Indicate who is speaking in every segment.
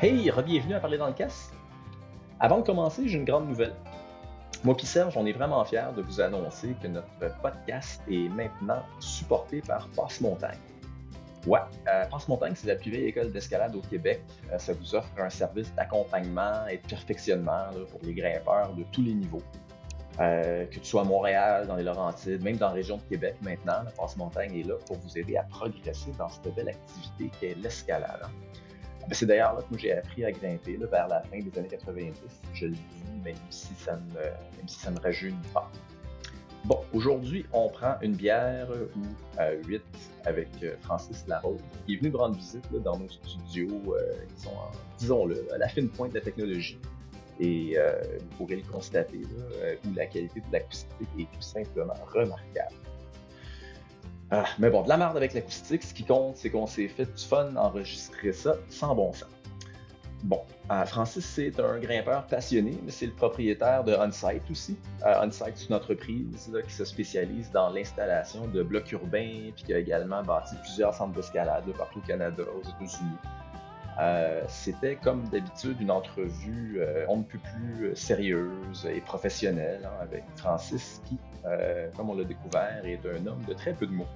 Speaker 1: Hey, re-bienvenue à Parler dans le casse. Avant de commencer, j'ai une grande nouvelle. Moi qui Serge, on est vraiment fiers de vous annoncer que notre podcast est maintenant supporté par Passe Montagne. Ouais, euh, Passe Montagne, c'est la plus vieille école d'escalade au Québec. Euh, ça vous offre un service d'accompagnement et de perfectionnement là, pour les grimpeurs de tous les niveaux. Euh, que tu sois à Montréal, dans les Laurentides, même dans la région de Québec maintenant, la Passe Montagne est là pour vous aider à progresser dans cette belle activité qu'est l'escalade. hein. C'est d'ailleurs là que moi, j'ai appris à grimper là, vers la fin des années 90. Je le dis, même si ça ne, même si ça ne rajeunit pas. Bon, aujourd'hui, on prend une bière euh, ou euh, huit avec euh, Francis Larose, qui est venu me rendre visite là, dans nos studios euh, qui sont, en- disons-le, à la fine pointe de la technologie. Et euh, vous pourrez le constater, là, euh, où la qualité de l'acoustique est tout simplement remarquable. Ah, mais bon, de la merde avec l'acoustique, ce qui compte, c'est qu'on s'est fait du fun enregistrer ça sans bon sens. Bon, euh, Francis, c'est un grimpeur passionné, mais c'est le propriétaire de OnSite aussi. Euh, OnSite, c'est une entreprise là, qui se spécialise dans l'installation de blocs urbains, puis qui a également bâti plusieurs centres d'escalade là, partout au Canada, aux États-Unis. Euh, C'était, comme d'habitude, une entrevue euh, on ne peut plus euh, sérieuse et professionnelle hein, avec Francis, qui, euh, comme on l'a découvert, est un homme de très peu de mots.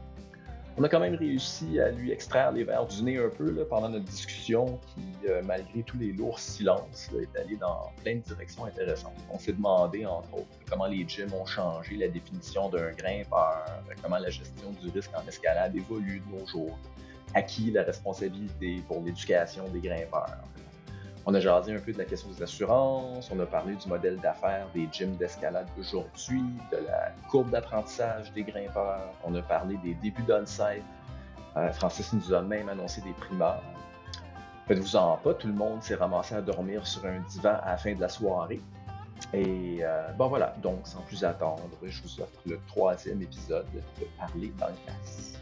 Speaker 1: On a quand même réussi à lui extraire les verres du nez un peu là, pendant notre discussion qui, euh, malgré tous les lourds silences, là, est allée dans plein de directions intéressantes. On s'est demandé, entre autres, comment les gyms ont changé la définition d'un grimpeur, euh, comment la gestion du risque en escalade évolue de nos jours, à qui la responsabilité pour l'éducation des grimpeurs. On a jasé un peu de la question des assurances, on a parlé du modèle d'affaires des gyms d'escalade d'aujourd'hui, de la courbe d'apprentissage des grimpeurs, on a parlé des débuts d'onsite. Euh, Francis nous a même annoncé des primeurs. Faites-vous en pas, tout le monde s'est ramassé à dormir sur un divan à la fin de la soirée. Et euh, bon voilà, donc sans plus attendre, je vous offre le troisième épisode de Parler dans le casse.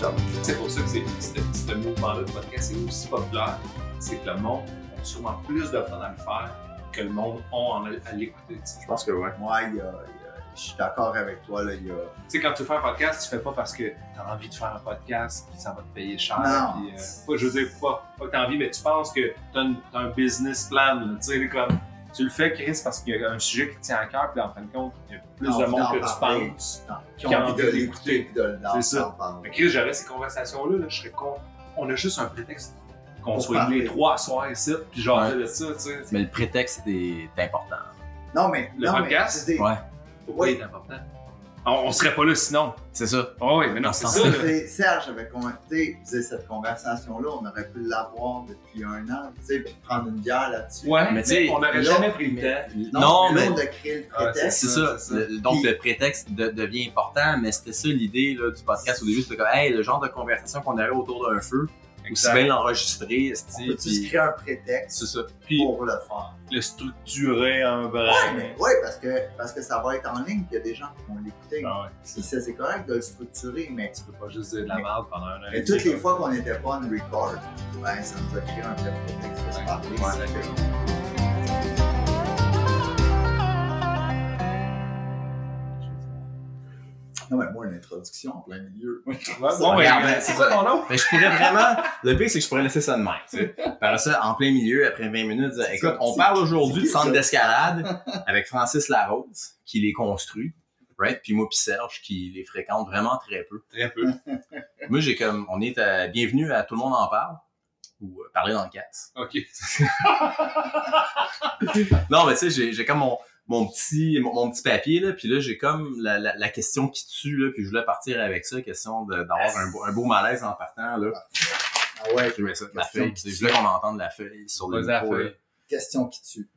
Speaker 2: Genre, C'est pour ça que c'est- c'est- ce mouvement-là de podcast est aussi populaire. C'est que le monde a sûrement plus de fun à le faire que le monde a en- à l'écouter. tu sais.
Speaker 3: Je pense que ouais.
Speaker 4: Moi, il y a- il y a- je suis d'accord avec toi. Là, il y a...
Speaker 2: Tu sais, quand tu fais un podcast, tu fais pas parce que tu as envie de faire un podcast puis ça va te payer cher.
Speaker 4: Non.
Speaker 2: puis, euh, pas- je veux dire, pas, pas que tu as envie, mais tu penses que tu as, un business plan. là, tu sais, comme, tu le fais, Chris, parce qu'il y a un sujet qui te tient à cœur, puis en fin de compte, il y a plus
Speaker 4: Non,
Speaker 2: de monde
Speaker 4: non,
Speaker 2: que tu
Speaker 4: parfait.
Speaker 2: penses.
Speaker 4: qui ont envie de l'écouter et de le d'en-
Speaker 2: C'est ça.
Speaker 4: d'en parler.
Speaker 2: Mais Chris, j'aurais ces conversations-là, là, je serais con. On a juste un prétexte qu'on
Speaker 4: Pour
Speaker 2: soit
Speaker 4: parler.
Speaker 2: les trois à soir ici, puis genre
Speaker 3: Ouais.
Speaker 2: de ça, tu sais.
Speaker 3: Mais le prétexte est important.
Speaker 4: Non, mais.
Speaker 2: Le
Speaker 4: non, mais
Speaker 2: podcast?
Speaker 4: c'est des-
Speaker 3: Ouais,
Speaker 2: Pourquoi il est important? On, on serait pas là sinon.
Speaker 3: c'est ça.
Speaker 2: Ah oui, mais non,
Speaker 3: Dans
Speaker 2: c'est
Speaker 3: ce
Speaker 2: ça.
Speaker 3: sens-là.
Speaker 2: là.
Speaker 4: C'est- Serge avait commenté, faisait cette conversation-là, on aurait pu l'avoir depuis un an, tu sais, puis prendre une bière là-dessus.
Speaker 2: Ouais,
Speaker 3: Mais
Speaker 2: mais
Speaker 3: tu sais,
Speaker 2: on n'aurait
Speaker 4: là,
Speaker 2: jamais pris le temps.
Speaker 3: Mais- Non,
Speaker 4: mais.
Speaker 3: mais
Speaker 4: là, on a créé le
Speaker 2: Ouais,
Speaker 4: prétexte.
Speaker 3: c'est ça.
Speaker 2: Ah, c'est ça.
Speaker 3: Le- donc
Speaker 4: Puis-
Speaker 3: le prétexte de- devient important, mais c'était ça l'idée là, du podcast au début. C'était comme, hey, le genre de conversation qu'on avait autour d'un feu, ou si
Speaker 2: Exact.
Speaker 3: bien l'enregistrer, esti,
Speaker 4: On peut-tu se
Speaker 3: puis-
Speaker 4: créer un prétexte
Speaker 3: c'est ça.
Speaker 2: Puis
Speaker 4: pour le faire?
Speaker 2: le structurer en
Speaker 4: Ouais,
Speaker 2: vrai.
Speaker 4: mais oui, parce que, parce que ça va être en ligne, puis il y a des gens qui vont l'écouter.
Speaker 2: Ah ouais.
Speaker 4: Puis ça, c'est correct de le structurer, mais,
Speaker 2: Tu peux pas juste dire de la merde pendant un an.
Speaker 4: mais toutes les fois qu'on n'était pas en record, ben, ça nous a créé un vrai prétexte pour se parler.
Speaker 2: Ouais.
Speaker 4: C'est- Non, mais moi, une introduction en plein milieu.
Speaker 2: Ouais, bon, ouais,
Speaker 3: Regarde,
Speaker 2: mais c'est quoi ton nom?
Speaker 3: Mais je pourrais vraiment. Le pire, c'est que je pourrais laisser ça de même. tu sais. Par ça, en plein milieu, après 20 minutes, dire, écoute, on
Speaker 4: C'est-
Speaker 3: parle aujourd'hui
Speaker 4: c'est-
Speaker 3: du centre d'escalade avec Francis Larose, qui les construit, right? Puis moi, puis Serge, qui les fréquente vraiment très peu.
Speaker 2: Très peu.
Speaker 3: Moi, j'ai comme. On est à. Bienvenue à Tout le monde en parle, ou euh, Parler dans le casse.
Speaker 2: Ok.
Speaker 3: Non, mais tu sais, j'ai- j'ai comme mon, mon petit mon, mon petit papier, là, puis là, j'ai comme la, la, la question qui tue, là, puis je voulais partir avec ça, question de- d'avoir un, beau- un beau malaise en partant, là.
Speaker 4: Ah ouais,
Speaker 3: Je voulais ça, la
Speaker 4: Question
Speaker 3: feuille,
Speaker 4: qui
Speaker 3: tu sais, je voulais qu'on entende la feuille sur le
Speaker 2: Vas-y, la
Speaker 3: micro,
Speaker 2: feuille.
Speaker 3: là.
Speaker 4: question qui tue.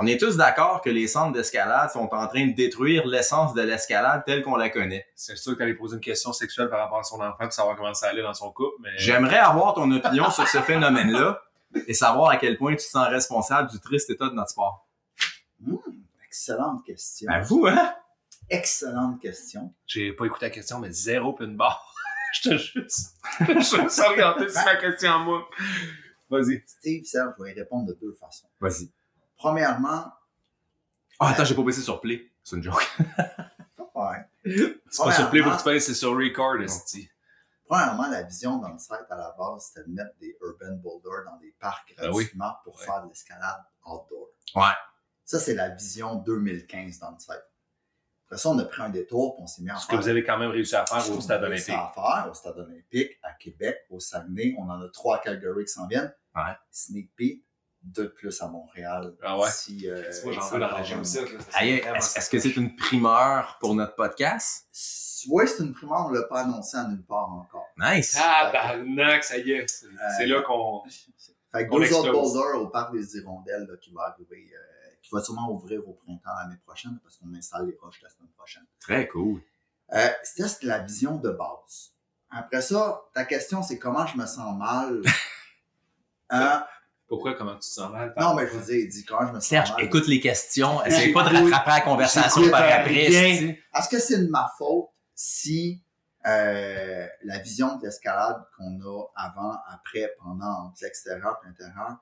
Speaker 3: On est tous d'accord que les centres d'escalade sont en train de détruire l'essence de l'escalade telle qu'on la connaît.
Speaker 2: C'est sûr que t'allais poser une question sexuelle par rapport à son enfant pour savoir comment ça allait dans son couple, mais.
Speaker 3: J'aimerais avoir ton opinion sur ce phénomène-là et savoir à quel point tu te sens responsable du triste état de notre sport.
Speaker 4: Excellente question.
Speaker 3: À vous, hein?
Speaker 4: Excellente question.
Speaker 2: J'ai pas écouté la question, mais zéro puis une barre. Je te juste. Je suis juste orienté sur ma question à moi. Vas-y.
Speaker 4: Steve, Serge, je vais y répondre de deux façons.
Speaker 3: Vas-y.
Speaker 4: Premièrement,
Speaker 3: Ah, attends, j'ai pas baissé sur Play. C'est une joke.
Speaker 4: Ouais.
Speaker 5: C'est pas
Speaker 4: Ouais,
Speaker 5: sur Play pour
Speaker 4: hein.
Speaker 5: que tu payes, c'est sur Record, esti.
Speaker 4: Premièrement, la vision dans le site à la base, c'était de mettre des urban boulders dans des parcs
Speaker 5: Ben oui.
Speaker 4: gratuitement pour
Speaker 5: Ouais.
Speaker 4: faire de l'escalade outdoor.
Speaker 3: Ouais.
Speaker 4: Ça, c'est la vision 2015 dans le site. Après ça, on a pris un détour puis on s'est mis en
Speaker 5: Ce que vous avez quand même réussi à faire au Stade Olympique.
Speaker 4: à faire au Stade Olympique, à Québec, au Saguenay. On en a trois à Calgary qui s'en viennent.
Speaker 3: Ouais.
Speaker 4: Sneak peek, deux de plus à Montréal.
Speaker 5: Ah ouais?
Speaker 4: Si, euh,
Speaker 5: Tu vois, j'en
Speaker 4: ça
Speaker 5: veux dans la
Speaker 4: va
Speaker 5: gym
Speaker 4: vraiment.
Speaker 5: aussi.
Speaker 3: Aïe, Est-ce est-ce que c'est une primeur pour notre podcast?
Speaker 4: Oui, c'est une primeur, on ne l'a pas annoncé à nulle part encore.
Speaker 3: Nice.
Speaker 5: Tabarnak, ça y est. C'est c'est là qu'on.
Speaker 4: Fait que
Speaker 5: On
Speaker 4: deux autres
Speaker 5: explose.
Speaker 4: boulders au parc des Hirondelles là, qui va arriver, euh, qui va sûrement ouvrir au printemps l'année prochaine parce qu'on installe les roches la semaine prochaine.
Speaker 3: Très cool.
Speaker 4: Euh, C'était c'était la vision de base. Après ça, ta question c'est comment je me sens mal. Hein?
Speaker 5: Pourquoi, comment tu te sens mal?
Speaker 4: non, mais je vous ai dit comment je me sens
Speaker 3: Serge,
Speaker 4: mal.
Speaker 3: écoute les questions.
Speaker 4: J'ai
Speaker 3: Essaye pas de
Speaker 4: cool.
Speaker 3: rattraper la conversation
Speaker 4: J'écoute
Speaker 3: par
Speaker 4: rien.
Speaker 3: après. c'est-
Speaker 4: Est-ce que c'est de ma faute si euh, la vision de l'escalade qu'on a avant, après, pendant, entre l'extérieur et l'intérieur,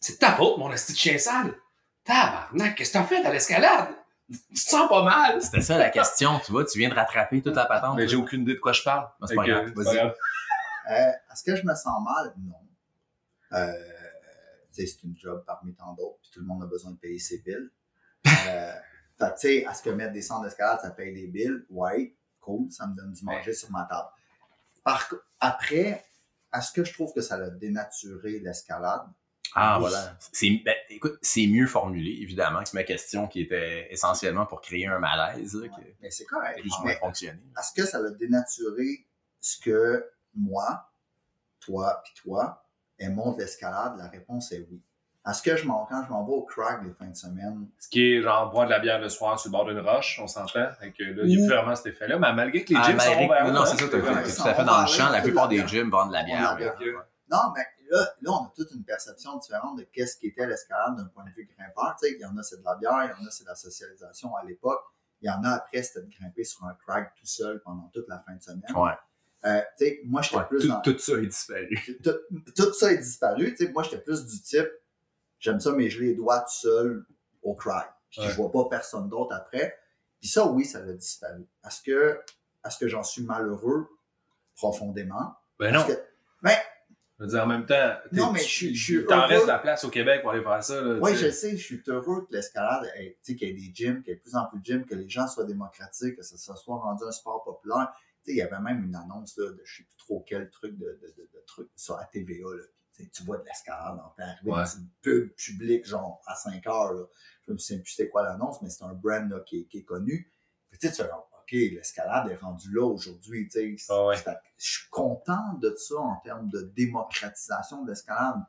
Speaker 5: C'est de ta faute, mon esti de chien sale. Tabarnak, qu'est-ce que t'as fait à l'escalade? Tu te sens pas mal.
Speaker 3: C'était ça la question, tu vois, tu viens de rattraper toute la patente.
Speaker 5: Mais j'ai aucune idée de quoi je parle.
Speaker 3: Non, c'est pas
Speaker 5: Fait que,
Speaker 3: grave,
Speaker 5: c'est
Speaker 3: vas-y.
Speaker 5: pas grave.
Speaker 4: Euh, Est-ce que je me sens mal? Non. Euh, tu sais, c'est une job parmi tant d'autres, puis tout le monde a besoin de payer ses billes. Euh, fait que, tu sais, est-ce que mettre des centres d'escalade, ça paye des billes? Oui, cool, ça me donne du manger sur ma table. Par, co- après, est-ce que je trouve que ça a dénaturé l'escalade?
Speaker 3: Ah,
Speaker 4: Oui.
Speaker 3: voilà. C'est, ben, écoute, c'est mieux formulé, évidemment, que ma question qui était essentiellement pour créer un malaise, là, qui
Speaker 4: Mais Ben, c'est correct.
Speaker 3: a plus ou moins
Speaker 4: Mais
Speaker 3: fonctionné.
Speaker 4: est-ce que ça a dénaturé ce que moi, toi, puis toi, aimons de l'escalade? La réponse est oui. Est-ce que je m'en, quand je m'en vais au crack les fins de semaine,
Speaker 5: Ce qui est genre boire de la bière le soir sur le bord d'une roche, on s'entend. Fait que là, il y a
Speaker 4: Ou-
Speaker 5: plus vraiment cet effet-là. Mais malgré que les
Speaker 3: Ah,
Speaker 5: gyms
Speaker 3: ben,
Speaker 5: sont
Speaker 3: Eric,
Speaker 5: ouverts,
Speaker 3: non,
Speaker 5: hein,
Speaker 3: non, c'est ça, t'as, t'as-
Speaker 5: vrai.
Speaker 3: t'as
Speaker 4: Ils
Speaker 3: tout à
Speaker 4: sont
Speaker 3: fait dans le
Speaker 4: vendus,
Speaker 3: champ. La
Speaker 4: ils
Speaker 3: plupart
Speaker 4: vendent
Speaker 3: des
Speaker 4: la
Speaker 3: gyms vendent de la
Speaker 4: On la
Speaker 3: bière.
Speaker 4: vend. Non, mais là, là, on a toute une perception différente de qu'est-ce qui était l'escalade d'un point de vue grimpeur. Tu sais, il y en a, c'est de la bière, il y en a, c'est de la socialisation à l'époque. Il y en a après, c'était de grimper sur un crack tout seul pendant toute la fin de semaine.
Speaker 3: Ouais.
Speaker 4: Euh, tu sais, moi, j'étais
Speaker 3: Ouais,
Speaker 4: plus dans...
Speaker 3: tout, tout ça est disparu.
Speaker 4: tout, tout ça est disparu. Tu sais, moi, j'étais plus du type, j'aime ça, mais je les doigts tout seul au crack. Puis
Speaker 5: Ouais.
Speaker 4: je vois pas personne d'autre après. Puis ça, oui, ça l'a disparu. Est-ce que, est-ce que j'en suis malheureux profondément?
Speaker 5: Ben
Speaker 4: Est-ce
Speaker 5: non.
Speaker 4: que-
Speaker 5: Je veux dire, en même temps, t'es-
Speaker 4: Non, mais
Speaker 5: tu-
Speaker 4: je suis- je suis
Speaker 5: t'en
Speaker 4: heureux.
Speaker 5: restes de la place au Québec pour aller faire ça. là,
Speaker 4: Oui,
Speaker 5: tu
Speaker 4: je
Speaker 5: sais.
Speaker 4: sais, je suis heureux que l'escalade, ait- tu sais, qu'il y ait des gyms, qu'il y ait de plus en plus de gyms, que les gens soient démocratiques, que ça, ça soit rendu un sport populaire. Tu sais, il y avait même une annonce là, de je sais plus trop quel truc de, de, de, de truc sur la TVA. Là. Puis, tu sais, tu vois de l'escalade en plein arriver,
Speaker 5: Ouais.
Speaker 4: c'est une pub publique, genre à 5 heures. Là. Je me souviens plus c'est quoi l'annonce, mais c'est un brand là, qui, est- qui est connu. Puis, tu sais, tu fais genre, OK, l'escalade est rendue là aujourd'hui. Tu sais,
Speaker 5: Ah ouais.
Speaker 4: Fait que Je suis content de ça en termes de démocratisation de l'escalade.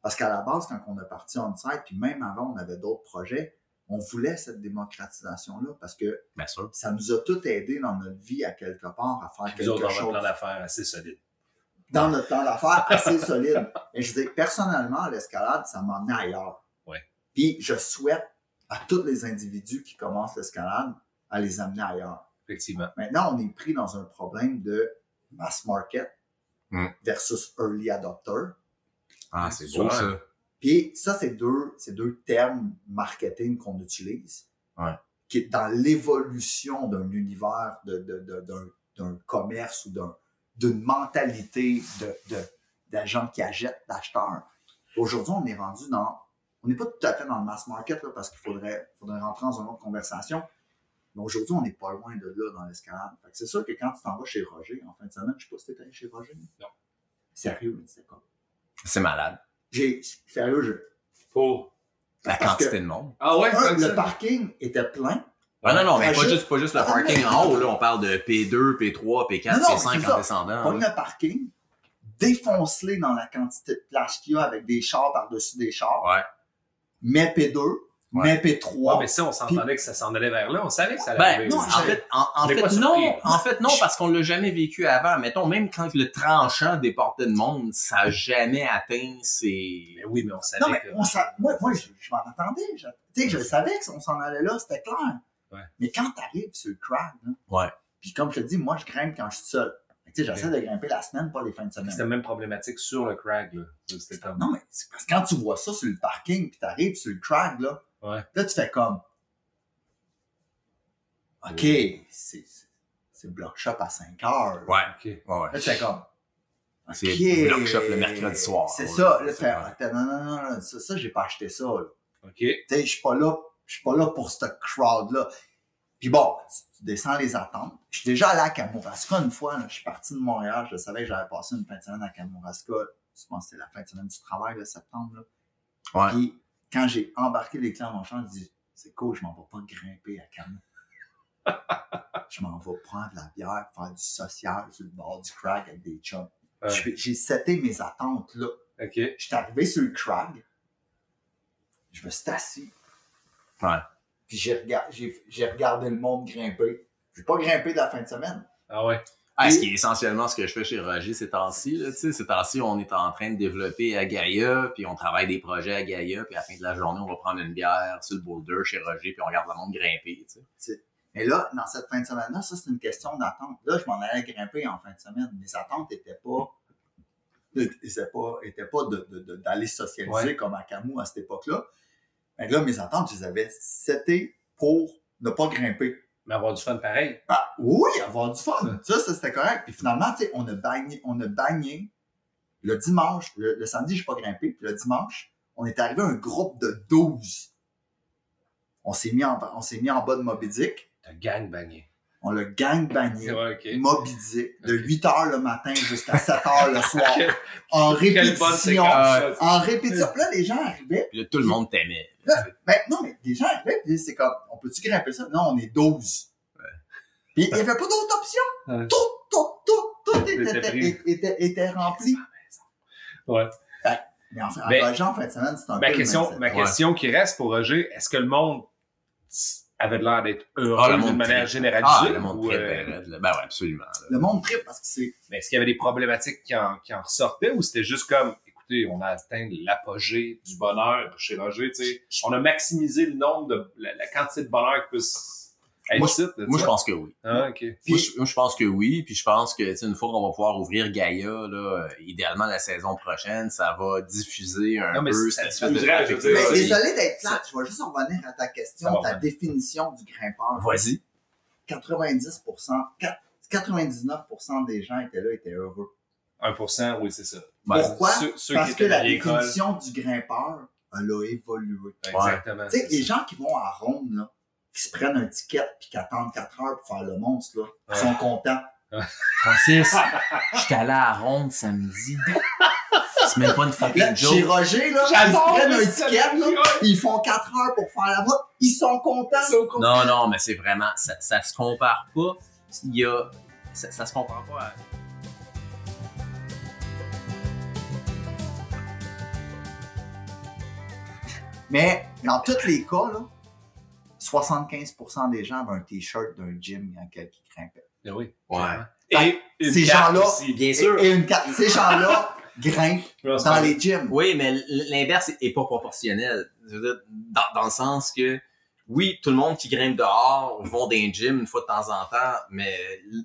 Speaker 4: Parce qu'à la base, quand on est parti en site, puis même avant, on avait d'autres projets, on voulait cette démocratisation-là parce que
Speaker 3: Bien sûr.
Speaker 4: ça nous a tout aidé dans notre vie à quelque part à faire
Speaker 5: Nous autres,
Speaker 4: quelque
Speaker 5: on a un
Speaker 4: chose
Speaker 5: plan d'affaires assez solide.
Speaker 4: dans notre temps d'affaires assez solide. Mais je dis personnellement, l'escalade, ça m'emmène ailleurs.
Speaker 5: Ouais.
Speaker 4: Puis je souhaite à tous les individus qui commencent l'escalade à les amener ailleurs.
Speaker 5: Effectivement.
Speaker 4: Maintenant, on est pris dans un problème de mass market
Speaker 3: Mm.
Speaker 4: versus early adopter.
Speaker 3: Ah, c'est beau
Speaker 5: Ouais.
Speaker 3: ça.
Speaker 4: Puis ça, c'est deux, c'est deux termes marketing qu'on utilise.
Speaker 3: Ouais.
Speaker 4: Qui est dans l'évolution d'un univers, de, de- de- d'un, d'un commerce ou d'un, d'une mentalité de, de, de gens qui achètent, d'acheteurs. Aujourd'hui, on est rendu dans. On n'est pas tout à fait dans le mass market là, parce qu'il faudrait, faudrait rentrer dans une autre conversation. Mais aujourd'hui, on n'est pas loin de là dans l'escalade. Fait que c'est sûr que quand tu t'en vas chez Roger en fin de semaine, je sais pas si t'es allé chez Roger.
Speaker 5: Non.
Speaker 4: Sérieux, mais c'était comme.
Speaker 3: C'est malade.
Speaker 4: J'ai, sérieux, je,
Speaker 5: Pour.
Speaker 3: La
Speaker 4: Parce
Speaker 3: quantité
Speaker 4: que-
Speaker 3: de monde.
Speaker 5: Ah ouais,
Speaker 4: un,
Speaker 5: comme
Speaker 4: le
Speaker 5: ça.
Speaker 4: parking était plein.
Speaker 3: Ah non, non, mais pas
Speaker 4: Rajoute-
Speaker 3: juste, pas juste le parking en haut, là. On parle de P2, P3, P4,
Speaker 4: Non, non, c'est
Speaker 3: P5
Speaker 4: ça.
Speaker 3: en
Speaker 5: Ah
Speaker 3: descendant.
Speaker 4: Pogne
Speaker 3: là.
Speaker 4: le parking, défonce-les dans la quantité de place qu'il y a avec des chars par-dessus des chars.
Speaker 3: Ouais.
Speaker 4: Mets P2,
Speaker 3: Ouais.
Speaker 4: mets P3.
Speaker 5: Ouais, mais ça, on s'entendait que ça s'en allait vers là. On savait que ça allait
Speaker 3: Ben,
Speaker 5: arriver.
Speaker 3: non,
Speaker 4: non,
Speaker 3: en
Speaker 4: j'ai-
Speaker 3: fait, en, en
Speaker 5: on est
Speaker 3: fait
Speaker 5: pas surpris.
Speaker 3: non, en fait non, parce qu'on l'a jamais vécu avant. Mettons, même quand le tranchant des portées de monde, ça n'a jamais atteint ses...
Speaker 5: Mais Ben oui, mais on savait
Speaker 4: non, mais
Speaker 5: que...
Speaker 4: on s'a- moi, moi, je, je m'en attendais. Je, tu sais, je le savais qu'on s'en allait là, c'était clair.
Speaker 5: Ouais.
Speaker 4: Mais quand t'arrives sur le crag, là,
Speaker 3: Ouais.
Speaker 4: puis comme je te dis, moi, je grimpe quand je suis seul. Tu sais, J'essaie de grimper la semaine, pas les fins de semaine.
Speaker 5: C'était même problématique sur le crag, là. C'était comme...
Speaker 4: Non, mais c'est parce que quand tu vois ça sur le parking, puis t'arrives sur le crag, là,
Speaker 5: Ouais.
Speaker 4: Là, tu fais comme OK, c'est c'est block shop à 5 heures.
Speaker 3: Ouais,
Speaker 5: OK.
Speaker 3: ouais, ouais.
Speaker 4: Là, tu fais comme.
Speaker 3: C'est
Speaker 4: OK.
Speaker 3: Block Shop le mercredi soir.
Speaker 4: C'est
Speaker 3: Ouais,
Speaker 4: ça. Là,
Speaker 3: c'est
Speaker 4: tu fais,
Speaker 3: vrai.
Speaker 4: attends, non, non, non, non, ça, ça j'ai pas acheté ça. là.
Speaker 5: OK.
Speaker 4: Tu sais, je suis pas là, je suis pas là pour ce crowd-là. Puis bon, tu descends les attentes. Je suis déjà allé à Kamouraska une fois. là. Je suis parti de Montréal. Je savais que j'avais passé une fin de semaine à Kamouraska. Je pense que c'était la fin de semaine du travail de septembre. là.
Speaker 3: Ouais.
Speaker 4: Puis quand j'ai embarqué les clés dans mon champ, je dis c'est cool, je m'en vais pas grimper à Cannes. je m'en vais prendre la bière, faire du social sur le bord du crag avec des chums.
Speaker 5: Ouais.
Speaker 4: Je- J'ai seté mes attentes là.
Speaker 5: OK.
Speaker 4: Je suis arrivé sur le crag. Je me suis assis.
Speaker 3: Ouais.
Speaker 4: Puis j'ai rega- j'ai- j'ai regardé le monde grimper. Je vais pas grimper de la fin de semaine.
Speaker 5: Ah ouais.
Speaker 3: Ah, ce qui est essentiellement ce que je fais chez Roger ces temps-ci. là, tu sais, Ces temps-ci, on est en train de développer à Gaïa, puis on travaille des projets à Gaïa, puis à la fin de la journée, on va prendre une bière sur le boulder chez Roger, puis on regarde le monde grimper. tu sais.
Speaker 4: Mais là, dans cette fin de semaine-là, ça, c'est une question d'attente. Là, je m'en allais grimper en fin de semaine. Mes attentes n'étaient pas, étaient pas, étaient pas de- de- de- d'aller socialiser
Speaker 5: Ouais.
Speaker 4: comme à Camus à cette époque-là. Mais là, mes attentes, je les avais c'était pour ne pas grimper.
Speaker 5: Mais avoir du fun pareil.
Speaker 4: Ah, oui, avoir du fun. Ça, ça, c'était correct. Puis finalement, tu sais, on a bagné, on a bagné le dimanche, le, le samedi, j'ai pas grimpé. Puis le dimanche, on est arrivé à un groupe de 12. On s'est mis en, on s'est mis en bas de Moby Dick.
Speaker 5: T'as gangbangé.
Speaker 4: On l'a gang bagné.
Speaker 5: Ouais, OK.
Speaker 4: Moby Dick, de 8 h le matin jusqu'à 7 h le soir, en
Speaker 5: Quelle bonne
Speaker 4: répétition.
Speaker 5: séquence. ça.
Speaker 4: En répétition. Puis Là, les gens arrivaient.
Speaker 3: Puis là, tout le monde t'aimait.
Speaker 4: Ben, non, mais les gens arrivaient, puis c'est comme, on peut-tu grimper ça? Non, on est 12. Puis il n'y avait pas d'autre option.
Speaker 5: Ouais.
Speaker 4: Tout, tout, tout, tout était,
Speaker 5: C'était pris.
Speaker 4: était, était- était rempli.
Speaker 5: Ouais.
Speaker 4: Fait- mais enfin,
Speaker 5: Ben,
Speaker 4: en genre, fin de semaine, c'est un
Speaker 5: Ma
Speaker 4: peu le
Speaker 5: question,
Speaker 4: mindset.
Speaker 5: ma question qui reste pour Roger, est-ce que le monde avait l'air d'être
Speaker 3: Ah,
Speaker 5: heureux
Speaker 3: le
Speaker 5: d'une
Speaker 3: monde
Speaker 5: manière
Speaker 3: tripe.
Speaker 5: généralisée?
Speaker 3: Ah, le monde
Speaker 5: ou,
Speaker 3: très
Speaker 5: euh,
Speaker 3: bien raide, là. Ben ouais, absolument. là.
Speaker 4: Le monde tripe parce que c'est.
Speaker 5: mais est-ce qu'il y avait des problématiques qui en, qui en ressortaient ou c'était juste comme, écoutez, on a atteint l'apogée du bonheur chez Roger, tu sais, on a maximisé le nombre de, la, la quantité de bonheur qui peut s- être
Speaker 3: Moi,
Speaker 5: ici, là, tu
Speaker 3: Moi,
Speaker 5: sais.
Speaker 3: je pense que oui.
Speaker 5: Ah, ok.
Speaker 3: Moi, je, moi, je pense que oui. Puis je pense que, tu sais, une fois qu'on va pouvoir ouvrir Gaïa, là, euh, idéalement la saison prochaine, ça va diffuser un
Speaker 5: Non, mais
Speaker 3: peu
Speaker 5: ça
Speaker 3: cette espèce de
Speaker 5: diffuserait, je veux
Speaker 4: Mais
Speaker 5: dire,
Speaker 3: trafic-là.
Speaker 5: oui.
Speaker 4: désolé ben, d'être plate, je vais juste revenir à ta question,
Speaker 5: Ça va,
Speaker 4: ta
Speaker 5: ouais.
Speaker 4: définition du grimpeur.
Speaker 3: Vas-y.
Speaker 4: 90 quatre- 99 des gens étaient là, étaient heureux.
Speaker 5: 1%, oui, c'est ça.
Speaker 3: Ouais.
Speaker 4: Pourquoi?
Speaker 5: Ben, Ceux, ceux
Speaker 4: Parce
Speaker 5: qui
Speaker 4: que
Speaker 5: étaient
Speaker 4: la
Speaker 5: à l'école.
Speaker 4: définition du grimpeur, elle a évolué.
Speaker 5: Ben, Exactement.
Speaker 4: Tu sais,
Speaker 5: c'est
Speaker 4: les
Speaker 5: ça.
Speaker 4: gens qui vont à Ronde, là, qui se prennent un ticket puis qui attendent 4 heures pour faire le monstre, là, ils
Speaker 5: Ouais.
Speaker 4: sont contents.
Speaker 3: Francis, j'étais allé à Ronde samedi. C'est même pas une
Speaker 4: Là,
Speaker 3: fucking
Speaker 4: chez
Speaker 3: joke.
Speaker 4: Roger, là, ils se
Speaker 5: J'adore
Speaker 4: prennent
Speaker 5: le
Speaker 4: un ticket,
Speaker 5: samedi,
Speaker 4: là, ils font 4 heures pour faire la route, ils sont contents.
Speaker 3: Non, non, mais c'est vraiment, ça, ça se compare pas. Il y a, ça, ça se compare pas à...
Speaker 4: Mais dans tous les cas, là, 75 des gens avaient un t-shirt d'un gym dans lequel ils grimpaient.
Speaker 5: Ben oui.
Speaker 3: Ouais.
Speaker 5: Et une
Speaker 4: Ces
Speaker 5: carte
Speaker 4: gens-là-
Speaker 5: aussi, bien
Speaker 4: Et- Et une carte. Ces gens-là grimpent dans les gyms.
Speaker 3: Oui, mais l- l'inverse est pas proportionnel. Je veux dire, dans, dans le sens que, oui, tout le monde qui grimpe dehors vont dans un gym une fois de temps en temps, mais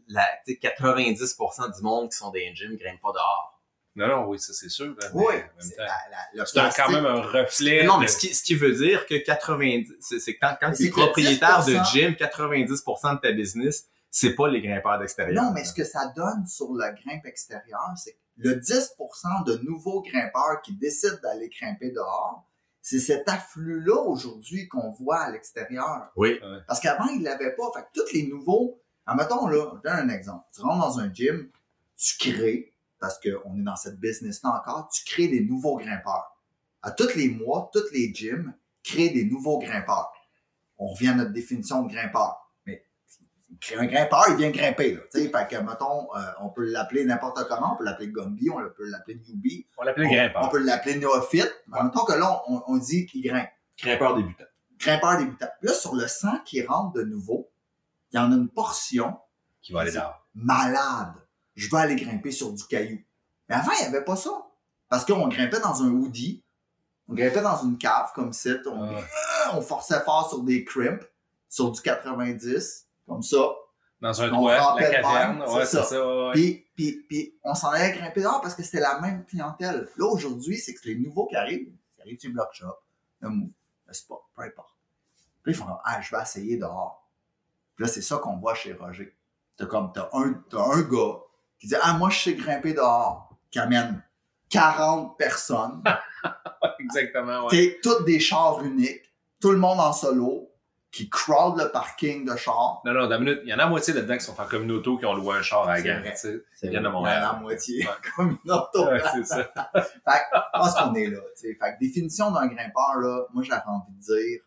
Speaker 3: la, tu sais, 90% du monde qui sont dans un gym grimpent pas dehors.
Speaker 5: Non, non, oui, ça c'est sûr. là, mais en
Speaker 4: Oui.
Speaker 5: même
Speaker 4: C'est
Speaker 5: temps,
Speaker 4: la- la- le
Speaker 5: C'est un-
Speaker 4: plastique.
Speaker 5: quand même un reflet.
Speaker 3: Mais non, mais
Speaker 5: de-
Speaker 3: ce qui, ce qui veut dire que 90, c'est c'est que quand, quand
Speaker 4: Mais
Speaker 3: tu
Speaker 4: c'est
Speaker 3: es
Speaker 4: que
Speaker 3: propriétaire de
Speaker 4: 10%.
Speaker 3: gym, 90% de ta business, c'est pas les grimpeurs d'extérieur.
Speaker 4: Non, mais ce que ça donne sur le grimpe extérieur, c'est que le 10 de nouveaux grimpeurs qui décident d'aller grimper dehors, c'est cet afflux-là aujourd'hui qu'on voit à l'extérieur.
Speaker 3: Oui.
Speaker 4: Parce qu'avant, ils ne l'avaient pas. Fait que tous les nouveaux. Ah, mettons, là, je donne un exemple. Tu rentres dans un gym, tu crées, parce qu'on est dans cette business-là encore, tu crées des nouveaux grimpeurs. À tous les mois, tous les gyms créent des nouveaux grimpeurs. On revient à notre définition de grimpeur. Mais créer un grimpeur, il vient grimper. Là, tu sais. fait que, mettons, euh, on peut l'appeler n'importe comment. On peut l'appeler Gumby, on peut l'appeler Newbie.
Speaker 5: On l'appelait
Speaker 4: on,
Speaker 5: grimpeur.
Speaker 4: on peut l'appeler Néophyte. Mais mettons que là, on, on dit qu'il grimpe
Speaker 3: grimpeur débutant.
Speaker 4: grimpeur débutant. Là, sur le 100 qui rentre de nouveau, il y en a une portion
Speaker 5: Qui va aller dehors.
Speaker 4: malade. Je vais aller grimper sur du caillou. Mais avant, il n'y avait pas ça. Parce qu'on grimpait dans un hoodie, on grimpait dans une cave comme ça, on,
Speaker 5: Ah.
Speaker 4: on forçait fort sur des crimps, sur du 90, comme ça.
Speaker 5: Dans un
Speaker 4: On
Speaker 5: toit,
Speaker 4: frappait
Speaker 5: la
Speaker 4: de
Speaker 5: caverne.
Speaker 4: même, c'est
Speaker 5: Ouais, c'est
Speaker 4: ça.
Speaker 5: ça. ouais, ouais.
Speaker 4: Puis, puis, puis on s'en allait grimper dehors parce que c'était la même clientèle. Là, aujourd'hui, c'est que les nouveaux qui arrivent, qui arrivent chez Block Shop, le Mou, le je sais pas, peu importe. Puis ils font comme, ah, je vais essayer dehors. Puis là, c'est ça qu'on voit chez Roger. T'as comme, t'as un, t'as un gars qui dit, ah, moi, je sais grimper dehors, qui amène 40 personnes.
Speaker 5: Exactement, ouais.
Speaker 4: T'es toutes des chars uniques, tout le monde en solo, qui crowd le parking de chars.
Speaker 5: Non, non, dans la minute, il y en a la moitié là-dedans qui sont en communauto qui ont loué un char à la
Speaker 4: C'est
Speaker 5: gare.
Speaker 4: vrai.
Speaker 5: tu sais.
Speaker 4: C'est
Speaker 5: Il y en a mon
Speaker 4: la moitié
Speaker 5: Ouais.
Speaker 4: comme une auto.
Speaker 5: Ouais, c'est ça.
Speaker 4: Je pense qu'on Ah, est là. tu sais. Fait que définition d'un grimpeur, là, moi j'avais envie de dire,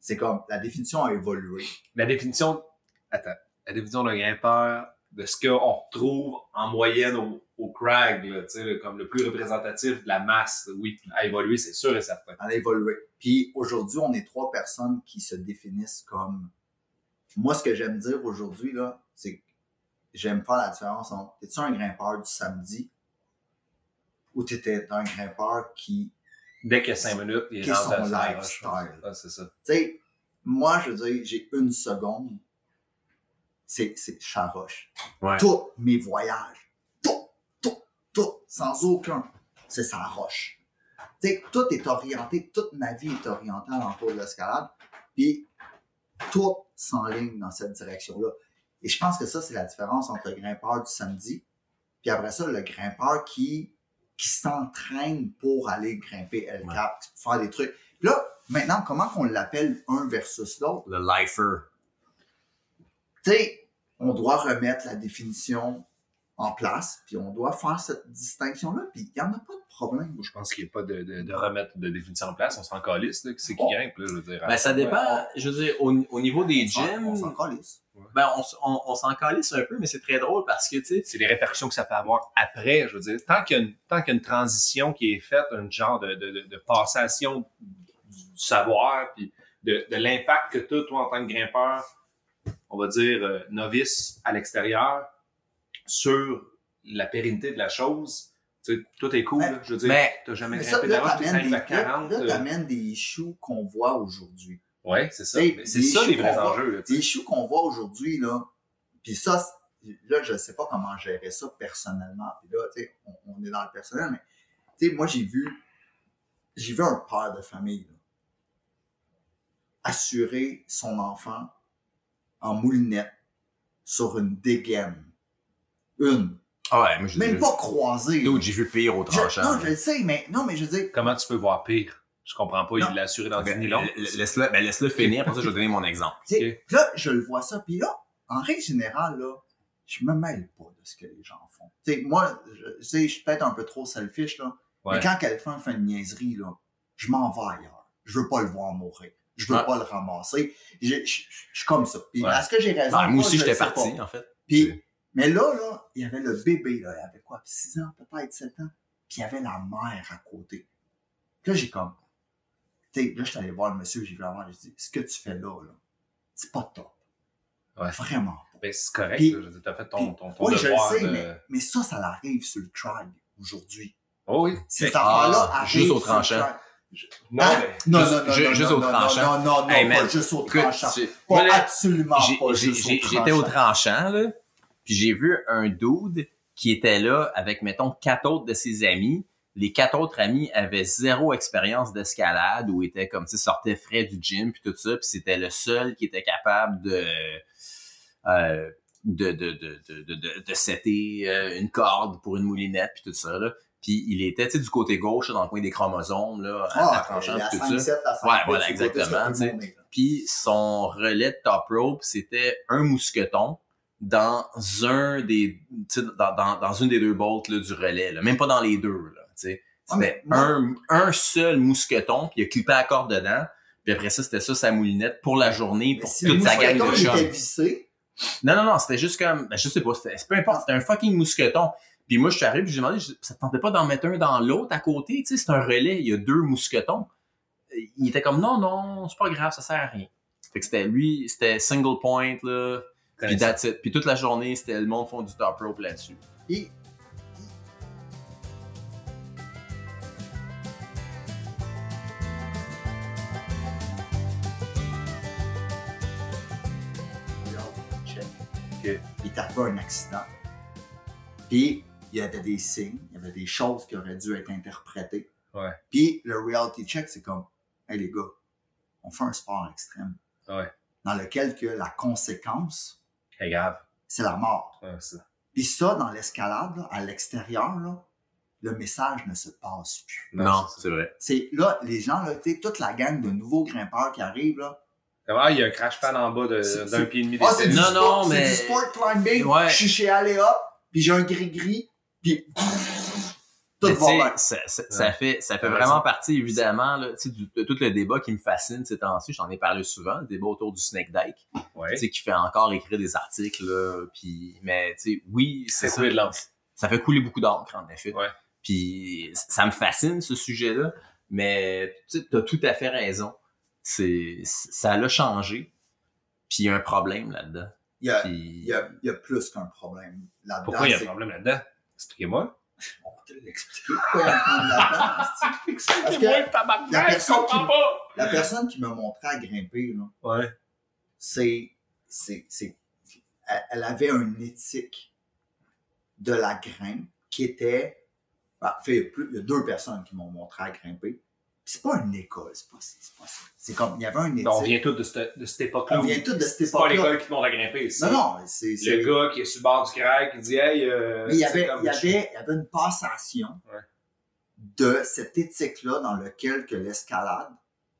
Speaker 4: c'est comme la définition a évolué.
Speaker 5: La définition. Attends. La définition d'un grimpeur, de ce qu'on retrouve en moyenne au, au crag, là, tu sais, le- comme le plus représentatif de la masse, oui, à évoluer, c'est sûr et certain.
Speaker 4: Elle a évolué. Puis aujourd'hui, on est trois personnes qui se définissent comme. Moi, ce que j'aime dire aujourd'hui, là, c'est que j'aime faire la différence entre es-tu un grimpeur du samedi ou t'étais un grimpeur qui.
Speaker 5: Dès qu'il y a cinq minutes, il est
Speaker 4: Qu'est-ce
Speaker 5: dans
Speaker 4: son
Speaker 5: le
Speaker 4: lifestyle?
Speaker 5: Ah, c'est ça.
Speaker 4: Tu sais, moi, je veux dire, j'ai une seconde. C'est, c'est Charoche.
Speaker 3: Ouais.
Speaker 4: Tous mes voyages, tout, tout, tout, sans aucun, c'est sa roche. Tu sais, tout est orienté, toute ma vie est orientée à l'entour de l'escalade, puis tout s'enligne dans cette direction-là. Et je pense que ça, c'est la différence entre le grimpeur du samedi, puis après ça, le grimpeur qui, qui s'entraîne pour aller grimper l
Speaker 3: Ouais.
Speaker 4: cap, faire des trucs. Puis là, maintenant, comment qu'on l'appelle un versus l'autre?
Speaker 3: Le lifer.
Speaker 4: tu sais, on doit remettre la définition en place, puis on doit faire cette distinction-là, puis il n'y en a pas de problème.
Speaker 5: Je pense qu'il n'y a pas de, de, de remettre de définition en place. On s'en calisse, là, qui c'est qui
Speaker 4: Oh.
Speaker 5: grimpe, là, je veux dire.
Speaker 3: Ben, ça dépend, je veux dire, au, au niveau des
Speaker 4: On s'en-
Speaker 3: gyms,
Speaker 4: on s'en calisse.
Speaker 3: ben, on, s- on- on s'en calisse un peu, mais c'est très drôle parce que, tu sais,
Speaker 5: c'est les répercussions que ça peut avoir après. Je veux dire, tant qu'il y a une, tant qu'il y a une transition qui est faite, un genre de, de, de- de passation du savoir, puis de, de l'impact que tu as, toi, en tant que grimpeur, on va dire euh, novice à l'extérieur, sur la pérennité de la chose, tu sais, tout est cool.
Speaker 4: Mais-
Speaker 5: là. je veux dire,
Speaker 3: mais
Speaker 5: t'as jamais
Speaker 4: Mais ça,
Speaker 5: grimpé
Speaker 4: là,
Speaker 5: d'avant, t'es
Speaker 4: t'amènes
Speaker 5: arrivé à
Speaker 4: des, là,
Speaker 5: 40.
Speaker 4: là,
Speaker 5: euh,
Speaker 4: t'amènes des issues qu'on voit aujourd'hui.
Speaker 5: Ouais, c'est ça.
Speaker 4: Hey,
Speaker 5: Mais C'est
Speaker 4: les
Speaker 5: ça les
Speaker 4: choux,
Speaker 5: vrais
Speaker 4: on va-
Speaker 5: enjeux. là, tu
Speaker 4: Des
Speaker 5: sais.
Speaker 4: issues qu'on voit aujourd'hui, là, puis ça, c'est- là, je ne sais pas comment gérer ça personnellement. Puis là, tu sais, on, on est dans le personnel, mais tu sais, moi, j'ai vu, j'ai vu un père de famille, là, assurer son enfant en moulinette sur une dégaine. Une.
Speaker 3: ah ouais, moi, je
Speaker 4: Même pas croisée.
Speaker 3: Dude, j'ai vu pire au
Speaker 4: Je- non,
Speaker 3: tranchant.
Speaker 4: je le sais, mais non, mais je veux dire,
Speaker 5: Comment tu peux voir pire? Je comprends pas,
Speaker 4: Non.
Speaker 5: il l'a assuré dans
Speaker 3: Ben,
Speaker 5: du nylon.
Speaker 3: la- Laisse-le ben, laisse-le finir, après ça, je vais donner mon exemple.
Speaker 4: Tu sais,
Speaker 5: Ok.
Speaker 4: puis Là, je le vois ça. Puis là, en règle générale, là, je me mêle pas de ce que les gens font. Tu sais, moi, je, tu sais, je suis peut-être un peu trop selfish, là.
Speaker 5: Ouais.
Speaker 4: Mais quand quelqu'un fait une niaiserie, là, je m'en vais ailleurs. Je veux pas le voir mourir. Je veux
Speaker 3: Ouais.
Speaker 4: pas le ramasser. Je, je- je- je suis comme ça. Puis
Speaker 5: Ouais.
Speaker 4: est-ce que j'ai raison?
Speaker 3: Ben,
Speaker 4: ou
Speaker 3: moi
Speaker 4: pas,
Speaker 3: aussi,
Speaker 4: je le
Speaker 3: j'étais
Speaker 4: sais
Speaker 3: parti,
Speaker 4: pas.
Speaker 3: en fait.
Speaker 4: Puis, mais là, là, il y avait le bébé, là. Il avait quoi? 6 ans, peut-être 7 ans. Puis il y avait la mère à côté. Puis là, j'ai comme. Tu sais, là, je suis allé voir le monsieur, j'ai vu la mère, j'ai dit, ce que tu fais là, là, c'est pas top.
Speaker 5: Ouais.
Speaker 4: Vraiment pas.
Speaker 5: Ben, c'est correct,
Speaker 4: Puis-
Speaker 5: là, je veux dire, t'as fait ton,
Speaker 4: puis-
Speaker 5: ton, ton
Speaker 4: oui, je le
Speaker 5: devoir
Speaker 4: sais,
Speaker 5: de-
Speaker 4: mais, mais ça, ça arrive sur le tribe aujourd'hui.
Speaker 5: Oh oui.
Speaker 4: Ces
Speaker 3: Ah,
Speaker 4: affaires-là arrivent.
Speaker 3: juste
Speaker 4: sur le
Speaker 3: au tranchant.
Speaker 4: tribe.
Speaker 5: Non,
Speaker 4: Hein?
Speaker 5: mais
Speaker 4: Non,
Speaker 3: Juste-
Speaker 4: non, non,
Speaker 3: ju-
Speaker 4: non,
Speaker 3: juste
Speaker 4: non,
Speaker 3: au
Speaker 4: non,
Speaker 3: tranchant.
Speaker 4: Non, non, non,
Speaker 3: Hey,
Speaker 4: pas
Speaker 3: man,
Speaker 4: juste au
Speaker 3: écoute,
Speaker 4: tranchant.
Speaker 3: c'est-
Speaker 4: Pas
Speaker 3: moi, là,
Speaker 4: absolument
Speaker 3: j'ai-
Speaker 4: pas
Speaker 3: j'ai-
Speaker 4: juste au
Speaker 3: j'ai-
Speaker 4: tranchant.
Speaker 3: J'étais au tranchant, là, puis j'ai vu un dude qui était là avec, mettons, quatre autres de ses amis. Les quatre autres amis avaient zéro expérience d'escalade ou étaient comme, tu sais, sortaient frais du gym puis tout ça, puis c'était le seul qui était capable de... euh, de, de, de, de, de, de, de setter euh, une corde pour une moulinette puis tout ça, là. Puis il était, tu sais, du côté gauche, là, dans le coin des chromosomes, là, à- à
Speaker 4: Ah,
Speaker 3: tranchant,
Speaker 4: la
Speaker 3: puis tout ça.
Speaker 4: 5-7, la 5-8,
Speaker 3: Ouais, voilà,
Speaker 4: c'est pas tout ce que
Speaker 3: exactement,
Speaker 4: tout le monde est, là.
Speaker 3: puis son relais de top rope, c'était un mousqueton dans un des tu sais, dans, dans, dans une des deux bolts là, du relais, là. même pas dans les deux. Là, tu sais.
Speaker 4: Ah, mais
Speaker 3: c'était
Speaker 4: moi-
Speaker 3: un, un seul mousqueton, puis il a clippé la corde dedans, puis après ça, c'était ça sa moulinette pour la journée,
Speaker 4: Mais
Speaker 3: pour
Speaker 4: si
Speaker 3: toute
Speaker 4: le
Speaker 3: sa gang
Speaker 4: mousqueton,
Speaker 3: de
Speaker 4: il
Speaker 3: chums.
Speaker 4: était vissé,
Speaker 3: Non, non, non, c'était juste comme, ben, je sais pas, c'était, c'est peu importe, c'était un fucking mousqueton. Puis moi, je suis arrivé, puis j'ai demandé, je- ça te tentait pas d'en mettre un dans l'autre à côté, tu sais, c'est un relais, il y a deux mousquetons. Et Il était comme, non, non, c'est pas grave, ça sert à rien. Fait que c'était lui, c'était single point, là, puis that's it. Puis toute la journée, c'était le monde font du top rope là-dessus.
Speaker 4: il-
Speaker 5: Ok.
Speaker 4: Il est arrivé un accident. Puis, il y avait des signes, il y avait des choses qui auraient dû être interprétées.
Speaker 5: Ouais.
Speaker 4: Puis, le reality check, c'est comme, hey les gars, on fait un sport extrême.
Speaker 5: Ouais.
Speaker 4: Dans lequel que la conséquence,
Speaker 5: C'est grave.
Speaker 4: c'est la mort.
Speaker 5: Ouais, ça.
Speaker 4: Puis ça, dans l'escalade, là, à l'extérieur, là, le message ne se passe plus.
Speaker 3: Non, c'est vrai.
Speaker 4: C'est là, les gens, là, tu sais, toute la gang de nouveaux grimpeurs qui arrivent, là.
Speaker 5: Ah, il y a un crash pad en bas
Speaker 4: C'est-
Speaker 5: de- d'un
Speaker 4: c'est-
Speaker 5: pied et demi.
Speaker 4: Ah, c'est du,
Speaker 5: d'escalier.
Speaker 3: Non,
Speaker 4: sport,
Speaker 3: non,
Speaker 4: c'est
Speaker 3: mais-
Speaker 4: du sport climbing.
Speaker 3: Ouais.
Speaker 4: Je suis chez Aléa, puis j'ai un gris-gris, puis tout
Speaker 3: Mais tu sais,
Speaker 4: va bien.
Speaker 3: ça, ça- ça fait, ça fait
Speaker 5: Ouais,
Speaker 3: vraiment partie, évidemment, là, tu sais, du- de tout le débat qui me fascine ces temps-ci. J'en ai parlé souvent, le débat autour du snake dyke,
Speaker 5: Ouais.
Speaker 3: tu sais, qui fait encore écrire des articles. Là, puis, mais tu sais, oui, c'est
Speaker 5: C'est
Speaker 3: ça.
Speaker 5: coulé de l'encre.
Speaker 3: Ça fait couler beaucoup d'encre, en effet.
Speaker 5: Ouais.
Speaker 3: Puis ça me fascine, ce sujet-là. Mais tu as tout à fait raison. C'est, ça l'a changé. Puis il y a un problème là-dedans.
Speaker 4: Il y a,
Speaker 3: Puis-
Speaker 4: il y a- il y a plus qu'un problème là-dedans.
Speaker 5: Pourquoi il y a un
Speaker 4: C'est-
Speaker 5: problème là-dedans? Expliquez-moi.
Speaker 4: On va te l'expliquer. Pourquoi il y a un problème là-dedans? Parce que la personne qui-
Speaker 5: pas!
Speaker 4: la personne qui m'a montré à grimper, là,
Speaker 5: Ouais.
Speaker 4: c'est, c'est, c'est- elle, elle avait une éthique de la grimpe qui était, ben, en fait, il y a plus- il y a deux personnes qui m'ont montré à grimper. Puis C'est pas une école, c'est pas, c'est pas ça. C'est comme, il y avait une éthique.
Speaker 5: Ben, on vient tous de cette, de cette époque-là.
Speaker 4: On vient tous de cette
Speaker 5: C'est pas
Speaker 4: époque-là.
Speaker 5: l'école qui te montre à grimper. c'est
Speaker 4: Non, non, c'est, c'est-
Speaker 5: Le gars qui est sur le bord du crack qui dit Hey, euh,
Speaker 4: mais il y
Speaker 5: c'est
Speaker 4: avait,
Speaker 5: comme-
Speaker 4: il y avait, il y avait une passation
Speaker 5: Ouais.
Speaker 4: de cette éthique-là dans laquelle que l'escalade,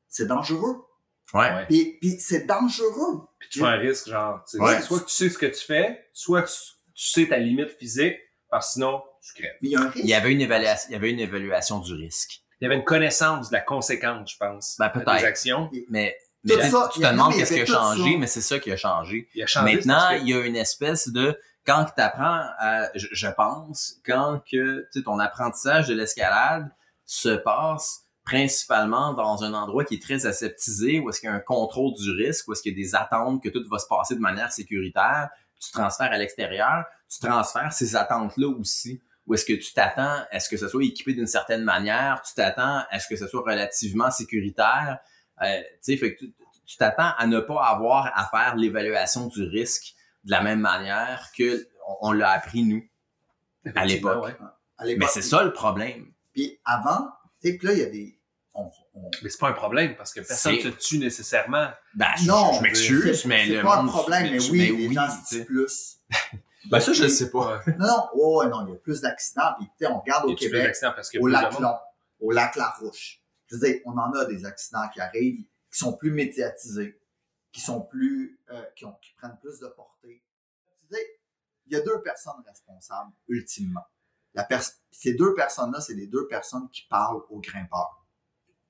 Speaker 4: c'est dangereux.
Speaker 3: Ouais.
Speaker 5: Ouais.
Speaker 4: Puis, puis c'est dangereux.
Speaker 5: Puis tu prends un risque, genre. tu sais,
Speaker 4: Ouais.
Speaker 5: Soit que tu sais ce que tu fais, soit tu, tu sais ta limite physique, parce que sinon, tu crèves.
Speaker 4: Mais il y a un risque.
Speaker 3: Il y avait une évaluation, il y avait une évaluation du risque.
Speaker 5: Il y avait une connaissance de la conséquence, je pense.
Speaker 3: Ben, peut-être.
Speaker 5: Des actions.
Speaker 3: Mais,
Speaker 4: Tout
Speaker 3: mais tu-
Speaker 4: ça,
Speaker 3: tu
Speaker 4: il y
Speaker 3: te
Speaker 4: a- non,
Speaker 3: demandes
Speaker 4: mais il y
Speaker 3: qu'est-ce qui a
Speaker 4: avait tout
Speaker 3: changé,
Speaker 4: ça.
Speaker 3: mais c'est ça qui a changé.
Speaker 5: Il a changé.
Speaker 3: Maintenant,
Speaker 5: c'est parce que-
Speaker 3: il y a une espèce de quand tu apprends à je, je pense quand que tu sais, ton apprentissage de l'escalade se passe principalement dans un endroit qui est très aseptisé où est-ce qu'il y a un contrôle du risque, où est-ce qu'il y a des attentes que tout va se passer de manière sécuritaire, tu transfères à l'extérieur, tu transfères ces attentes là aussi. Où est-ce que tu t'attends à ce que ce soit équipé d'une certaine manière, tu t'attends à ce que ce soit relativement sécuritaire, euh, tu sais, fait que tu- tu t'attends à ne pas avoir à faire l'évaluation du risque de la même manière que on, on l'a appris nous. à l'époque.
Speaker 5: Ouais.
Speaker 4: À l'époque.
Speaker 3: Mais c'est ça le problème.
Speaker 4: Puis avant, tu sais, que là, il y a des. on- on-
Speaker 5: Mais c'est pas un problème parce que personne
Speaker 3: C'est-
Speaker 5: te tue nécessairement.
Speaker 3: Ben, je,
Speaker 4: Non,
Speaker 3: je- je m'excuse,
Speaker 4: c'est-
Speaker 3: mais
Speaker 4: c'est
Speaker 3: le
Speaker 4: pas
Speaker 3: monde-
Speaker 4: un problème, mais
Speaker 3: je-
Speaker 4: oui,
Speaker 3: mais
Speaker 4: les
Speaker 3: oui,
Speaker 4: gens
Speaker 3: tu
Speaker 4: se
Speaker 3: sais.
Speaker 4: tuent plus.
Speaker 3: Ben, ça, je le sais pas.
Speaker 5: Ouais.
Speaker 4: Non, non, oh, ouais, non, il y a plus d'accidents. Puis, tu sais, on regarde
Speaker 5: Il y
Speaker 4: au
Speaker 5: a plus d'accidents
Speaker 4: Québec,
Speaker 5: parce qu'il y a
Speaker 4: au
Speaker 5: plus de
Speaker 4: lac
Speaker 5: monde.
Speaker 4: Long, au lac La Roche. Je veux dire, on en a des accidents qui arrivent, qui sont plus médiatisés, qui sont plus. euh, qui, ont- qui prennent plus de portée. Je veux dire, il y a deux personnes responsables, ultimement. La pers- ces deux personnes-là, c'est les deux personnes qui parlent aux grimpeurs,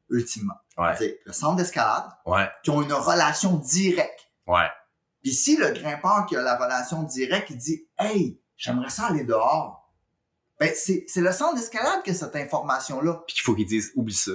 Speaker 4: ultimement.
Speaker 3: Ouais.
Speaker 4: Je veux dire, le centre d'escalade,
Speaker 3: Ouais,
Speaker 4: qui ont une relation directe.
Speaker 3: ouais.
Speaker 4: Puis si le grimpeur qui a la relation directe, il dit Hey, j'aimerais ça aller dehors, ben c'est c'est le centre d'escalade que cette information-là.
Speaker 3: Puis qu'il faut qu'ils disent oublie ça.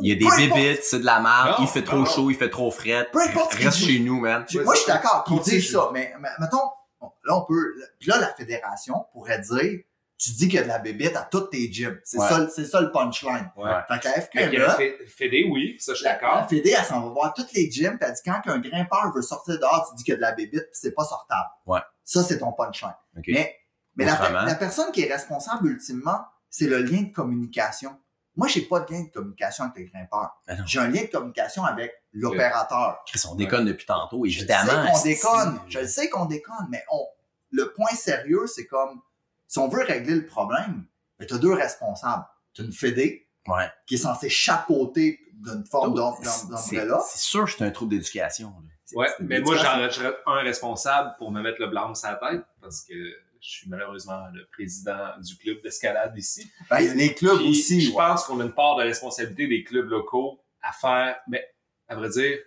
Speaker 3: Il y a des
Speaker 4: Peu importe-
Speaker 3: bébites, c'est de la merde,
Speaker 5: Non,
Speaker 3: il fait trop
Speaker 5: non.
Speaker 3: chaud, il fait trop fret.
Speaker 4: Peu importe ce qu'il
Speaker 3: Reste
Speaker 4: dit.
Speaker 3: chez nous, man.
Speaker 4: Moi, je suis d'accord qu'ils
Speaker 5: Continue.
Speaker 4: disent ça, mais mais, mettons, bon, là, on peut. Puis là, la fédération pourrait dire Tu dis qu'il y a de la bébite à tous tes gyms. C'est
Speaker 3: Ouais.
Speaker 4: ça, le- c'est ça le punchline.
Speaker 5: Ouais.
Speaker 4: Fait que la FQMA.
Speaker 5: Fait que la fé- Fédé, oui, ça, je suis
Speaker 4: La, la
Speaker 5: d'accord.
Speaker 4: Fédé, elle s'en va voir toutes les gyms, puis elle dit quand un grimpeur veut sortir dehors, tu dis qu'il y a de la bébite, puis c'est pas sortable.
Speaker 3: Ouais.
Speaker 4: Ça, c'est ton punchline.
Speaker 3: Ok.
Speaker 4: Mais, mais la,
Speaker 3: Autrement.
Speaker 4: la personne qui est responsable ultimement, c'est le lien de communication. Moi, j'ai pas de lien de communication avec les grimpeurs.
Speaker 3: Ben non.
Speaker 4: J'ai un lien de communication avec l'opérateur.
Speaker 3: Chris, on déconne depuis tantôt,
Speaker 4: Je le sais
Speaker 3: évidemment.
Speaker 4: qu'on
Speaker 3: asti.
Speaker 4: déconne. Je le sais qu'on déconne, mais on, le point sérieux, c'est comme si on veut régler le problème, mais t'as deux responsables. T'as une Fédé
Speaker 3: Ouais.
Speaker 4: qui est censée chapeauter d'une forme d'om- d'om-
Speaker 3: C'est
Speaker 4: d'ombrella.
Speaker 3: c'est sûr que c'est un trouble d'éducation. là.
Speaker 5: Ouais,
Speaker 4: C'est-
Speaker 5: mais
Speaker 4: c'est-
Speaker 5: moi,
Speaker 4: c'est-
Speaker 5: j'en serais un responsable pour me mettre le blâme sur la tête parce que je suis malheureusement le président du club d'escalade ici.
Speaker 4: Ben, il y a les clubs
Speaker 5: Puis,
Speaker 4: aussi.
Speaker 5: Je pense qu'on a une part de responsabilité des clubs locaux à faire, mais à vrai dire,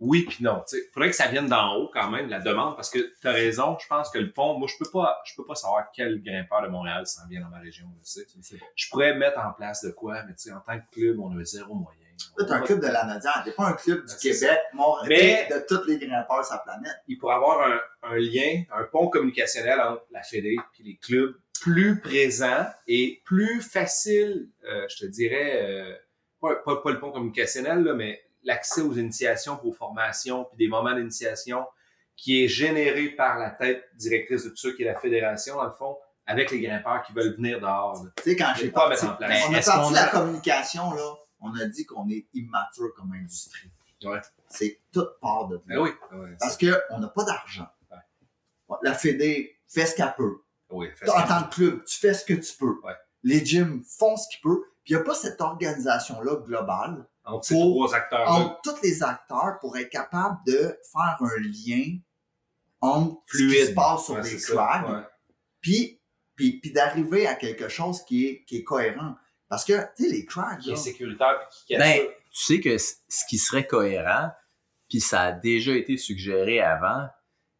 Speaker 5: oui puis non. Il faudrait que ça vienne d'en haut quand même, la demande, parce que tu as raison, je pense que le fond, moi, je peux pas, je peux pas savoir quel grimpeur de Montréal s'en vient dans ma région. là, tu sais. Je pourrais mettre en place de quoi, mais tu sais, en tant que club, on a zéro moyen.
Speaker 4: Toi, t'es un club de la Nadière, t'es pas un club du
Speaker 5: Ben, c'est
Speaker 4: Québec, Montréal,
Speaker 5: Mais-
Speaker 4: de tous les grimpeurs sur la planète.
Speaker 5: il pourrait avoir un, un lien, un pont communicationnel entre la Fédé et les clubs plus présent et plus facile, euh, je te dirais, euh, pas, pas- pas le pont communicationnel, là, mais l'accès aux initiations, aux formations, puis des moments d'initiation qui est généré par la tête directrice de tout ça, qui est la fédération, dans le fond, avec les grimpeurs qui veulent venir dehors. là.
Speaker 4: Tu sais, quand
Speaker 5: Je
Speaker 4: j'ai
Speaker 5: vais pas
Speaker 4: parti,
Speaker 5: mettre en place.
Speaker 4: on a
Speaker 3: Est-ce
Speaker 4: parti
Speaker 3: qu'on
Speaker 4: la
Speaker 3: a-
Speaker 4: communication, là, on a dit qu'on est immature comme industrie.
Speaker 5: Ouais.
Speaker 4: C'est toute part de
Speaker 5: Ben oui. ouais,
Speaker 4: Parce qu'on n'a pas d'argent. La Fédé fait ce qu'elle peut.
Speaker 5: oui, fais
Speaker 4: En
Speaker 5: ça.
Speaker 4: tant que club, tu fais ce que tu peux.
Speaker 5: Ouais.
Speaker 4: Les gyms font ce qu'ils peuvent. Puis il n'y a pas cette organisation-là globale
Speaker 5: Entre ces
Speaker 4: Pour-
Speaker 5: trois acteurs-là.
Speaker 4: entre tous les acteurs pour être capable de faire un lien entre ce qui
Speaker 5: Fluide.
Speaker 4: se passe sur
Speaker 5: Ouais,
Speaker 4: les
Speaker 5: c'est ça,
Speaker 4: flags,
Speaker 5: ouais.
Speaker 4: puis, puis, puis d'arriver à quelque chose qui est, qui est cohérent. Parce que, tu sais, les crags,
Speaker 5: Qui
Speaker 4: là,
Speaker 5: est sécuritaire et qui
Speaker 3: Ben,
Speaker 5: casse.
Speaker 3: tu sais que c- ce qui serait cohérent, puis ça a déjà été suggéré avant,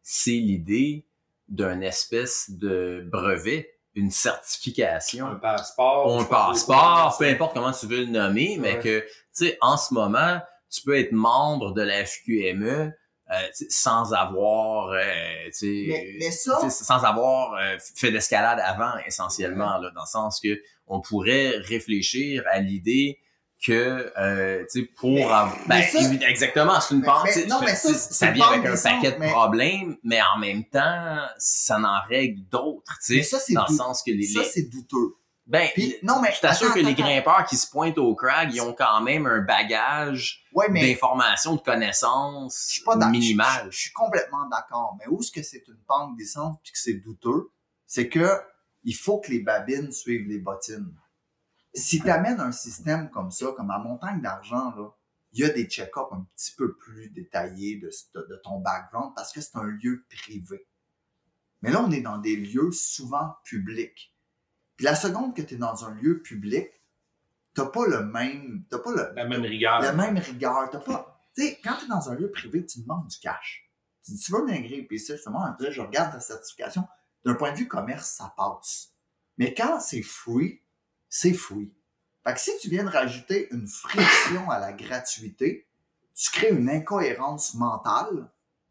Speaker 3: c'est l'idée d'une espèce de brevet, une certification,
Speaker 5: un passeport.
Speaker 3: un
Speaker 5: je pense,
Speaker 3: passeport, peu
Speaker 5: des-
Speaker 3: importe comment tu veux le nommer, mais
Speaker 5: Ouais.
Speaker 3: que, tu sais, en ce moment, tu peux être membre de la FQME euh, tu sais, sans avoir, euh, tu sais,
Speaker 4: Mais- mais ça-
Speaker 3: tu sais, sans avoir euh, fait d'escalade avant, essentiellement, là, dans le sens que on pourrait réfléchir à l'idée que, euh, tu sais, pour avoir-
Speaker 4: mais
Speaker 3: ben,
Speaker 4: ça-
Speaker 3: évi- exactement, c'est une
Speaker 4: Mais-
Speaker 3: part,
Speaker 4: mais-
Speaker 3: tu sais,
Speaker 4: non, mais ça,
Speaker 3: c'est-
Speaker 4: c'est
Speaker 3: ça
Speaker 4: une
Speaker 3: vient
Speaker 4: bande
Speaker 3: avec un
Speaker 4: descente,
Speaker 3: paquet de
Speaker 4: mais-
Speaker 3: problèmes, mais en même temps, ça n'en règle d'autres, tu
Speaker 4: mais
Speaker 3: sais,
Speaker 4: ça, c'est
Speaker 3: dans le
Speaker 4: dou-
Speaker 3: sens que les,
Speaker 4: ça,
Speaker 3: les-
Speaker 4: c'est douteux.
Speaker 3: ben,
Speaker 4: Puis, non, mais
Speaker 3: je t'assure
Speaker 4: attends,
Speaker 3: que les
Speaker 4: attends,
Speaker 3: grimpeurs qui se pointent au crag, ils ont quand même un bagage
Speaker 4: Ouais, mais
Speaker 3: d'informations, de
Speaker 4: je
Speaker 3: connaissances
Speaker 4: suis pas d'accord.
Speaker 3: minimales.
Speaker 4: Je, je- je suis complètement d'accord. Mais où est-ce que c'est une pente descente puis que c'est douteux? C'est que il faut que les babines suivent les bottines. Si tu amènes un système comme ça, comme à montagne d'argent, là, il y a des check-ups un petit peu plus détaillés de, ce- de ton background parce que c'est un lieu privé. Mais là, on est dans des lieux souvent publics. Puis la seconde que tu es dans un lieu public, t'as pas le même, t'as pas le,
Speaker 5: La même rigueur.
Speaker 4: la même rigueur. T'as pas. Tu sais, quand t'es dans un lieu privé, tu demandes du cash. Tu dis, tu veux maigrir, puis ça, justement, après, je regarde ta certification. D'un point de vue commerce, ça passe. Mais quand c'est free, c'est free. Fait que si tu viens de rajouter une friction à la gratuité, tu crées une incohérence mentale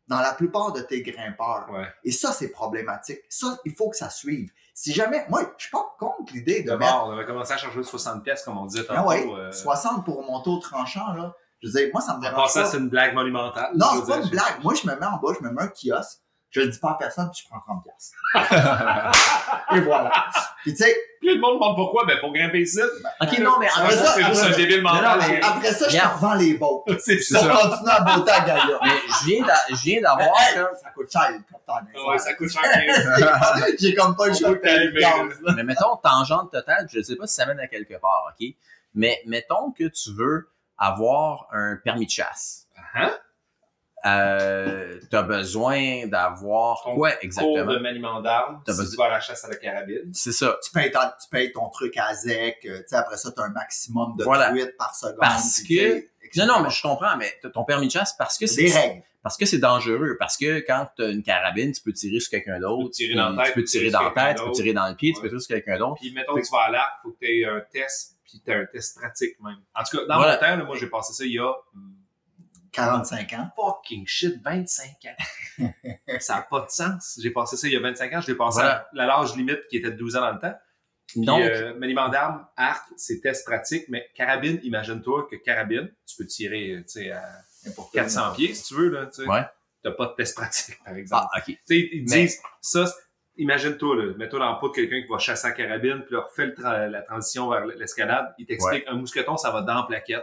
Speaker 4: dans la plupart de tes grimpeurs.
Speaker 5: Ouais.
Speaker 4: Et ça, c'est problématique. Ça, il faut que ça suive. Si jamais, moi, je suis pas contre l'idée de mettre
Speaker 5: D'abord, on avait commencé à charger de 60 pièces, comme on disait tantôt.
Speaker 4: ah ouais,
Speaker 5: euh,
Speaker 4: 60 pour mon taux tranchant, là. Je veux dire, moi, ça me
Speaker 5: en
Speaker 4: dérange
Speaker 5: passant,
Speaker 4: pas.
Speaker 5: c'est une blague monumentale.
Speaker 4: Non,
Speaker 5: je veux
Speaker 4: c'est pas
Speaker 5: dire,
Speaker 4: une blague. Moi, je me mets en bas, je me mets un kiosque, je le dis pas à personne, puis je prends 30 piastres. Et voilà. Puis tu sais,
Speaker 5: Puis le monde demande pourquoi, ben pour grimper ici.
Speaker 3: Ok, non, mais en
Speaker 4: Ah,
Speaker 5: Après
Speaker 4: mais
Speaker 5: ça,
Speaker 4: ça,
Speaker 5: c'est juste
Speaker 4: après
Speaker 5: un
Speaker 4: ça-
Speaker 5: débile
Speaker 3: non,
Speaker 5: mental.
Speaker 3: mais-
Speaker 4: après ça, je te
Speaker 3: Regarde.
Speaker 4: revends les bottes.
Speaker 5: C'est
Speaker 4: Je
Speaker 5: ça.
Speaker 4: continue à beauté à Gaïa.
Speaker 3: mais je viens d'a- je viens d'avoir
Speaker 4: Hey,
Speaker 3: là,
Speaker 4: Ça coûte cher, le capteur des
Speaker 5: Ouais, ça coûte cher. Chris.
Speaker 4: airs. J'ai comme pas le
Speaker 5: On
Speaker 4: choix
Speaker 5: peut
Speaker 4: de faire le
Speaker 5: t'arriver,
Speaker 4: gaz, là.
Speaker 3: mais mettons tangente totale, je sais pas si ça mène à quelque part, ok. Mais mettons que tu veux avoir un permis de chasse.
Speaker 5: Hein?
Speaker 3: Euh, t'as besoin d'avoir
Speaker 5: Ton
Speaker 3: quoi
Speaker 5: Cours
Speaker 3: exactement?
Speaker 5: de maniement d'armes,
Speaker 3: T'as
Speaker 5: si
Speaker 3: besoin-
Speaker 5: tu vas à la chasse à la carabine.
Speaker 3: C'est ça.
Speaker 4: Tu payes, ton, tu payes ton truc à ZEC, euh, tu sais, après ça, tu as un maximum de
Speaker 3: Voilà.
Speaker 4: tweets par seconde.
Speaker 3: Parce
Speaker 4: puis, tu sais, etc.
Speaker 3: Non, non, mais je comprends, mais t'as ton permis de chasse parce que
Speaker 4: Des
Speaker 3: c'est
Speaker 4: règles.
Speaker 3: parce que c'est dangereux, parce que quand tu as une carabine, tu peux tirer sur quelqu'un d'autre,
Speaker 5: Tu peux tirer dans la
Speaker 3: tu
Speaker 5: tête,
Speaker 3: peux tirer dans la
Speaker 5: quelqu'un
Speaker 3: tête, tu peux
Speaker 5: d'autre.
Speaker 3: tirer dans le pied, tu peux
Speaker 5: Ouais.
Speaker 3: tirer sur quelqu'un d'autre.
Speaker 5: Puis mettons que tu vas à l'arc, faut que tu aies un test, puis tu as un test pratique même. En tout cas, dans
Speaker 3: Voilà.
Speaker 5: mon temps, là, moi j'ai passé ça il y a
Speaker 4: 45 ans.
Speaker 5: fucking shit 25 ans. ça n'a pas de sens. J'ai passé ça il y a 25 ans, je l'ai passé
Speaker 3: Voilà.
Speaker 5: à la large limite qui était de 12 ans dans le temps. Puis,
Speaker 3: Donc,
Speaker 5: euh, maniement d'armes, arc, c'est test pratique, mais carabine, imagine-toi que carabine, tu peux tirer euh, tu sais, à
Speaker 4: N'importe quoi.
Speaker 5: 400 pieds si tu veux. Là, tu sais.
Speaker 3: Euh, Ouais.
Speaker 5: T'as pas de test pratique, par exemple.
Speaker 3: ah, ok.
Speaker 5: Tu sais, ils
Speaker 3: Mais-
Speaker 5: disent, ça, c'est- imagine-toi, là, mets-toi dans le pot de quelqu'un qui va chasser en carabine, puis leur fait le tra- la transition vers l'escalade. Il t'explique, un mousqueton, ça va dans la plaquette.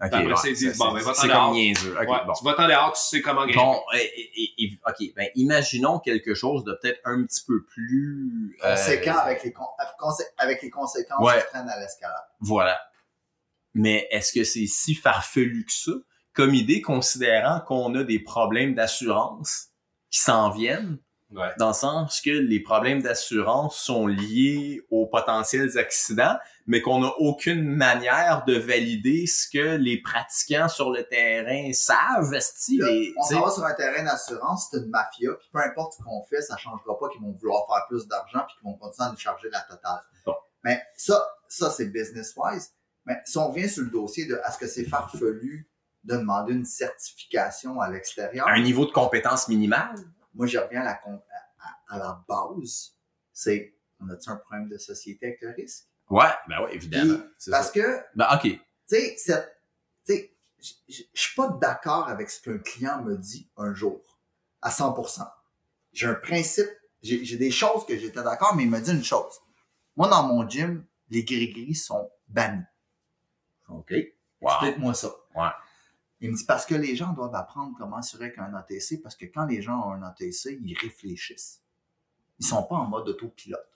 Speaker 3: ok,
Speaker 5: après
Speaker 3: ouais,
Speaker 5: ça, ils disent,
Speaker 3: c'est-
Speaker 5: bon, ben, va-t'en
Speaker 3: c'est
Speaker 5: dehors.
Speaker 3: comme niaiseux. Ok,
Speaker 5: Ouais,
Speaker 3: bon. eh,
Speaker 5: Tu vas t'en dehors, tu sais comment gagner.
Speaker 3: Bon, et- et- et- ok, ben, imaginons quelque chose de peut-être un petit peu plus euh,
Speaker 4: conséquent avec les, con- avec consé- avec les conséquences
Speaker 3: Ouais.
Speaker 4: qui traînent à l'escalade.
Speaker 3: Voilà. Mais est-ce que c'est si farfelu que ça comme idée, considérant qu'on a des problèmes d'assurance qui s'en viennent?
Speaker 5: Ouais.
Speaker 3: dans le sens que les problèmes d'assurance sont liés aux potentiels accidents, mais qu'on n'a aucune manière de valider ce que les pratiquants sur le terrain savent. esti,
Speaker 4: Là,
Speaker 3: les-
Speaker 4: on
Speaker 3: t'sais,
Speaker 4: s'en va sur un terrain d'assurance, c'est une mafia, puis peu importe ce qu'on fait, ça changera pas qu'ils vont vouloir faire plus d'argent puis qu'ils vont continuer à nous charger la totale.
Speaker 3: Bon.
Speaker 4: Mais ça, ça c'est business-wise. Mais si on vient sur le dossier de est-ce que c'est farfelu de demander une certification à l'extérieur,
Speaker 3: un niveau de compétence minimale.
Speaker 4: moi je reviens à la, con- à, à- à la base, c'est on a-tu un problème de société avec le risque?
Speaker 3: Ouais, ben ouais, évidemment. c'est
Speaker 4: Parce
Speaker 3: ça.
Speaker 4: que
Speaker 3: Ben, ok.
Speaker 4: tu sais, cette- tu sais, j- j- je suis pas d'accord avec ce qu'un client me dit un jour, à 100%. J'ai un principe, j'ai j'ai des choses que j'étais d'accord, mais il me dit une chose. Moi, dans mon gym, les gris-gris sont bannis. OK.
Speaker 3: Wow.
Speaker 4: Explique-moi ça.
Speaker 3: Ouais.
Speaker 4: Il me dit parce que les gens doivent apprendre comment se règle un ATC, parce que quand les gens ont un ATC, ils réfléchissent. Ils ne sont pas en mode autopilote.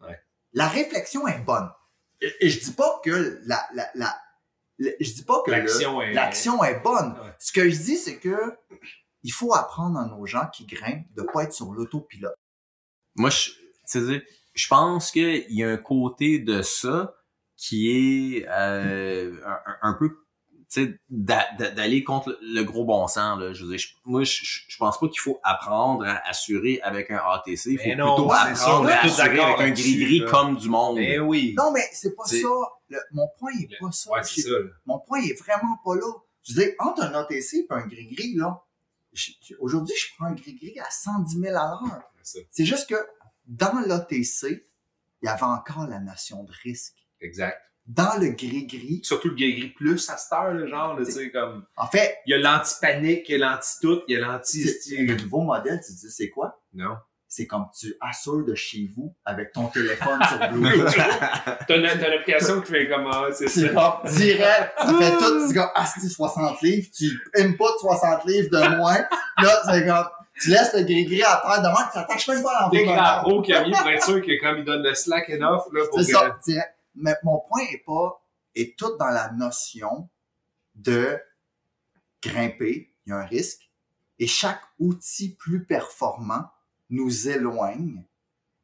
Speaker 5: Ouais.
Speaker 4: La réflexion est bonne. Et, et je dis pas que la, la- la- la- je dis pas que le-
Speaker 5: L'action est.
Speaker 4: l'action est bonne.
Speaker 5: Ouais.
Speaker 4: Ce que je dis, c'est que il faut apprendre à nos gens qui grimpent de ne pas être sur l'autopilote.
Speaker 3: Moi, je, tu sais, je pense qu'il y a un côté de ça qui est euh, un, un- un peu tu sais, d'a- d'a- d'aller contre le- le gros bon sens. Là. Je veux dire, je- moi, je, je- je pense pas qu'il faut apprendre à assurer avec un ATC. Il faut
Speaker 5: Mais non,
Speaker 3: plutôt
Speaker 5: c'est
Speaker 3: apprendre
Speaker 5: sûr, on est
Speaker 3: à
Speaker 5: tous
Speaker 3: assurer
Speaker 5: d'accord
Speaker 3: avec un
Speaker 5: là-dessus,
Speaker 3: gris-gris
Speaker 5: là.
Speaker 3: comme du monde.
Speaker 5: Mais Eh oui.
Speaker 4: Non, mais c'est pas
Speaker 3: C'est-
Speaker 4: ça. Le- mon point n'est
Speaker 5: Le-
Speaker 4: pas ça.
Speaker 5: Ouais, c'est
Speaker 4: C'est-
Speaker 5: ça. là.
Speaker 4: Mon point est vraiment pas là. Je veux dire, entre un ATC et un gris-gris, là, je- je- aujourd'hui, je prends un gris-gris à 110 000 à l'heure.
Speaker 5: C'est ça.
Speaker 4: C'est juste que dans l'ATC, il y avait encore la notion de risque.
Speaker 5: Exact.
Speaker 4: Dans le gris-gris,
Speaker 5: Surtout le gris plus à cette heure, là, genre, là, tu sais, comme.
Speaker 4: en fait,
Speaker 5: Il y a l'anti-panique, il y a l'anti-tout, il y a l'anti.
Speaker 4: c'est- c'est le nouveau modèle, tu te dis, c'est quoi?
Speaker 5: Non.
Speaker 4: C'est comme tu assures de chez vous avec ton téléphone sur Bluetooth.
Speaker 5: T'as une, t'as une application qui fait comme. ah, c'est
Speaker 4: Tu
Speaker 5: ça.
Speaker 4: vas direct, tu fais tout, tu dis comme, ah, c'est 60 livres, tu aimes pas de 60 livres de moins. Là, c'est comme, tu laisses le gris-gris à terre de moins, tu t'attaches même pas à
Speaker 5: Des
Speaker 4: l'envoi.
Speaker 5: grands pros qui a mis pour être sûr que comme ils donnent le slack enough, là, pour
Speaker 4: C'est
Speaker 5: que.
Speaker 4: ça, direct. Mais mon point est pas, est tout dans la notion de grimper, il y a un risque, et chaque outil plus performant nous éloigne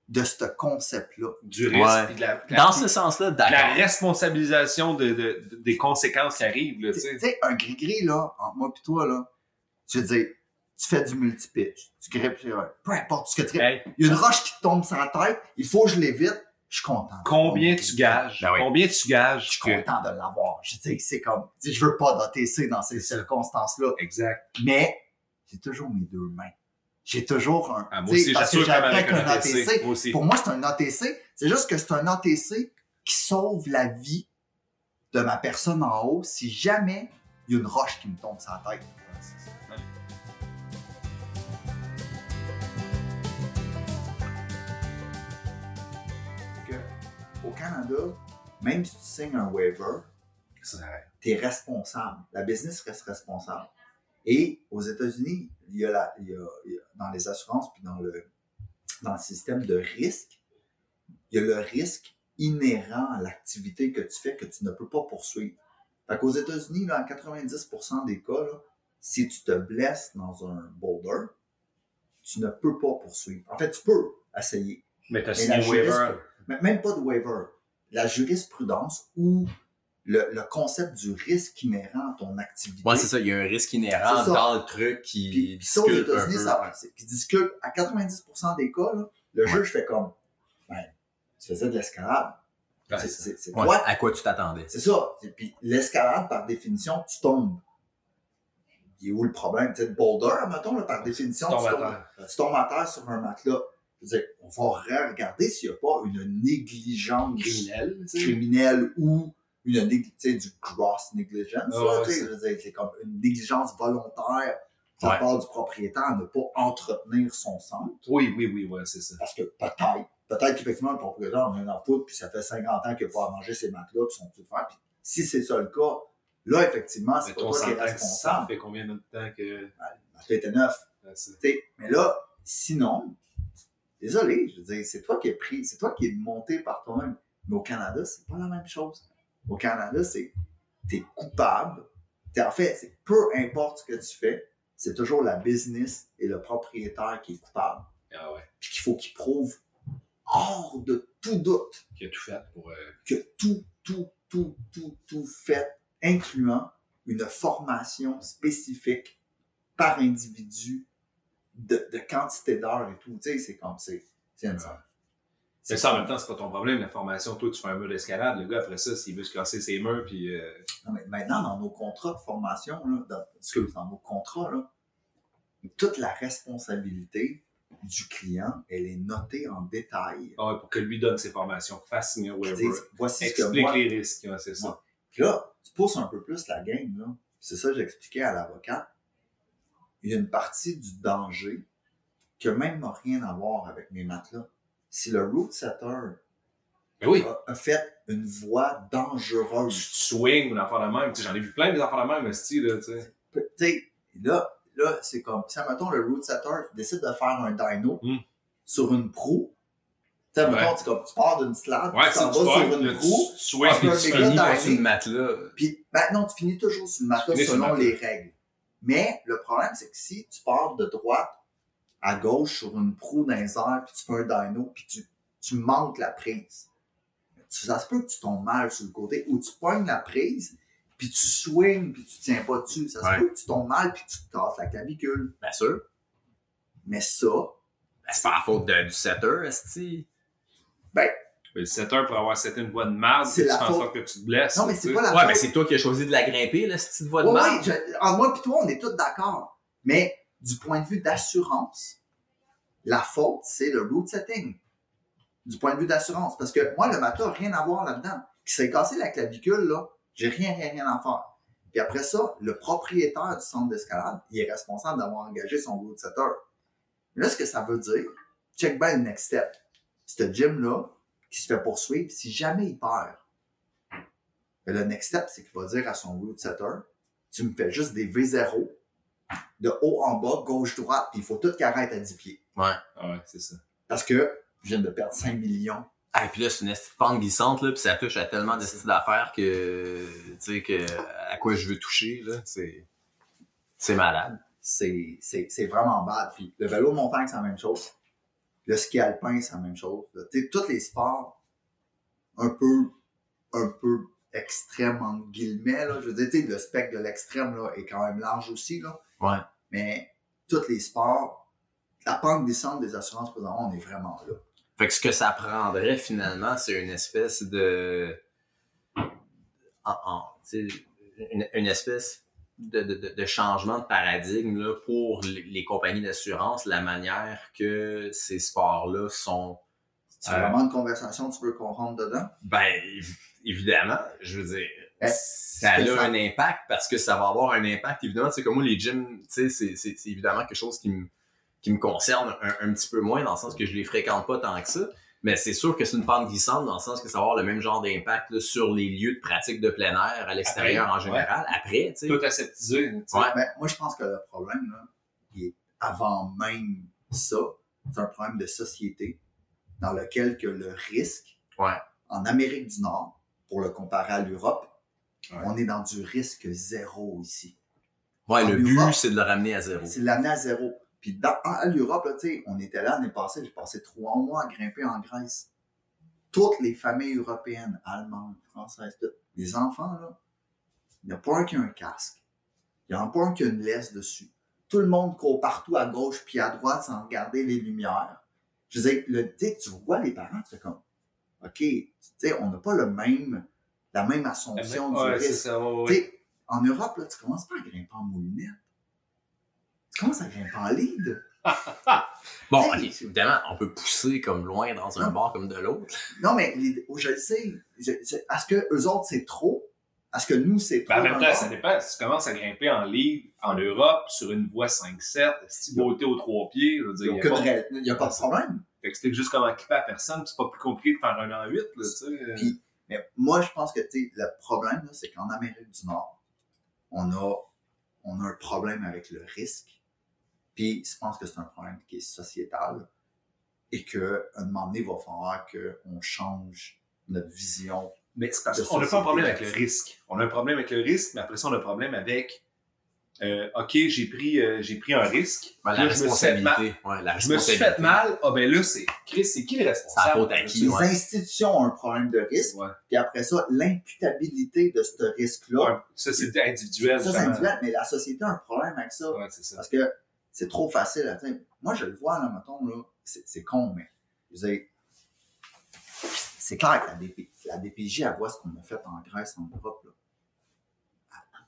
Speaker 4: de ce concept-là.
Speaker 5: Du risque.
Speaker 3: Ouais.
Speaker 5: et de la, de la-
Speaker 3: Dans ce sens-là,
Speaker 5: de la
Speaker 3: d'accord.
Speaker 5: responsabilisation de, de- de- des conséquences qui arrivent, là,
Speaker 4: Tu
Speaker 5: tu sais.
Speaker 4: sais, un gris-gris, là, entre moi pis toi, là, je veux dire, tu fais du multi-pitch, tu grippes sur un- peu importe ce que tu grippes.
Speaker 5: Hey,
Speaker 4: Il y a une roche qui te tombe sur la tête, il faut que je l'évite, je suis content.
Speaker 5: combien tu gages?
Speaker 3: Ben oui.
Speaker 5: Combien tu
Speaker 4: Je
Speaker 5: gages?
Speaker 4: suis
Speaker 5: que-
Speaker 4: content de l'avoir. Je dis, c'est comme, tu sais, je veux pas d'ATC dans ces circonstances-là,
Speaker 5: Exact.
Speaker 4: mais j'ai toujours mes deux mains. J'ai toujours un.
Speaker 5: Ah, moi
Speaker 4: tu sais,
Speaker 5: aussi,
Speaker 4: parce que
Speaker 5: j'assure comme
Speaker 4: j'apprends
Speaker 5: avec un
Speaker 4: qu'un
Speaker 5: ATC. Moi aussi.
Speaker 4: pour moi, c'est un ATC. C'est juste que c'est un ATC qui sauve la vie de ma personne en haut si jamais il y a une roche qui me tombe sur la tête. Que, Au Canada, même si tu signes un waiver,
Speaker 5: C'est-
Speaker 4: tu es responsable. La business reste responsable. Et aux États-Unis, il y a, la- il y a- il y a- dans les assurances puis dans le, dans le système de risque, il y a le risque inhérent à l'activité que tu fais que tu ne peux pas poursuivre. Fait qu'aux États-Unis, là, en 90% des cas, là, si tu te blesses dans un boulder, tu ne peux pas poursuivre. En fait, tu peux essayer,
Speaker 5: Mais t'as
Speaker 4: Mais
Speaker 5: signé
Speaker 4: la
Speaker 5: un waiver.
Speaker 4: juriste- mais même pas de waiver. La jurisprudence ou le, le concept du risque inhérent à ton activité.
Speaker 3: Ouais, c'est ça. Il y a un risque inhérent
Speaker 4: C'est ça.
Speaker 3: dans le truc qui
Speaker 4: Puis, puis ça, aux
Speaker 3: discute un
Speaker 4: États-Unis,
Speaker 3: peu.
Speaker 4: ça va. C'est- Qui discute à 90% des cas, là, le juge fait comme ben, tu faisais de l'escalade.
Speaker 5: Ouais,
Speaker 4: c'est
Speaker 5: c'est-
Speaker 4: c'est- c'est
Speaker 3: Ouais,
Speaker 4: toi.
Speaker 3: À quoi tu t'attendais?
Speaker 4: C'est ça. Et puis l'escalade, par définition, tu tombes. Il est où le problème? Tu sais, le boulder, mettons, là, par définition,
Speaker 5: Tu tombes à
Speaker 4: tu tombes à terre sur un matelas. Je veux dire, on va regarder s'il n'y a pas une négligence
Speaker 5: Criminel, tu sais.
Speaker 4: criminelle ou une nég- tu sais, du gross negligence.
Speaker 5: Ah
Speaker 4: là,
Speaker 5: ouais,
Speaker 4: tu sais,
Speaker 5: c'est-
Speaker 4: je veux dire, c'est comme une négligence volontaire de
Speaker 3: Ouais.
Speaker 4: la part du propriétaire à ne pas entretenir son centre.
Speaker 5: Oui, oui, oui, ouais, c'est ça.
Speaker 4: Parce que peut-être, peut-être qu'effectivement, le propriétaire en a rien à foutre, puis ça fait 50 ans qu'il n'a pas à manger ses matelas, puis son tout faire. Puis si c'est ça le cas, là, effectivement, Ah, c'est
Speaker 5: Mais
Speaker 4: pas
Speaker 5: ton
Speaker 4: toi qui es
Speaker 5: sentence, ça
Speaker 4: responsable.
Speaker 5: fait combien de temps que.
Speaker 4: Le matelas était neuf.
Speaker 5: Ouais, c'est-
Speaker 4: Tu sais, Mais là, sinon, désolé, je veux dire, c'est toi qui es pris, c'est toi qui es monté par toi-même. Mais au Canada, c'est pas la même chose. Au Canada, c'est t'es coupable. T'es- en fait, c'est peu importe ce que tu fais, c'est toujours la business et le propriétaire qui est coupable.
Speaker 5: Ah ouais.
Speaker 4: Puis qu'il faut qu'il prouve hors de tout doute
Speaker 5: Qui a tout fait pour. euh,
Speaker 4: que tout, tout, tout, tout, tout fait, incluant une formation spécifique par individu de, de quantité d'heures et tout. Tu sais, c'est comme c'est. C'est une sorte.
Speaker 5: Mais ça, en même temps, c'est pas ton problème, la formation. Toi, tu fais un mur d'escalade. Le gars, après ça, s'il veut se casser ses murs, puis. euh,
Speaker 4: Non, mais maintenant, dans nos contrats de formation, là, dans, excuse, dans nos contrats, là, toute la responsabilité du client, elle est notée en détail.
Speaker 5: ah ouais, pour que lui donne ses formations, fasse signer un
Speaker 4: Ils
Speaker 5: waiver.
Speaker 4: disent, voici ce que
Speaker 5: Explique
Speaker 4: moi,
Speaker 5: les risques, ouais, c'est ça.
Speaker 4: Puis là, tu pousses un peu plus la game, là. C'est ça que j'expliquais à l'avocat. Il y a une partie du danger qui a même rien à voir avec mes matelas. Si le route setter
Speaker 5: Mais Ben oui.
Speaker 4: a, a fait une voie
Speaker 5: Tu
Speaker 4: dangereuse.
Speaker 5: swing ou l'enfant de même. Tu sais, J'en ai vu plein des enfants de même, mais style, là, tu sais.
Speaker 4: Tu sais, là, là c'est comme, si, mettons, le root setter décide de faire un dyno
Speaker 5: Hmm.
Speaker 4: sur une proue, tu sais, mettons, tu comme, tu pars d'une slab,
Speaker 5: Ouais,
Speaker 4: tu
Speaker 5: tu
Speaker 4: t'en
Speaker 5: sais,
Speaker 4: vas
Speaker 5: tu pars,
Speaker 4: sur une
Speaker 5: là, tu
Speaker 4: proue,
Speaker 5: swings,
Speaker 4: Ah,
Speaker 5: puis tu
Speaker 4: c'est
Speaker 5: fais
Speaker 4: là,
Speaker 5: un nid.
Speaker 4: dans-
Speaker 3: pas sur le matelas. ben,
Speaker 4: puis maintenant, tu finis toujours sur le matelas
Speaker 5: finis sur le
Speaker 4: selon
Speaker 5: matelas.
Speaker 4: les règles. Mais le problème, c'est que si tu pars de droite à gauche sur une proue d'un air, puis tu fais un dyno, puis tu, tu manques la prise, tu- ça se peut que tu tombes mal sur le côté, ou tu pognes la prise, puis tu swings, puis tu tiens pas dessus. Ça se
Speaker 3: Ouais.
Speaker 4: peut que tu tombes mal, puis tu te casses la clavicule.
Speaker 3: Bien sûr.
Speaker 4: Mais ça,
Speaker 3: Ben, c'est pas la faute de- du setter, esti.
Speaker 5: Mais Le setter Ben, pour avoir seté une voie de marde,
Speaker 4: C'est
Speaker 5: tu fais
Speaker 4: la
Speaker 5: en
Speaker 4: faute.
Speaker 5: sorte que tu te blesses.
Speaker 4: Non, mais
Speaker 5: tu
Speaker 4: c'est
Speaker 5: sais.
Speaker 4: pas la
Speaker 3: Ouais,
Speaker 4: faute.
Speaker 3: mais c'est toi qui as choisi de la grimper, la petite voie de
Speaker 4: Ouais,
Speaker 3: marde.
Speaker 4: ouais, je- en moi et toi, on est tous d'accord. Mais du point de vue d'assurance, la faute, c'est le route setting. Du point de vue d'assurance. Parce que moi, le matelas n'a rien à voir là-dedans. Qui serait cassé la clavicule, là, j'ai rien, rien, rien à faire. Puis après ça, le propriétaire du centre d'escalade, il est responsable d'avoir engagé son route setter. Mais là, ce que ça veut dire, check bien le next step. Ce gym-là, qui se fait poursuivre, si jamais il perd, ben, le next step, c'est qu'il va dire à son route setter, tu me fais juste des V0 de haut en bas, gauche, droite, puis il faut tout qu'il arrête à 10 pieds.
Speaker 5: Ah ouais, c'est ça.
Speaker 4: Parce que je viens de perdre 5 millions.
Speaker 3: Ah, puis là, c'est une esti de pente glissante, là, puis ça touche à tellement de styles d'affaires que, tu sais, que, à quoi je veux toucher, là, c'est, c'est malade.
Speaker 4: C'est c'est- c'est vraiment bad. Puis le vélo montagne, c'est la même chose. Le ski alpin, c'est la même chose. Tu sais, tous les sports un peu, un peu extrêmes, entre guillemets, là. je veux dire, tu sais, le spectre de l'extrême là, est quand même large aussi. Là.
Speaker 3: Ouais.
Speaker 4: Mais tous les sports, la pente descente des assurances, présentement, on est vraiment là.
Speaker 3: Fait que ce que ça prendrait, finalement, c'est une espèce de, en, en- tu sais, une, une espèce de, de- de- de changement de paradigme, là, pour les, les compagnies d'assurance, la manière que ces sports-là sont
Speaker 4: C'est
Speaker 3: Euh,
Speaker 4: vraiment une conversation, tu veux qu'on rentre dedans?
Speaker 3: Ben, évi- évidemment, je veux dire,
Speaker 4: Ben,
Speaker 3: ça a
Speaker 4: c'est ça.
Speaker 3: un impact parce que ça va avoir un impact. Évidemment, c'est comme moi, les gyms, tu sais, c'est- c'est c'est évidemment quelque chose qui me, qui me concerne un, un petit peu moins dans le sens que je les fréquente pas tant que ça. Mais c'est sûr que c'est une pente glissante dans le sens que ça va avoir le même genre d'impact là, sur les lieux de pratique de plein air à l'extérieur en
Speaker 5: Après, ouais.
Speaker 3: général. Après, tu sais.
Speaker 5: Tout aseptisé. tu sais.
Speaker 3: Ouais.
Speaker 4: Ben, moi, je pense que le problème, là, il est avant même ça, c'est un problème de société dans lequel que le risque,
Speaker 3: Ouais.
Speaker 4: en Amérique du Nord, pour le comparer à l'Europe,
Speaker 5: Ouais.
Speaker 4: on est dans du risque zéro ici.
Speaker 3: Ouais, le
Speaker 4: en Europe,
Speaker 3: but, c'est de le ramener à zéro.
Speaker 4: C'est de l'amener à zéro. Puis dans, à l'Europe, là, tu sais, on était là l'année passée, j'ai passé trois mois à grimper en Grèce. Toutes les familles européennes, allemandes, françaises, toutes, les enfants, là, il n'y a pas un qui a un casque. Il n'y en a pas un qui a une laisse dessus. Tout le monde court partout à gauche puis à droite sans regarder les lumières. Je veux dire, le, dès que tu vois les parents, tu fais comme, OK, tu sais, on n'a pas le même, la même assumption du
Speaker 5: Ouais, c'est
Speaker 4: risque.
Speaker 5: ça. ouais,
Speaker 4: Tu
Speaker 5: ouais.
Speaker 4: sais, en Europe, là, tu commences pas à grimper en moulinette. Tu commences à grimper en lead.
Speaker 3: Bon,
Speaker 4: Hey.
Speaker 3: ok, évidemment, on peut pousser comme loin dans un
Speaker 4: Non.
Speaker 3: bord comme de l'autre.
Speaker 4: Non, mais l'idée- oh, je le sais. Je- je- Est-ce que eux autres, c'est trop? Est-ce que nous, c'est trop?
Speaker 5: Ben, en même temps,
Speaker 4: encore?
Speaker 5: ça dépend. Si tu commences à grimper en ligue, en Europe, sur une voie 5-7, si beauté aux trois pieds, je veux
Speaker 4: Il
Speaker 5: dire,
Speaker 4: n'y a,
Speaker 5: il n'y a pas.
Speaker 4: aucune ra- il y a pas de problème.
Speaker 5: T'expliques juste comment clipper à personne, puis c'est pas plus compliqué de faire un en 8, là, tu sais.
Speaker 4: Puis- Mais moi, je pense que tu sais, le problème, là, c'est qu'en Amérique du Nord, on a, on a un problème avec le risque. Puis, je pense que c'est un problème qui est sociétal. Et qu'à un moment donné, il va falloir qu'on change notre vision.
Speaker 5: Mais c'est parce
Speaker 4: de
Speaker 5: qu'on n'a pas un
Speaker 4: société
Speaker 5: problème avec le
Speaker 4: là-dessus.
Speaker 5: risque. On a un problème avec le risque, mais après ça, on a un problème avec euh, OK, j'ai pris, euh, j'ai pris un risque.
Speaker 3: Ben, la
Speaker 5: Là, je me suis fait mal.
Speaker 3: responsabilité. Ouais, la
Speaker 5: Je me suis fait
Speaker 3: responsabilité.
Speaker 5: mal. Ah ben là, c'est Chris, c'est qui le responsable?
Speaker 3: C'est la faute à qui,
Speaker 4: Les
Speaker 3: ouais.
Speaker 4: institutions ont un problème de risque.
Speaker 5: Ouais.
Speaker 4: Puis après ça, l'imputabilité de ce risque-là,
Speaker 5: Ouais, Ça, c'est individuel.
Speaker 4: ça, c'est
Speaker 5: vraiment.
Speaker 4: individuel, mais la société a un problème avec ça.
Speaker 5: Ouais, c'est ça.
Speaker 4: Parce que c'est trop facile à atteindre. Moi, je le vois, là, mettons, là, c'est c'est con, mais je veux dire, c'est clair que la, DP la DPJ, elle voit ce qu'on a fait en Grèce, en Europe, là.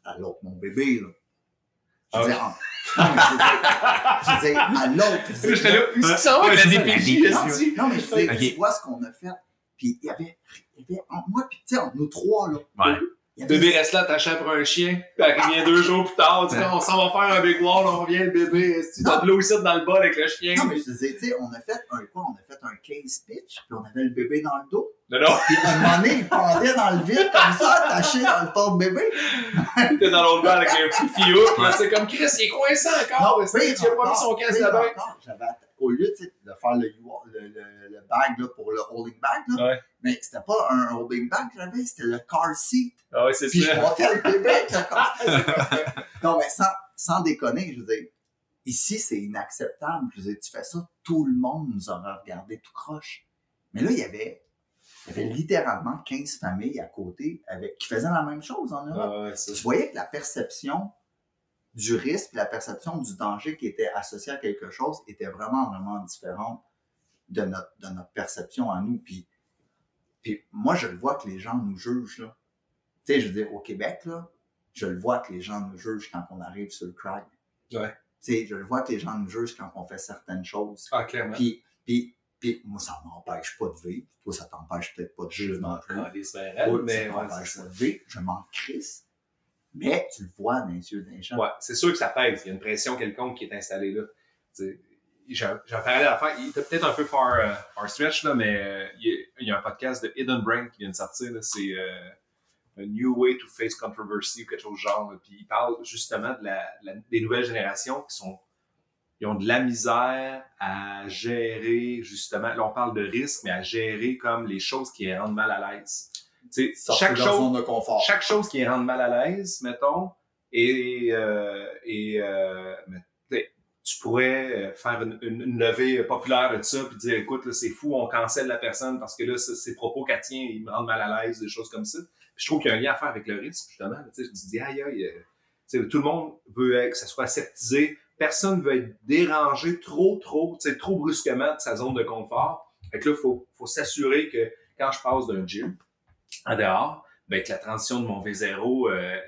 Speaker 4: À, à l'autre, mon bébé, là. Je veux
Speaker 5: Ah
Speaker 4: dire, en- non, mais je veux dire- je veux dire, à l'autre. je veux dire,
Speaker 5: J'étais là, où est-ce que ça Ah, va avec
Speaker 3: Ouais,
Speaker 5: la
Speaker 3: c'est ça,
Speaker 5: DPJ?
Speaker 3: la
Speaker 5: est-ce
Speaker 4: non,
Speaker 5: que-
Speaker 4: non, mais je veux dire,
Speaker 3: Ok.
Speaker 4: tu vois ce qu'on a fait. Puis il y avait, il y avait en moi, puis tu sais, entre nous trois, là.
Speaker 3: Ouais.
Speaker 4: Il y avait-
Speaker 5: Bébé reste là attaché pour un chien, puis elle revient deux jours plus tard, tu sais, on s'en va faire un big wall, on revient, le bébé, tu t'as de l'eau ici dans le bol avec le chien.
Speaker 4: Non, mais je disais, tu sais, on a fait un quoi? On a fait un case pitch, puis on avait le bébé dans le dos.
Speaker 5: Non, non,
Speaker 4: Puis à un moment donné, il pendait dans le vide comme ça, attaché dans le porte bébé.
Speaker 5: t'es dans l'autre balle avec un petit fio. puis là, C'est comme Chris, il est coincé encore. parce que tu n'as pas mis son casse là-bas.
Speaker 4: J'avais au lieu tu sais, de faire le, you- le, le, le bag là, pour le holding bag, là,
Speaker 5: Ouais.
Speaker 4: mais c'était pas un holding bag que j'avais, c'était le car seat.
Speaker 5: Ah ouais, c'est
Speaker 4: Puis je
Speaker 5: ça.
Speaker 4: montais le bébé avec le car seat. Non, mais sans, sans déconner, je veux dire, ici, c'est inacceptable. Je veux dire, tu fais ça, tout le monde nous aurait regardé tout croche. Mais là, il y avait, il y avait littéralement 15 familles à côté avec, qui faisaient la même chose en Europe.
Speaker 5: Ah ouais, c'est
Speaker 4: Tu
Speaker 5: ça.
Speaker 4: voyais que la perception du risque, la perception du danger qui était associé à quelque chose était vraiment, vraiment différente de notre, de notre perception à nous. Puis, puis moi, je le vois que les gens nous jugent. Là. Tu sais, je veux dire, au Québec, là, je le vois que les gens nous jugent quand on arrive sur le crack.
Speaker 5: Ouais.
Speaker 4: Tu sais, je le vois que les gens nous jugent quand on fait certaines choses.
Speaker 5: Ah, clairement.
Speaker 4: Puis, puis, puis moi, ça m'empêche pas de vivre. Toi, ça t'empêche peut-être pas de
Speaker 5: Je
Speaker 4: vivre non
Speaker 5: m'en
Speaker 4: plus.
Speaker 5: calisse, ben, elle,
Speaker 4: Oui,
Speaker 5: mais
Speaker 4: ça
Speaker 5: ouais,
Speaker 4: m'empêche
Speaker 5: c'est
Speaker 4: pas de vivre, je m'en crisse. Mais tu le vois dans les yeux des gens.
Speaker 5: Ouais, c'est sûr que ça pèse. Il y a une pression quelconque qui est installée là. Tu sais, J'ai j'ai un parallèle à faire. Il était peut-être un peu far, euh, far stretch, là, mais euh, il, y a, il y a un podcast de Hidden Brain qui vient de sortir. là. C'est euh, A New Way to Face Controversy ou quelque chose du genre. là. Puis il parle justement de la- de la- des nouvelles générations qui sont. Ils ont de la misère à gérer, justement. Là, on parle de risque, mais à gérer comme les choses qui les rendent mal à l'aise. Tu sais,
Speaker 4: Sortir
Speaker 5: chaque
Speaker 4: de leur
Speaker 5: chose
Speaker 4: zone de confort.
Speaker 5: chaque chose qui les rend mal à l'aise, mettons, et, euh, et euh, mais, tu sais, tu pourrais euh, faire une, une- une levée populaire de ça, puis dire, écoute, là, c'est fou, on cancelle la personne parce que là, c- ses propos qu'elle tient, ils me rendent mal à l'aise, des choses comme ça. Puis je trouve qu'il y a un lien à faire avec le risque, justement. Tu sais, tu te dis, aïe, aïe, euh, tu sais, tout le monde veut être- que ça soit aseptisé. Personne veut être dérangé trop, trop, tu sais, trop brusquement de sa zone de confort. Fait que là, il faut, faut s'assurer que quand je passe d'un gym à dehors, ben, que la transition de mon V0, euh, euh,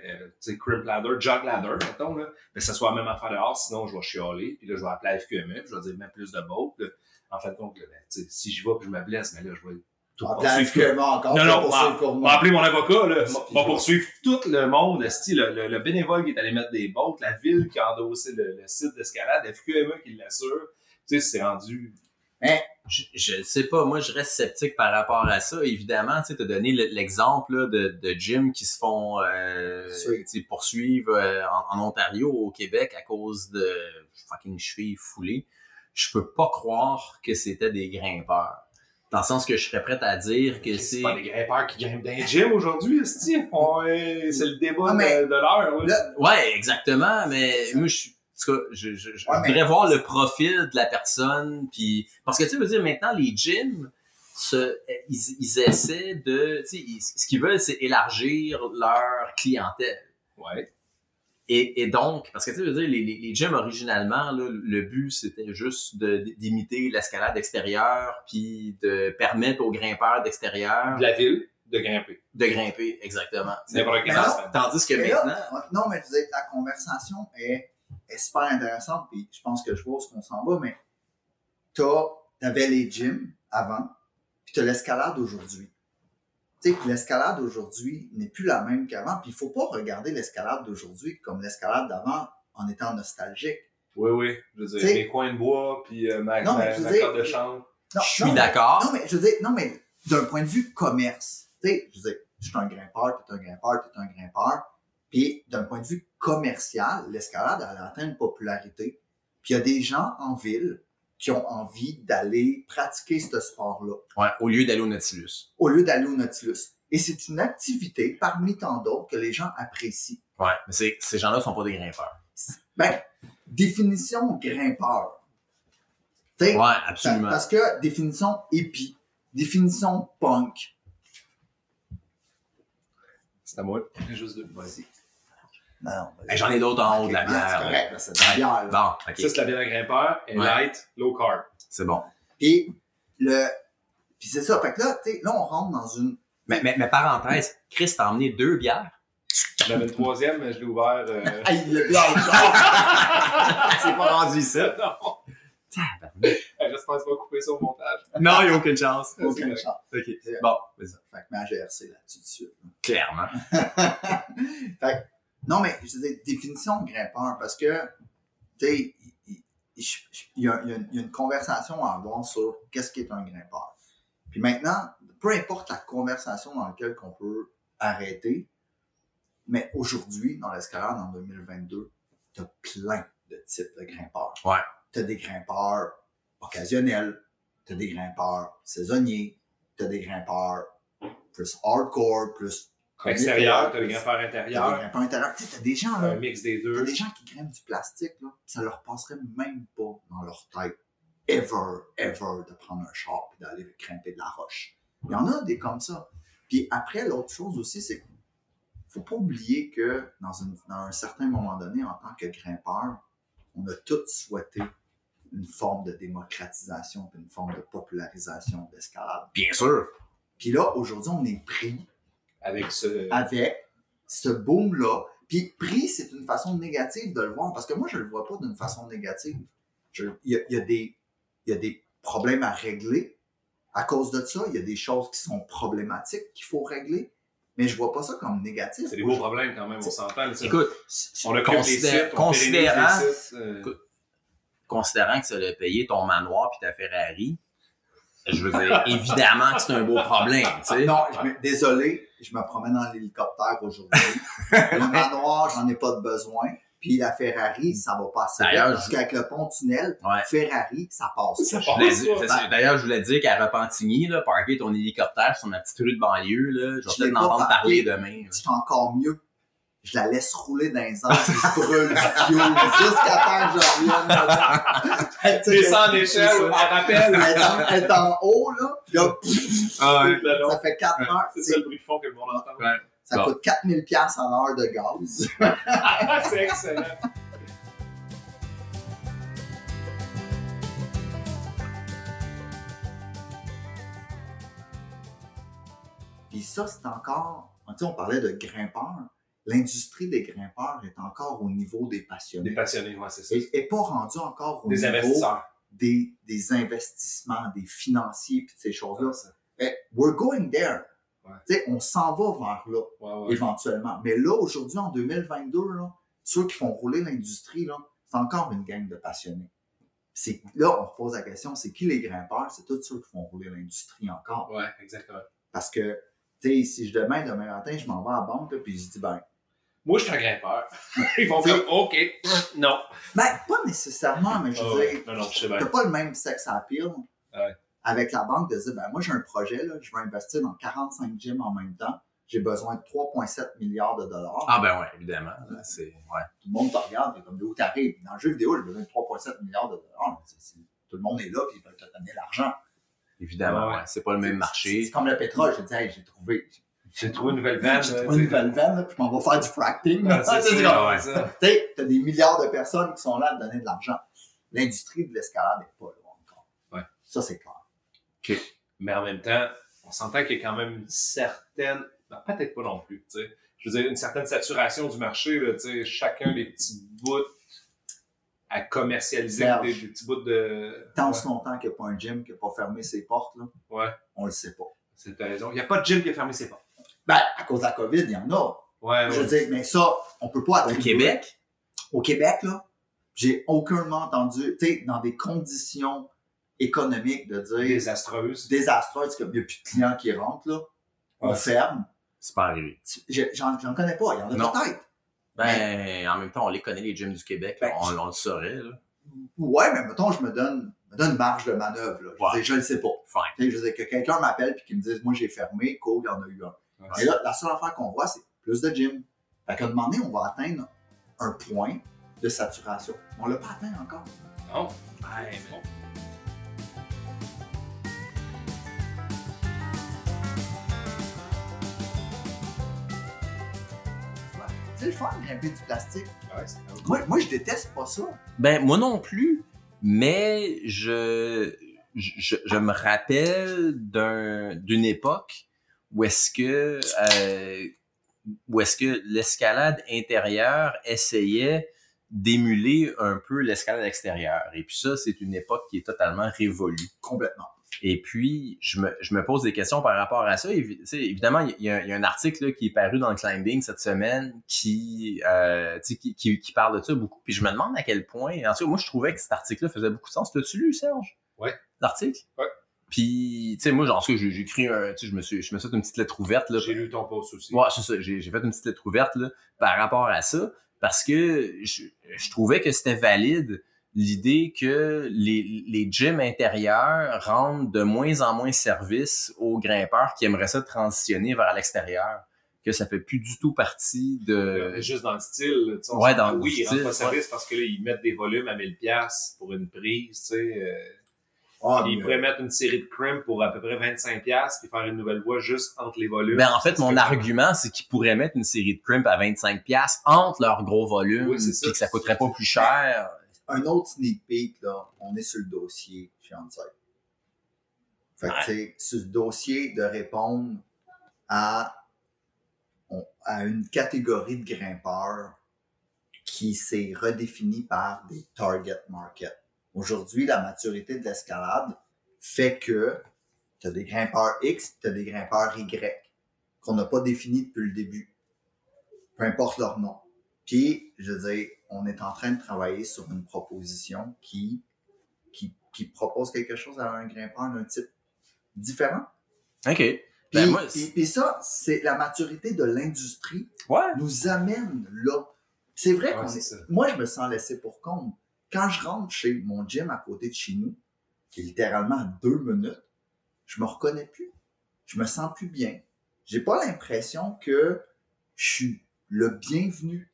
Speaker 5: tu sais, crimp ladder, jog ladder, mettons, là, ben, ça soit la même affaire dehors, sinon je vais chialer, puis là, je vais appeler la FQME, puis je vais dire, mets plus de bolt. là. En fait, donc, là, ben, tu sais, si j'y vais puis je me blesse, mais là, je vais tout
Speaker 4: En
Speaker 5: poursuivre que-
Speaker 4: plan encore,
Speaker 5: Non,
Speaker 4: c'est
Speaker 5: non,
Speaker 4: pour
Speaker 5: bah,
Speaker 4: ça le
Speaker 5: on va
Speaker 4: courant.
Speaker 5: appeler mon avocat, là.
Speaker 4: Puis
Speaker 5: On va
Speaker 4: je-
Speaker 5: poursuivre tout le monde, style, le, le- le bénévole qui est allé mettre des bottes, la ville qui a endossé le, le site d'escalade, la FQME E qui l'assure. Tu sais, c'est rendu.
Speaker 3: Je- Je ne sais pas, moi je reste sceptique par rapport à ça. Évidemment, tu sais, t'as donné le- l'exemple là, de, de gyms qui se font euh,
Speaker 4: Poursuivre.
Speaker 3: tu sais, poursuivre euh, en, en Ontario, au Québec, à cause de fucking chevilles foulées. Je peux pas croire que c'était des grimpeurs. Dans le sens que je serais prête à dire que c'est.
Speaker 5: C'est pas des grimpeurs qui grimpent dans les gym aujourd'hui, style. Ouais, c'est le débat
Speaker 4: Ah, mais-
Speaker 5: de, de l'heure, oui.
Speaker 4: Là,
Speaker 3: Ouais, exactement, mais moi, je suis. En tout cas, je, je, je
Speaker 4: Ouais, mais-
Speaker 3: voudrais voir le profil de la personne, puis parce que tu sais, je veux dire maintenant les gyms, se- eh, ils, ils essaient de, tu sais, ils- ce qu'ils veulent, c'est élargir leur clientèle.
Speaker 5: Ouais.
Speaker 3: Et, et donc, parce que tu sais, je veux dire, les, les, les gyms originalement, là, le but c'était juste de- d'imiter l'escalade extérieure, puis de permettre aux grimpeurs d'extérieur
Speaker 5: De la ville, de grimper.
Speaker 3: de grimper, exactement. tu sais.
Speaker 5: N'importe quel
Speaker 4: Mais non.
Speaker 5: aspect.
Speaker 3: Tandis que
Speaker 4: Mais là,
Speaker 3: maintenant,
Speaker 4: Ouais, Non, mais je veux dire, la conversation est, est super intéressante, puis je pense que je vois où on s'en va, mais t'as- t'avais les gyms avant, puis t'as l'escalade aujourd'hui. Tu sais, puis l'escalade aujourd'hui n'est plus la même qu'avant, puis il faut pas regarder l'escalade d'aujourd'hui comme l'escalade d'avant en étant nostalgique.
Speaker 5: Oui, oui. Je veux
Speaker 4: Tu sais-
Speaker 5: dire, mes coins de bois, puis euh, ma,
Speaker 4: Non, mais
Speaker 5: ma-
Speaker 4: je veux
Speaker 5: ma
Speaker 4: dire-
Speaker 5: corde de chambre.
Speaker 4: Non,
Speaker 3: je
Speaker 4: non,
Speaker 3: suis
Speaker 4: mais-
Speaker 3: d'accord.
Speaker 4: Ah, Non, mais je veux dire, non, mais d'un point de vue commerce, tu sais, je veux dire, je suis un grimpeur, t'es un grimpeur, t'es un grimpeur. Puis d'un point de vue commercial, l'escalade, elle a atteint une popularité. Puis il y a des gens en ville qui ont envie d'aller pratiquer ce sport-là
Speaker 3: Ouais, au lieu d'aller au Nautilus.
Speaker 4: au lieu d'aller au Nautilus. Et c'est une activité parmi tant d'autres que les gens apprécient.
Speaker 3: Ouais, mais c'est- ces gens-là sont pas des grimpeurs.
Speaker 4: Ben, définition grimpeur. Tu sais,
Speaker 3: Ouais, absolument.
Speaker 4: Parce que définition hippie, définition punk,
Speaker 5: C'est à moi. Juste deux. Vas-y.
Speaker 4: Non, Ben non,
Speaker 3: Hey, J'en ai d'autres en haut de la
Speaker 4: Ok,
Speaker 3: bière. euh,
Speaker 4: C'est correct, là, c'est de la
Speaker 3: Ouais.
Speaker 4: bière. là.
Speaker 3: Bon, ok,
Speaker 5: Ça, c'est la bière à grimpeur. Et
Speaker 3: Ouais.
Speaker 5: light, low carb.
Speaker 3: c'est bon.
Speaker 4: Puis, le... Puis c'est ça. Fait que là, tu sais, là, on rentre dans une...
Speaker 3: Mais, mais, mais parenthèse, Chris t'a emmené deux bières.
Speaker 5: J'en avais une troisième, mais je l'ai ouvert. euh,
Speaker 4: Aïe, le blanc
Speaker 3: c'est pas rendu ça.
Speaker 5: non. J'espère que tu vas couper ça au montage.
Speaker 3: Non, il n'y a aucune chance.
Speaker 4: Aucune chance.
Speaker 3: Ok, bon, vas-y.
Speaker 4: Fait que ma GRC là-dessus de suite.
Speaker 3: Clairement.
Speaker 4: Non, mais je veux dire, définition de grimpeur, parce que, tu sais, il- il il- je- je- il y, a il y a une il y a une conversation à avoir sur qu'est-ce qu'est un grimpeur. Puis Puis maintenant, peu importe la conversation dans laquelle qu'on peut arrêter, mais aujourd'hui, dans l'escalade, en 2022, tu as plein de types de grimpeurs.
Speaker 3: Ouais.
Speaker 4: Tu as des grimpeurs occasionnels, tu as des grimpeurs saisonniers, tu as des grimpeurs plus hardcore, plus...
Speaker 5: Extérieur, t'as le
Speaker 4: plus-
Speaker 5: grimpeur
Speaker 4: t'as des
Speaker 5: intérieur.
Speaker 4: grimpeurs intérieurs. Tu sais, t'as des gens, là,
Speaker 5: Un mix des
Speaker 4: T'as
Speaker 5: deux.
Speaker 4: des gens qui grimpent du plastique, là, ça leur passerait même pas dans leur tête, ever, ever, de prendre un char et d'aller grimper de la roche. Il y en a des comme ça. Puis après, l'autre chose aussi, c'est qu'il faut pas oublier que dans, une- dans un certain moment donné, en tant que grimpeur, on a tous souhaité une forme de démocratisation, puis une forme de popularisation de l'escalade.
Speaker 3: Bien sûr.
Speaker 4: Puis là, aujourd'hui, on est pris
Speaker 5: Avec ce.
Speaker 4: avec ce boom-là. Puis prix, c'est une façon négative de le voir, parce que moi, je ne le vois pas d'une façon négative. Je- Il y, a- il y a des- il y a des problèmes à régler. À cause de ça, il y a des choses qui sont problématiques qu'il faut régler, mais je ne vois pas ça comme négatif.
Speaker 5: C'est des beaux problèmes quand même, on s'entend. là, ça.
Speaker 3: Écoute,
Speaker 5: on
Speaker 3: considé-
Speaker 5: a on pérennise
Speaker 3: considérant,
Speaker 5: les sites, euh,
Speaker 3: considérant que ça l'a payé ton manoir puis ta Ferrari, je veux dire, évidemment que c'est un beau problème, tu sais.
Speaker 4: Non, je me- désolé, je me promène en hélicoptère aujourd'hui. le manoir, j'en ai pas de besoin. Puis la Ferrari, ça va passer.
Speaker 3: D'ailleurs, je-
Speaker 4: jusqu'avec le pont-tunnel,
Speaker 3: Ouais.
Speaker 4: Ferrari, ça passe.
Speaker 5: Ça
Speaker 3: Je
Speaker 5: part.
Speaker 3: voulais dire- c'est- c'est- D'ailleurs, je voulais dire qu'à Repentigny, là, parker ton hélicoptère sur ma petite rue de banlieue, là, je vais
Speaker 4: Je l'ai
Speaker 3: peut-être
Speaker 4: pas
Speaker 3: en entendre
Speaker 4: parké.
Speaker 3: parler demain. là.
Speaker 4: Je fais encore mieux. Je la laisse rouler dans les airs, puis je brûle du fioul jusqu'à temps que je revienne dedans. Elle, tu sais,
Speaker 5: Descend
Speaker 4: elle-
Speaker 5: l'échelle, on
Speaker 4: Elle
Speaker 5: rappelle.
Speaker 4: est en- elle est en haut, là. puis là,
Speaker 5: Ah ouais.
Speaker 4: ça fait 4
Speaker 5: Ouais.
Speaker 4: heures. tu
Speaker 5: C'est
Speaker 4: sais,
Speaker 5: ça le bruit de fond que le monde entend.
Speaker 4: ça
Speaker 3: Bon.
Speaker 4: coûte 4000 pièces en heure de gaz.
Speaker 5: Ah, c'est excellent.
Speaker 4: Puis ça, c'est encore... Tu sais, on parlait de grimpeurs. L'industrie des grimpeurs est encore au niveau des passionnés.
Speaker 5: Des passionnés, ouais, c'est ça.
Speaker 4: Elle n'est pas rendue encore au
Speaker 5: Des
Speaker 4: niveau
Speaker 5: investisseurs.
Speaker 4: des, des investissements, des financiers, puis de ces choses-là. Mais we're going there.
Speaker 5: Ouais.
Speaker 4: Tu sais, On s'en va vers là.
Speaker 5: Ouais, ouais.
Speaker 4: éventuellement. Mais là, aujourd'hui, en 2022, là, ceux qui font rouler l'industrie, là, c'est encore une gang de passionnés. C'est, là, on repose la question, c'est qui les grimpeurs? C'est tous ceux qui font rouler l'industrie encore.
Speaker 5: Ouais, exactement.
Speaker 4: Parce que, tu sais, si je demain, demain matin, je m'en vais à la banque, là, puis je dis, ben,
Speaker 5: Moi, je suis un grimpeur. Ils vont
Speaker 4: C'est-
Speaker 5: comme, OK, non.
Speaker 4: ben, pas nécessairement, mais je
Speaker 5: Ah
Speaker 4: veux
Speaker 5: ouais.
Speaker 4: dire,
Speaker 5: Non, non, je sais bien.
Speaker 4: t'as pas le même sexe à pile
Speaker 5: Ouais.
Speaker 4: avec la banque de dire, ben, moi, j'ai un projet, là, je vais investir dans 45 gyms en même temps. J'ai besoin de 3,7 milliards de dollars.
Speaker 3: Ah ben ouais, évidemment. là, C'est ouais.
Speaker 4: tout le monde te regarde, t'es comme d'où t'arrives. Dans le jeu vidéo, j'ai besoin de 3,7 milliards de dollars. C'est- c'est- tout le monde est là, puis ils veulent te donner l'argent.
Speaker 3: Évidemment,
Speaker 5: Ouais.
Speaker 3: ouais, c'est pas le même
Speaker 4: C'est
Speaker 3: marché.
Speaker 4: comme le pétrole. Je dis, hey, j'ai trouvé.
Speaker 5: J'ai trouvé une nouvelle vanne.
Speaker 4: j'ai
Speaker 5: là,
Speaker 4: trouvé
Speaker 5: tu
Speaker 4: une
Speaker 5: sais.
Speaker 4: nouvelle veine, là, puis je m'en vais faire du fracting.
Speaker 5: Ouais,
Speaker 4: là.
Speaker 5: c'est
Speaker 4: C'est
Speaker 5: ça,
Speaker 4: comme,
Speaker 5: ouais, ça.
Speaker 4: Tu sais, t'as des milliards de personnes qui sont là à te donner de l'argent. L'industrie de l'escalade n'est pas là encore.
Speaker 5: Ouais.
Speaker 4: Ça, c'est clair.
Speaker 5: Mais en même temps, on s'entend qu'il y a quand même une certaine. ben, Peut-être pas non plus, tu sais. Je veux dire, une certaine saturation du marché, là, tu sais. Chacun des petits bouts à commercialiser,
Speaker 4: Serge.
Speaker 5: des, des petits bouts de.
Speaker 4: Tant aussi longtemps qu'il n'y a pas un gym qui n'a pas fermé ses portes, là,
Speaker 5: Ouais.
Speaker 4: on le sait pas.
Speaker 5: C'est t'as raison. Il n'y a pas de gym qui a fermé ses portes.
Speaker 4: Ben, à cause de la COVID, il y en a.
Speaker 5: Ouais,
Speaker 4: Je
Speaker 5: ouais.
Speaker 4: veux dire, mais ça, on peut pas
Speaker 3: Ben Au
Speaker 4: attribuer-
Speaker 3: Québec,
Speaker 4: au Québec, là, j'ai aucunement entendu, tu sais, dans des conditions économiques de dire
Speaker 5: Désastreuse.
Speaker 4: désastreuses, comme il n'y a plus de clients qui rentrent, là, on
Speaker 5: Ouais.
Speaker 4: ferme.
Speaker 3: c'est pas arrivé.
Speaker 4: Tu- j'ai- J'en j'en connais pas, il y en
Speaker 3: Non.
Speaker 4: a peut-être.
Speaker 3: Ben, en même temps, on les connaît, les gyms du Québec.
Speaker 4: Ben,
Speaker 3: on, on le saurait, là.
Speaker 4: Ouais, mais mettons, je me donne, je me donne marge de manœuvre, là. Je,
Speaker 3: Ouais.
Speaker 4: veux dire, je le sais pas.
Speaker 3: Fine.
Speaker 4: Tu sais, Je veux dire, que quelqu'un m'appelle et qu'il me dise, moi, j'ai fermé, cool, il y en a eu un.
Speaker 5: Ouais.
Speaker 4: Mais là, la seule affaire qu'on voit, c'est plus de gym. Fait qu'à un moment donné, on va atteindre un point de saturation. On l'a pas atteint encore.
Speaker 5: Non. Ouais, mais-
Speaker 4: C'est le fun, grimper du plastique.
Speaker 5: Ouais, c'est quand même-
Speaker 4: Moi, moi, je déteste pas ça.
Speaker 3: Ben, moi non plus, mais je, je, je- je me rappelle d'un- d'une époque où est-ce que, euh, où est-ce que l'escalade intérieure essayait d'émuler un peu l'escalade extérieure. Et puis ça, c'est une époque qui est totalement révolue.
Speaker 4: Complètement.
Speaker 3: Et puis, je me, je me pose des questions par rapport à ça. Évi- tu sais, évidemment, il y, a- il y a un article là, qui est paru dans le Climbing cette semaine qui, euh, tu sais, qui, qui, qui parle de ça beaucoup. Puis je me demande à quel point. En tout cas, moi, je trouvais que cet article-là faisait beaucoup de sens. L'as-tu lu, Serge?
Speaker 5: Ouais.
Speaker 3: L'article?
Speaker 5: Ouais.
Speaker 3: Puis, tu sais, moi, genre, en tout cas, j'ai j'ai écrit un, tu sais, je me suis, je me suis fait une petite lettre ouverte, là.
Speaker 5: J'ai lu ton post aussi.
Speaker 3: Ouais, c'est ça. J'ai j'ai fait une petite lettre ouverte là, par rapport à ça parce que je, je trouvais que c'était valide l'idée que les, les gyms intérieurs rendent de moins en moins service aux grimpeurs qui aimeraient ça transitionner vers l'extérieur, que ça fait plus du tout partie de...
Speaker 5: Euh, juste dans le style. là, tu sais, on
Speaker 3: Ouais,
Speaker 5: s'entend,
Speaker 3: dans le
Speaker 5: oui, ils rendent
Speaker 3: style,
Speaker 5: pas service parce que là, ils mettent des volumes à 1000 pièces pour une prise, tu sais. euh,
Speaker 4: Ah,
Speaker 5: puis ils
Speaker 4: mais-
Speaker 5: pourraient mettre une série de crims pour à peu près 25 pièces puis faire une nouvelle voix juste entre les volumes.
Speaker 3: Ben, en fait, mon
Speaker 5: Parce que-
Speaker 3: argument, c'est qu'ils pourraient mettre une série de crimp à 25$ entre leurs gros volumes,
Speaker 5: Oui, c'est ça.
Speaker 3: puis que ça coûterait pas plus cher.
Speaker 4: un autre sneak peek, là, on est sur le dossier chez Onsite. Fait que,
Speaker 5: Ouais.
Speaker 4: tu sais, sur le dossier de répondre à, on- à une catégorie de grimpeurs qui s'est redéfinie par des target market. Aujourd'hui, la maturité de l'escalade fait que tu as des grimpeurs X tu as des grimpeurs Y qu'on n'a pas définis depuis le début, peu importe leur nom. Puis, je veux dire, on est en train de travailler sur une proposition qui, qui, qui propose quelque chose à un grimpeur d'un type différent.
Speaker 3: OK.
Speaker 4: Puis,
Speaker 3: Ben, moi,
Speaker 4: puis-
Speaker 3: c'est-
Speaker 4: puis ça, c'est la maturité de l'industrie
Speaker 3: ouais.
Speaker 4: nous amène là. C'est vrai
Speaker 5: Ouais,
Speaker 4: qu'on
Speaker 5: c'est
Speaker 4: est-
Speaker 5: ça.
Speaker 4: Moi, je me sens laissé pour compte. Quand je rentre chez mon gym à côté de chez nous, qui est littéralement à deux minutes, je me reconnais plus. Je me sens plus bien. J'ai pas l'impression que je suis le bienvenu.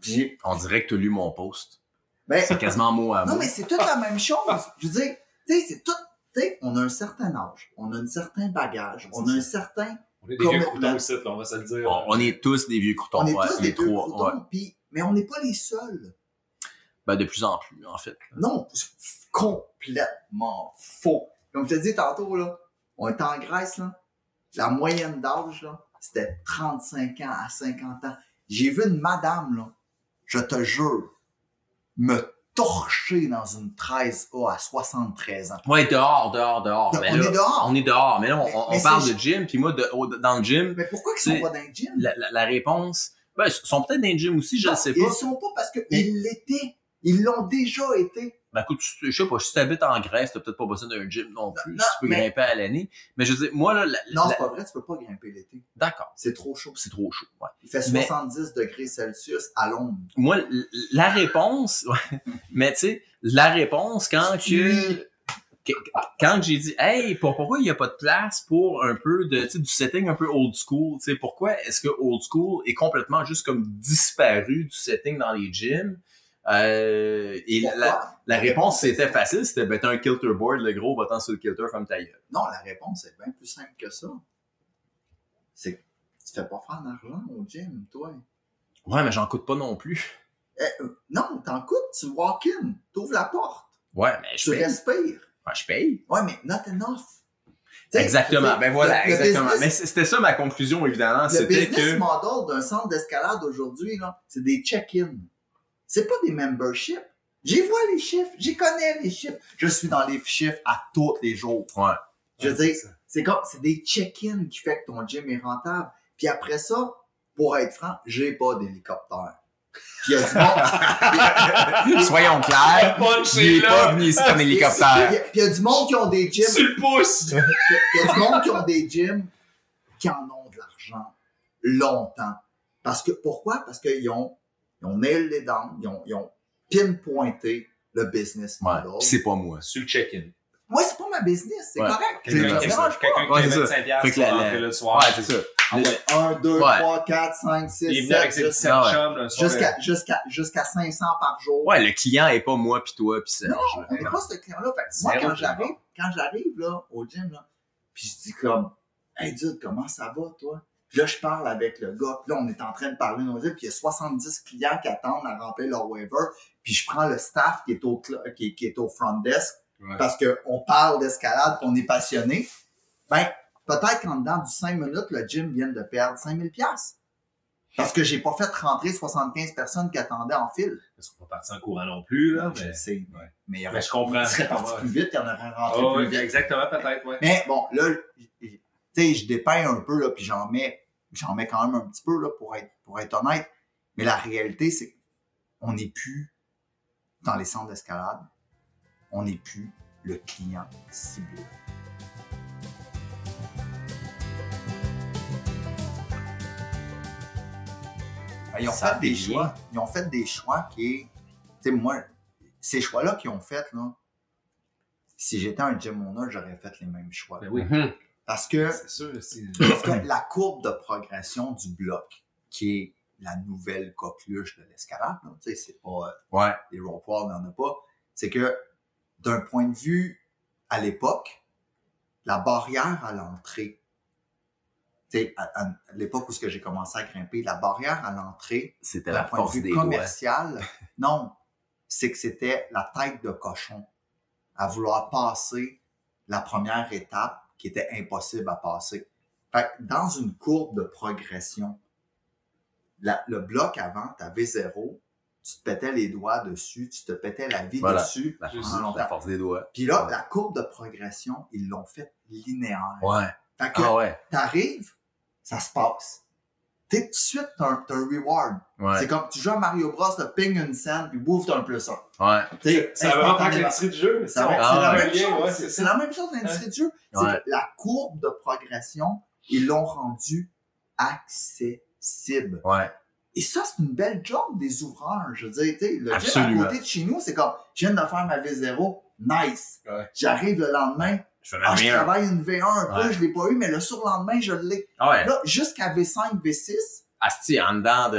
Speaker 4: Puis j'ai-
Speaker 3: On dirait que tu as lu mon post.
Speaker 4: ben,
Speaker 3: C'est quasiment mot à mot.
Speaker 4: non, mais c'est toute la même chose. Je veux dire, tu sais, c'est tout. Tu sais, on a un certain âge, on a un certain bagage, on a un certain.
Speaker 5: On est des
Speaker 4: Comme-
Speaker 5: vieux couteaux ici, là, on va se le dire.
Speaker 3: On, on est tous des vieux croutons.
Speaker 4: on est
Speaker 3: ouais,
Speaker 4: tous
Speaker 3: les
Speaker 4: des deux
Speaker 3: trois, ouais.
Speaker 4: croutons, puis- mais on n'est pas les seuls.
Speaker 3: Ben, de plus en plus, en fait.
Speaker 4: Non, c'est complètement faux. Comme je te dis tantôt, là, on est en Grèce, là. La moyenne d'âge, là, c'était 35 ans à 50 ans. J'ai vu une madame, là, je te jure, me torcher dans une 13A à 73 ans.
Speaker 3: Ouais, dehors, dehors, dehors.
Speaker 4: Non,
Speaker 3: Ben
Speaker 4: on
Speaker 3: là,
Speaker 4: est dehors.
Speaker 3: On est dehors. Mais là, on,
Speaker 4: Mais-
Speaker 3: on
Speaker 4: mais
Speaker 3: parle
Speaker 4: c'est-
Speaker 3: de gym, puis moi, de, au- dans le gym,
Speaker 4: Mais pourquoi ils sont
Speaker 3: C'est-
Speaker 4: pas dans le gym?
Speaker 3: la, la- la réponse... Ben, ils sont peut-être dans le gym aussi, je ne
Speaker 4: Non,
Speaker 3: sais
Speaker 4: Ah, Ils
Speaker 3: pas.
Speaker 4: sont pas parce qu'ils l'étaient. Ils l'ont déjà été.
Speaker 3: Ben, écoute, je je sais pas, si t'habites en Grèce, t'as peut-être pas besoin d'un gym non plus.
Speaker 4: Non,
Speaker 3: si tu peux
Speaker 4: mais-
Speaker 3: grimper à l'année. Mais je veux dire, moi, là, la-
Speaker 4: Non,
Speaker 3: la-
Speaker 4: c'est pas vrai, tu peux pas grimper l'été.
Speaker 3: d'accord,
Speaker 4: C'est trop chaud.
Speaker 3: c'est trop chaud. ouais.
Speaker 4: Il fait
Speaker 3: Mais-
Speaker 4: 70 degrés Celsius à l'ombre.
Speaker 3: Moi, l- la réponse, ouais, mais tu sais, la réponse quand que, que- quand j'ai dit, hey, pour- pourquoi il n'y a pas de place pour un peu de, tu sais, du setting un peu old school, tu sais, pourquoi est-ce que old school est complètement juste comme disparu du setting dans les gyms? Euh, et la- la,
Speaker 4: Pourquoi?
Speaker 3: la réponse, c'était facile, c'était, ben, t'as un kilter board, le gros, va-t'en sur le kilter comme ta gueule.
Speaker 4: Non, la réponse est bien plus simple que ça. C'est que tu fais pas faire d'argent au gym, toi.
Speaker 3: Ouais, mais j'en coûte pas non plus.
Speaker 4: Non, t'en coûtes, tu walk in, t'ouvres la porte,
Speaker 3: Ouais, mais
Speaker 4: tu respires.
Speaker 3: Ouais, je paye.
Speaker 4: Ouais, mais not enough. T'sais,
Speaker 3: Exactement.
Speaker 4: c'est-
Speaker 3: Ben voilà,
Speaker 4: le- le
Speaker 3: exactement.
Speaker 4: business-
Speaker 3: mais c- c'était ça ma conclusion,
Speaker 5: Ah,
Speaker 3: évidemment.
Speaker 4: Le
Speaker 3: C'était
Speaker 4: business
Speaker 3: que.
Speaker 4: model d'un centre d'escalade aujourd'hui, là, c'est des check-in. C'est pas des memberships. J'y vois les chiffres, j'y connais les chiffres. Je suis dans les chiffres à tous les jours.
Speaker 3: Ouais.
Speaker 4: Je veux
Speaker 5: Ouais,
Speaker 4: dire,
Speaker 5: c'est ça.
Speaker 4: C'est comme, c'est des check-in qui fait que ton gym est rentable. Puis après ça, pour être franc, j'ai pas d'hélicoptère. Puis il y a du monde,
Speaker 3: Ah, Soyons
Speaker 5: Le
Speaker 3: clairs.
Speaker 5: punch,
Speaker 3: Il
Speaker 5: c'est
Speaker 3: est pas
Speaker 5: là.
Speaker 3: venu ici comme
Speaker 4: puis
Speaker 3: hélicoptère.
Speaker 4: il y a du monde qui ont des gyms,
Speaker 5: Sur le pouce.
Speaker 4: puis il y a du monde qui ont des gyms qui en ont de l'argent longtemps. Parce que, pourquoi? Parce qu'ils ont, ils ont nailed les dents, ils ont, ils ont pinpointé le business
Speaker 3: Ouais,
Speaker 4: model.
Speaker 3: pis c'est pas moi.
Speaker 5: Sur le check-in.
Speaker 4: Moi, c'est pas ma business, c'est
Speaker 3: Ouais.
Speaker 4: correct. Je-
Speaker 5: Quelqu'un
Speaker 4: je
Speaker 5: qui
Speaker 4: me
Speaker 5: fait
Speaker 4: dérange pas.
Speaker 5: 25$
Speaker 3: Ouais, c'est ça. Fait que
Speaker 5: pour
Speaker 3: la- la-
Speaker 5: rentrer le soir.
Speaker 3: Ouais, c'est ça.
Speaker 4: Ah ouais, Un, deux,
Speaker 3: Ouais.
Speaker 4: trois, quatre, cinq, six,
Speaker 5: Il est venu
Speaker 4: sept,
Speaker 5: avec ses
Speaker 4: jusqu'à-
Speaker 5: 17
Speaker 3: Ah ouais.
Speaker 5: chums le soir.
Speaker 4: Jusqu'à jusqu'à jusqu'à 500 par jour.
Speaker 3: Ouais, le client est pas moi pis toi pis Serge.
Speaker 4: On n'est pas ce client-là. Fait que moi,
Speaker 5: Zéro
Speaker 4: quand j'arrive, quand j'arrive là, au gym, là, puis je dis comme Hey dude, comment ça va, toi? Puis là, je parle avec le gars, puis là, on est en train de parler de nos îles, puis il y a 70 clients qui attendent à remplir leur waiver. Puis je prends le staff qui est au cl- qui, qui est au front desk
Speaker 5: Ouais.
Speaker 4: parce qu'on parle d'escalade, puis on est passionné. Ben, peut-être qu'en dedans du 5 minutes, le gym vient de perdre 5000$. Parce que j'ai pas fait rentrer 75 personnes qui attendaient en file.
Speaker 5: Ils sont pas partis en courant non plus, là.
Speaker 4: je
Speaker 5: mais-
Speaker 4: le sais,
Speaker 5: ouais. Ben,
Speaker 4: mais il y aurait
Speaker 5: Mais je comprends.
Speaker 4: il serait parti
Speaker 5: Ouais.
Speaker 4: plus vite, il y en aurait rentré
Speaker 5: Ah
Speaker 4: plus
Speaker 5: ouais,
Speaker 4: vite.
Speaker 5: exactement, peut-être, ouais.
Speaker 4: Mais bon, là, j- j- tu sais, je dépeins un peu, là, puis j'en mets, j'en mets quand même un petit peu, là, pour être, pour être honnête. Mais la réalité, c'est qu'on n'est plus dans les centres d'escalade. On n'est plus le client ciblé. Ben, Ils ont
Speaker 3: Ça
Speaker 4: fait des
Speaker 3: revient.
Speaker 4: choix. Ils ont fait des choix qui. Tu sais, moi, ces choix-là qu'ils ont fait, là, si j'étais un gym owner, j'aurais fait les mêmes choix.
Speaker 5: Ben oui,
Speaker 3: Mhm.
Speaker 4: Parce que
Speaker 5: c'est sûr. c'est-
Speaker 4: parce que la courbe de progression du bloc, qui est la nouvelle coqueluche de l'escalade, là, tu sais, c'est pas. euh,
Speaker 3: Ouais.
Speaker 4: Les rompoirs n'en a pas. C'est que d'un point de vue à l'époque, la barrière à l'entrée, tu sais, à, à- à l'époque où ce que j'ai commencé à grimper, la barrière à l'entrée,
Speaker 3: C'était
Speaker 4: d'un
Speaker 3: la
Speaker 4: point de
Speaker 3: force
Speaker 4: vue
Speaker 3: des doigts.
Speaker 4: commercial, non, c'est que c'était la tête de cochon à vouloir passer la première étape qui était impossible à passer. Fait que dans une courbe de progression, la- le bloc avant, tu avais zéro, tu te pétais les doigts dessus, tu te pétais la vie
Speaker 3: Voilà.
Speaker 4: dessus.
Speaker 3: La
Speaker 4: Ah, non,
Speaker 3: force, la force des doigts.
Speaker 4: Puis là, la courbe de progression, ils l'ont faite linéaire.
Speaker 3: Ouais.
Speaker 4: Fait que
Speaker 3: Ah ouais.
Speaker 4: t'arrives, ça se passe. T'es tout de suite, t'as un, t'as un reward.
Speaker 3: Ouais.
Speaker 4: C'est comme tu joues à Mario Bros, t'as ping une scène, puis bouffe, t'as un plus un.
Speaker 3: Ouais.
Speaker 4: T'sais,
Speaker 5: Ça va vraiment faire
Speaker 4: instantanément.
Speaker 5: l'industrie du jeu.
Speaker 4: Ça va-
Speaker 3: Ah,
Speaker 4: c'est la
Speaker 5: ouais.
Speaker 4: même chose.
Speaker 5: Ouais, c'est
Speaker 4: c'est
Speaker 5: ça.
Speaker 4: la même chose dans l'industrie du jeu. C'est
Speaker 3: Ouais.
Speaker 4: que la courbe de progression, ils l'ont rendue accessible.
Speaker 3: Ouais.
Speaker 4: Et ça, c'est une belle job des ouvreurs. Je veux dire, tu sais, le gym
Speaker 3: Absolument.
Speaker 4: à côté de chez nous, c'est comme, je viens de faire ma V0, nice.
Speaker 5: Ouais.
Speaker 4: J'arrive le lendemain,
Speaker 3: Je fais
Speaker 4: ah, je travaille une V1,
Speaker 3: Ouais.
Speaker 4: là, je l'ai pas eu, mais le surlendemain, je l'ai.
Speaker 3: Ah Ouais.
Speaker 4: Là, jusqu'à V5, V6,
Speaker 3: Asti, en dedans de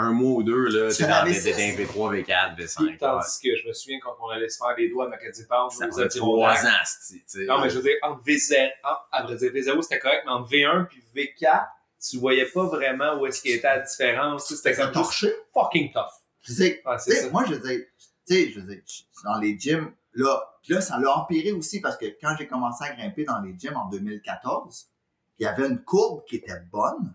Speaker 3: un mois ou deux, là,
Speaker 4: Tu
Speaker 3: t'es
Speaker 4: fais la
Speaker 3: dans des
Speaker 4: V6.
Speaker 3: des- des V3, V4, V5. ouais.
Speaker 5: Tandis que je me souviens quand on allait se faire les doigts à Macadie Pound,
Speaker 3: Ça
Speaker 5: aux
Speaker 3: fait trois
Speaker 5: Adirondacks.
Speaker 3: ans, Asti, tu sais.
Speaker 5: Non, mais je veux dire, entre V0, entre- à vrai dire, V0 c'était correct, mais entre V1 puis V4, tu voyais pas vraiment où est-ce qu'il était la différence. tu sais, C'était
Speaker 4: c'est un
Speaker 5: comme juste
Speaker 4: torché.
Speaker 5: fucking tough.
Speaker 4: Je sais,
Speaker 5: Ouais,
Speaker 4: Tu
Speaker 5: c'est
Speaker 4: sais,
Speaker 5: ça.
Speaker 4: moi, je veux dire, tu sais, je veux dire, je- dans les gyms, là, pis là, ça l'a empiré aussi parce que quand j'ai commencé à grimper dans les gyms en 2014, il y avait une courbe qui était bonne.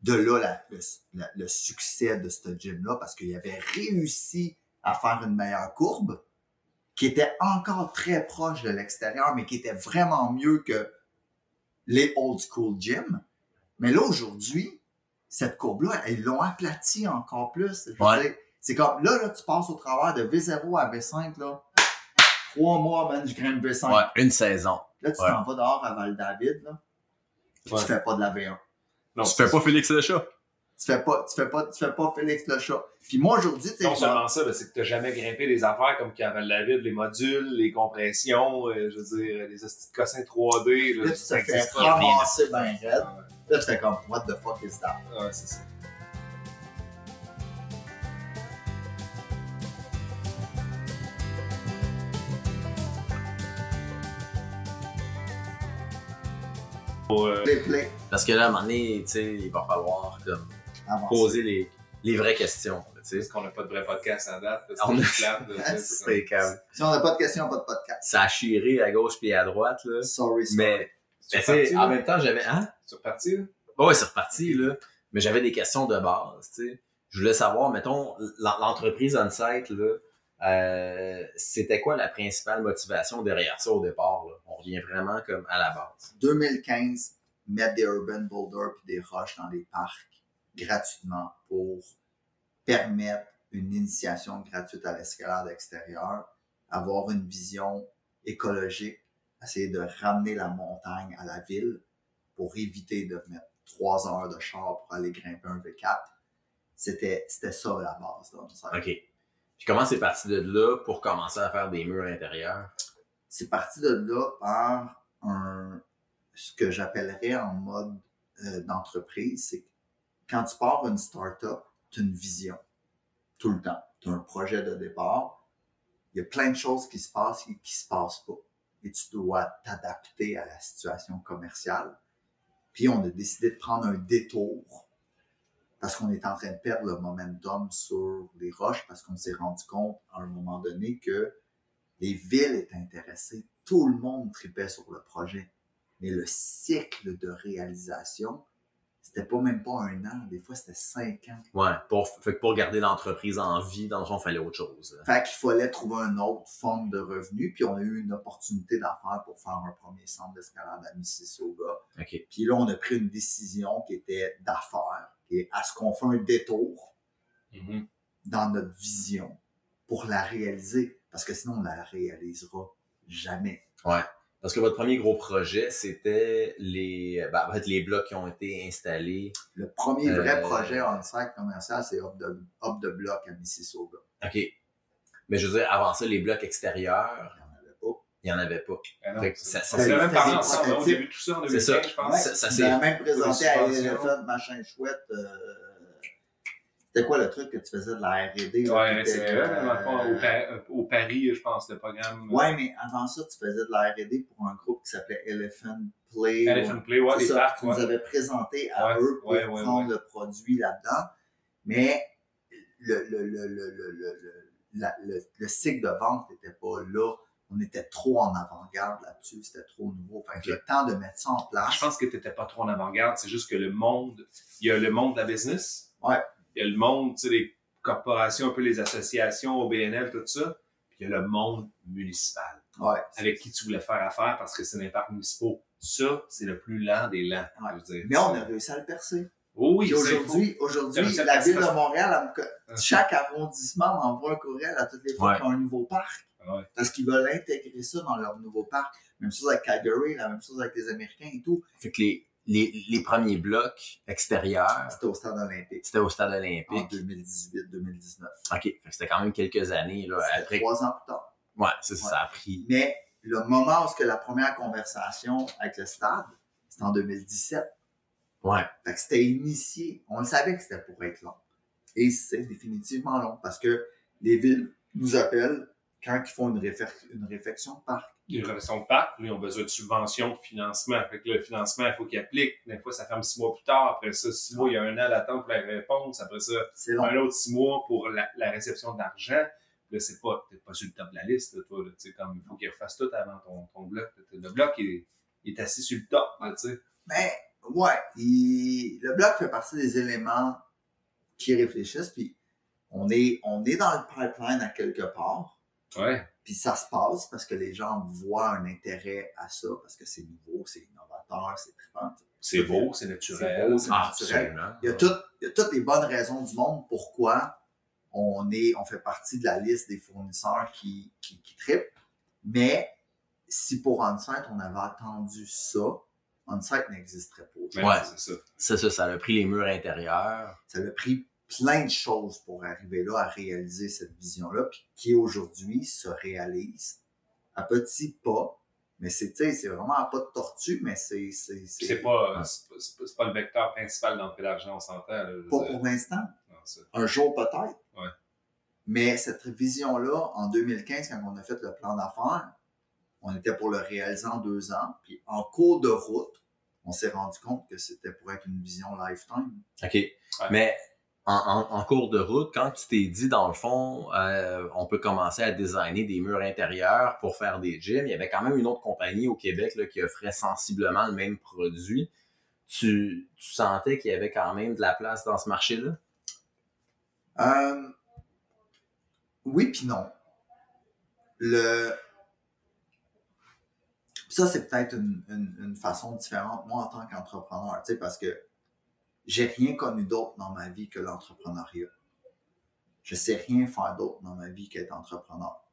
Speaker 4: De là, la- le, la- le succès de ce gym-là parce qu'il avait réussi à faire une meilleure courbe qui était encore très proche de l'extérieur, mais qui était vraiment mieux que les old school gyms. Mais là, aujourd'hui, cette courbe-là, ils l'ont aplatie encore plus. Je veux
Speaker 3: Ouais.
Speaker 4: dire, c'est comme là, là, tu passes au travers de V0 à V5, là. Trois mois, man, je grimpe V5.
Speaker 3: Ouais, une saison.
Speaker 4: Là, tu
Speaker 3: Ouais.
Speaker 4: t'en vas dehors à Val-David, là. puis
Speaker 5: Ouais.
Speaker 4: Tu fais pas de la V1.
Speaker 5: Non,
Speaker 3: tu fais pas Félix le chat.
Speaker 4: Tu fais pas, tu fais pas, tu fais pas Félix le chat. Puis moi, aujourd'hui, tu sais,
Speaker 5: Non
Speaker 4: je-
Speaker 5: seulement ça, mais c'est que t'as jamais grimpé des affaires comme qu'il y avait la vide, les modules, les compressions, euh, je veux dire, les hosties de cossins 3D. Là,
Speaker 4: là, tu
Speaker 5: ça
Speaker 4: te fais
Speaker 5: existe pas.
Speaker 4: ramasser ben raide.
Speaker 5: Ouais,
Speaker 4: Là, tu fais comme, what the fuck is that?
Speaker 5: ouais, Ah, c'est ça. Euh,
Speaker 4: Play, play.
Speaker 3: Parce que là, à un moment donné, tu sais, il va falloir comme,
Speaker 4: Avance.
Speaker 3: poser les, les vraies questions. là, Tu sais,
Speaker 5: Parce qu'on n'a pas de vrai podcast en date. là,
Speaker 3: On
Speaker 5: C'est
Speaker 3: a-
Speaker 5: juste plate, là, c'est ça.
Speaker 3: c'est comme.
Speaker 4: Si on n'a pas de questions, pas de podcast.
Speaker 3: Ça a chiré à gauche puis à droite, là.
Speaker 4: Sorry, sorry.
Speaker 3: Mais, mais
Speaker 5: C'est
Speaker 3: tu sais,
Speaker 5: reparti,
Speaker 3: en
Speaker 5: là?
Speaker 3: même temps, j'avais. Hein?
Speaker 5: C'est reparti, là?
Speaker 3: Ouais, ouais, c'est reparti, là. Mais j'avais des questions de base, tu sais. Je voulais savoir, mettons, l'en- l'entreprise on-site, là, euh, c'était quoi la principale motivation derrière ça au départ, là? On revient vraiment comme à la base.
Speaker 4: 2015, mettre des urban boulders puis des roches dans les parcs gratuitement pour permettre une initiation gratuite à l'escalade extérieure, avoir une vision écologique, essayer de ramener la montagne à la ville pour éviter de mettre trois heures de char pour aller grimper un V4. C'était, c'était ça la base. là, on s'en-
Speaker 3: OK. Puis comment c'est parti de là pour commencer à faire des murs intérieurs?
Speaker 4: c'est parti de là par un, ce que j'appellerais en mode euh, d'entreprise, c'est que quand tu pars une startup, tu as une vision tout le temps. Tu as un projet de départ. Il y a plein de choses qui se passent et qui se passent pas. Et tu dois t'adapter à la situation commerciale. Puis on a décidé de prendre un détour parce qu'on est en train de perdre le momentum sur les roches parce qu'on s'est rendu compte à un moment donné que les villes étaient intéressées, tout le monde tripait sur le projet. Mais le cycle de réalisation, c'était pas même pas un an, des fois c'était cinq ans.
Speaker 3: Ouais, pour, fait que pour garder l'entreprise en vie, dans le fond, il fallait autre chose. là.
Speaker 4: Fait qu'il fallait trouver une autre forme de revenu, puis on a eu une opportunité d'affaires pour faire un premier centre d'escalade à Mississauga.
Speaker 3: OK.
Speaker 4: Puis là, on a pris une décision qui était d'affaires, et à ce qu'on fait un détour dans notre vision pour la réaliser, parce que sinon on la réalisera Jamais.
Speaker 3: Parce que votre premier gros projet, c'était les, ben, en fait, les blocs qui ont été installés.
Speaker 4: Le premier vrai
Speaker 3: Euh,
Speaker 4: projet on-site commercial, c'est Hop de, Hop de Bloc à Mississauga.
Speaker 3: OK. Mais je veux dire, avant ça, les blocs extérieurs,
Speaker 4: Il n'y en avait pas.
Speaker 3: il n'y en avait pas.
Speaker 4: Ben
Speaker 5: Ah non,
Speaker 3: Fait que ça-
Speaker 5: On
Speaker 3: ça-
Speaker 5: s'est
Speaker 4: c'est-
Speaker 5: même parlé
Speaker 4: c'est-
Speaker 5: ensemble, on a
Speaker 4: c'est-
Speaker 5: vu tout ça en
Speaker 3: c'est ça.
Speaker 5: 2015, je
Speaker 4: Ouais.
Speaker 5: pense.
Speaker 3: Ça, ça
Speaker 4: Il
Speaker 3: s'est
Speaker 4: avait même présenté à
Speaker 5: Une subvention.
Speaker 4: LFM, machin chouette. euh, C'était quoi le truc que tu faisais de la R&D? là,
Speaker 5: Ouais,
Speaker 4: qui était,
Speaker 5: c'est vrai, dans le fond, au,
Speaker 4: euh,
Speaker 5: Pa- au Paris, je pense, le programme.
Speaker 4: Ouais, mais avant ça, tu faisais de la R&D pour un groupe qui s'appelait Elephant Play.
Speaker 5: Elephant Play, ouais,
Speaker 4: C'est
Speaker 5: des
Speaker 4: ça,
Speaker 5: parcs,
Speaker 4: tu
Speaker 5: ouais.
Speaker 4: nous avais présenté à
Speaker 5: Ouais,
Speaker 4: eux pour
Speaker 5: ouais, ouais,
Speaker 4: prendre le produit là-dedans. Mais le, le, le, le, le, le, le- la- le- le cycle de vente n'était pas là. On était trop en avant-garde là-dessus. C'était trop nouveau. Fait que
Speaker 3: Ok.
Speaker 4: le temps de mettre ça en place.
Speaker 5: Ah, Je pense que tu n'étais pas trop en avant-garde. C'est juste que le monde, il y a le monde de la business.
Speaker 4: Ouais.
Speaker 5: Il y a le monde, tu sais, les corporations, un peu les associations, OBNL, tout ça. Puis il y a le monde municipal,
Speaker 4: Ouais, c'est-
Speaker 5: avec qui tu voulais faire affaire parce que c'est des parcs municipaux. Ça, c'est le plus lent des lents. je veux dire.
Speaker 4: Mais on a réussi à le percer.
Speaker 5: Oh oui,
Speaker 4: Puis
Speaker 5: c'est
Speaker 4: aujourd'hui, aujourd'hui,
Speaker 5: C'est un
Speaker 4: la ville
Speaker 5: parce- Ah.
Speaker 4: de Montréal, elle me-
Speaker 5: fou.
Speaker 4: chaque arrondissement m'envoie un courriel à toutes les fois
Speaker 3: Ouais.
Speaker 4: qu'ils ont un nouveau parc.
Speaker 5: Ah Ouais.
Speaker 4: parce qu'ils veulent intégrer ça dans leur nouveau parc. Même chose avec Calgary, la même chose avec les Américains et tout.
Speaker 3: fait que les, les, les premiers blocs extérieurs,
Speaker 4: C'était au stade olympique
Speaker 3: c'était au stade
Speaker 4: en
Speaker 3: olympique.
Speaker 4: 2018-2019.
Speaker 3: OK. Fait que c'était quand même quelques années, là,
Speaker 4: Ah. C'était
Speaker 3: après.
Speaker 4: trois ans plus tard.
Speaker 3: Ouais, ça, ça a pris.
Speaker 4: Mais le moment où ce que la première conversation avec le stade, c'était en 2017.
Speaker 3: Ouais.
Speaker 4: Fait que c'était initié. On le savait que c'était pour être long. Et c'est définitivement long parce que les villes nous appellent quand ils font une, réflexion une réfection de parc.
Speaker 5: Les relations de parc, lui, ont besoin de subventions, de financement. Fait que le financement, il faut qu'il applique. Des fois, ça ferme six mois plus tard. Après ça, six mois, il y a un an d'attente pour la réponse. Après ça,
Speaker 4: C'est long.
Speaker 5: un autre six mois pour la, la réception d'argent. Là, c'est pas, t'es pas sur le top de la liste, là, toi. là. Tu sais, comme, il faut qu'il refasse tout avant ton, ton bloc. Le bloc, il est, il est assis sur le top, là, tu sais.
Speaker 4: Mais ouais, il- le bloc fait partie des éléments qui réfléchissent, puis on est, on est dans le pipeline à quelque part,
Speaker 5: Ouais.
Speaker 4: puis ça se passe parce que les gens voient un intérêt à ça, parce que c'est nouveau, c'est innovateur, c'est trippant.
Speaker 5: C'est beau, c'est
Speaker 4: C'est
Speaker 5: naturel.
Speaker 4: beau, c'est naturel. Il y, a tout- il y a toutes les bonnes raisons du monde pourquoi on, est, on fait partie de la liste des fournisseurs qui, qui, qui trippent. Mais si pour OnSite, on avait attendu ça, OnSite n'existerait pas.
Speaker 5: Ben,
Speaker 3: Ouais.
Speaker 5: c'est ça.
Speaker 3: C'est ça, ça a pris les murs intérieurs.
Speaker 4: ça a pris plein de choses pour arriver là, à réaliser cette vision-là, puis qui aujourd'hui se réalise à petits pas. Mais c'est, tu sais, c'est vraiment à pas de tortue, mais c'est. C'est, c'est-
Speaker 5: C'est pas, c'est pas, c'est pas- c'est pas le vecteur principal d'entrée d'argent, on s'entend. là, je veux
Speaker 4: pas
Speaker 5: dire.
Speaker 4: pour l'instant.
Speaker 5: Non, ça.
Speaker 4: Un jour peut-être.
Speaker 5: Ouais.
Speaker 4: Mais cette vision-là, en 2015, quand on a fait le plan d'affaires, on était pour le réaliser en deux ans. Puis en cours de route, on s'est rendu compte que c'était pour être une vision lifetime.
Speaker 3: OK. Mais en, en- en cours de route, quand tu t'es dit, dans le fond, euh, on peut commencer à designer des murs intérieurs pour faire des gyms, il y avait quand même une autre compagnie au Québec là, qui offrait sensiblement le même produit. Tu, tu sentais qu'il y avait quand même de la place dans ce marché-là?
Speaker 4: Euh, oui puis non. Le... Ça, c'est peut-être une, une- une façon différente, moi, en tant qu'entrepreneur, tu sais, parce que j'ai rien connu d'autre dans ma vie que l'entrepreneuriat. Je sais rien faire d'autre dans ma vie qu'être entrepreneur.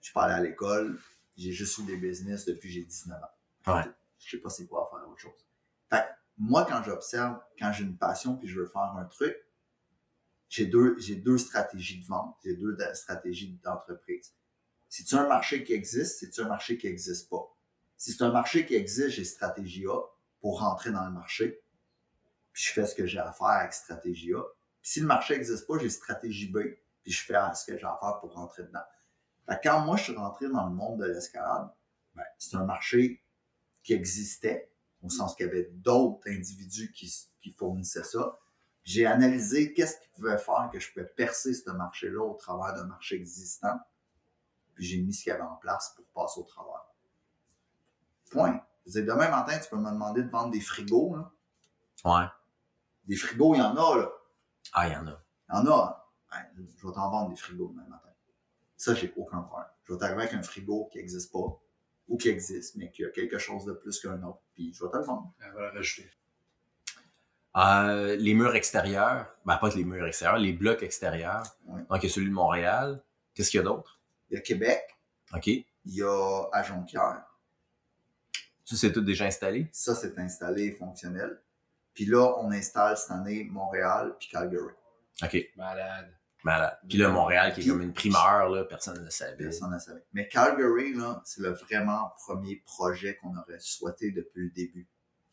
Speaker 4: Je suis pas allé à l'école, j'ai juste eu des business depuis que j'ai 19 ans.
Speaker 3: Ouais.
Speaker 4: Je sais pas c'est quoi faire autre chose. Fait que moi, quand j'observe, quand j'ai une passion puis je veux faire un truc, j'ai deux, j'ai deux stratégies de vente, j'ai deux da- stratégies d'entreprise. C'est-tu un marché qui existe, c'est-tu un marché qui n'existe pas? Si c'est un marché qui existe, j'ai stratégie A pour rentrer dans le marché, puis je fais ce que j'ai à faire avec stratégie A. Puis si le marché n'existe pas, j'ai stratégie B, puis je fais ah, ce que j'ai à faire pour rentrer dedans. Fait que quand moi, je suis rentré dans le monde de l'escalade, ben, c'est un marché qui existait, au sens qu'il y avait d'autres individus qui, s- qui fournissaient ça. J'ai analysé qu'est-ce qui pouvait faire que je pouvais percer ce marché-là au travers d'un marché existant. Puis j'ai mis ce qu'il y avait en place pour passer au travers. Point. Je veux dire, demain matin, tu peux me demander de vendre des frigos. là.
Speaker 3: Ouais.
Speaker 4: Des frigos, il y en a, là.
Speaker 3: Ah, il y en a.
Speaker 4: Il y en a. hein. Ben, je vais t'en vendre des frigos demain matin. Ça, j'ai aucun problème. Je vais t'arriver avec un frigo qui n'existe pas ou qui existe, mais qui a quelque chose de plus qu'un autre. Puis je vais te le vendre.
Speaker 5: Elle va le rajouter.
Speaker 3: Euh, les murs extérieurs, ben pas que les murs extérieurs, les blocs extérieurs.
Speaker 4: Ouais.
Speaker 3: Donc, il y a celui de Montréal. Qu'est-ce qu'il y a d'autre?
Speaker 4: Il y a Québec,
Speaker 3: OK. Il
Speaker 4: Il y a à Jonquière.
Speaker 3: Ça, c'est tout déjà installé.
Speaker 4: Ça, c'est installé et fonctionnel. Puis là, on installe cette année Montréal puis Calgary.
Speaker 3: OK.
Speaker 5: Malade.
Speaker 3: Malade. Puis Ben, là, Montréal, qui est comme une primeur, là, personne ne le savait.
Speaker 4: Personne ne le savait. Mais Calgary, là, c'est le vraiment premier projet qu'on aurait souhaité depuis le début.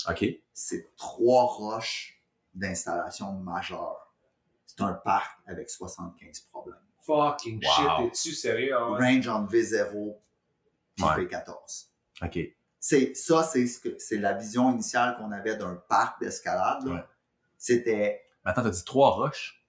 Speaker 3: OK.
Speaker 4: c'est trois roches d'installation majeures. C'est un parc avec 75 problèmes.
Speaker 5: Fucking
Speaker 3: Wow.
Speaker 5: shit, es-tu sérieux? Ah ouais.
Speaker 4: Range entre V0 et
Speaker 3: Ouais.
Speaker 4: V14.
Speaker 3: OK.
Speaker 4: C'est, ça, c'est, ce que, c'est la vision initiale qu'on avait d'un parc d'escalade. là.
Speaker 3: Ouais.
Speaker 4: C'était,
Speaker 3: Mais attends, t'as dit trois roches?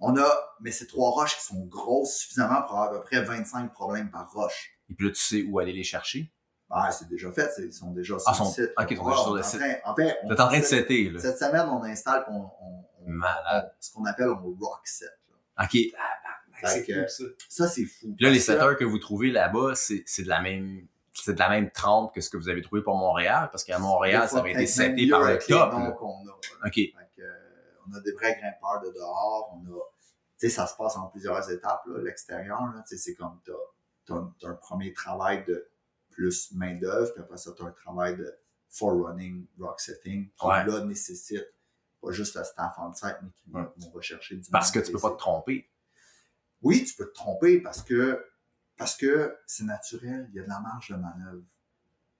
Speaker 4: on a, mais ces trois roches qui sont grosses suffisamment pour avoir à peu près 25 problèmes par roche.
Speaker 3: Et puis là, tu sais où aller les chercher?
Speaker 4: Ah, c'est déjà fait, c'est- ils sont déjà sur
Speaker 3: Ah,
Speaker 4: le
Speaker 3: sont-
Speaker 4: site.
Speaker 3: ok, ils sont déjà sur le
Speaker 4: en
Speaker 3: site.
Speaker 4: train- en fait, on-
Speaker 3: T'es en train de Mm. setter, là.
Speaker 4: cette semaine, on installe on, on- on-
Speaker 3: Malade.
Speaker 4: ce qu'on appelle on rock set. là.
Speaker 3: OK. Puis
Speaker 5: C'est
Speaker 4: Fait que-
Speaker 5: cool, ça.
Speaker 4: Ça, c'est fou.
Speaker 3: là, les
Speaker 4: Parce que-
Speaker 3: setters que vous trouvez là-bas, c'est c'est de la même... C'est de la même trempe que ce que vous avez trouvé pour Montréal, parce qu'à Montréal,
Speaker 4: Des
Speaker 3: ça
Speaker 4: fois,
Speaker 3: aurait été
Speaker 4: peut-être même
Speaker 3: seté
Speaker 4: mieux
Speaker 3: par le
Speaker 4: avec les
Speaker 3: top.
Speaker 4: noms
Speaker 3: là.
Speaker 4: qu'on a, là.
Speaker 3: OK.
Speaker 4: Fait que, euh, on a des vrais grimpeurs de dehors. On a, tu sais, ça se passe en plusieurs étapes, là, l'extérieur. là. Tu sais, c'est comme t'as, t'as un, t'as un premier travail de plus main-d'œuvre, puis après ça, t'as un travail de forerunning, rock setting, qui
Speaker 3: Ouais.
Speaker 4: là nécessite pas juste le staff en site, mais qui
Speaker 3: Ouais.
Speaker 4: on va chercher du
Speaker 3: Parce que
Speaker 4: monde
Speaker 3: tu peux pas te
Speaker 4: spécifique.
Speaker 3: tromper.
Speaker 4: Oui, tu peux te tromper parce que parce que c'est naturel, il y a de la marge de manœuvre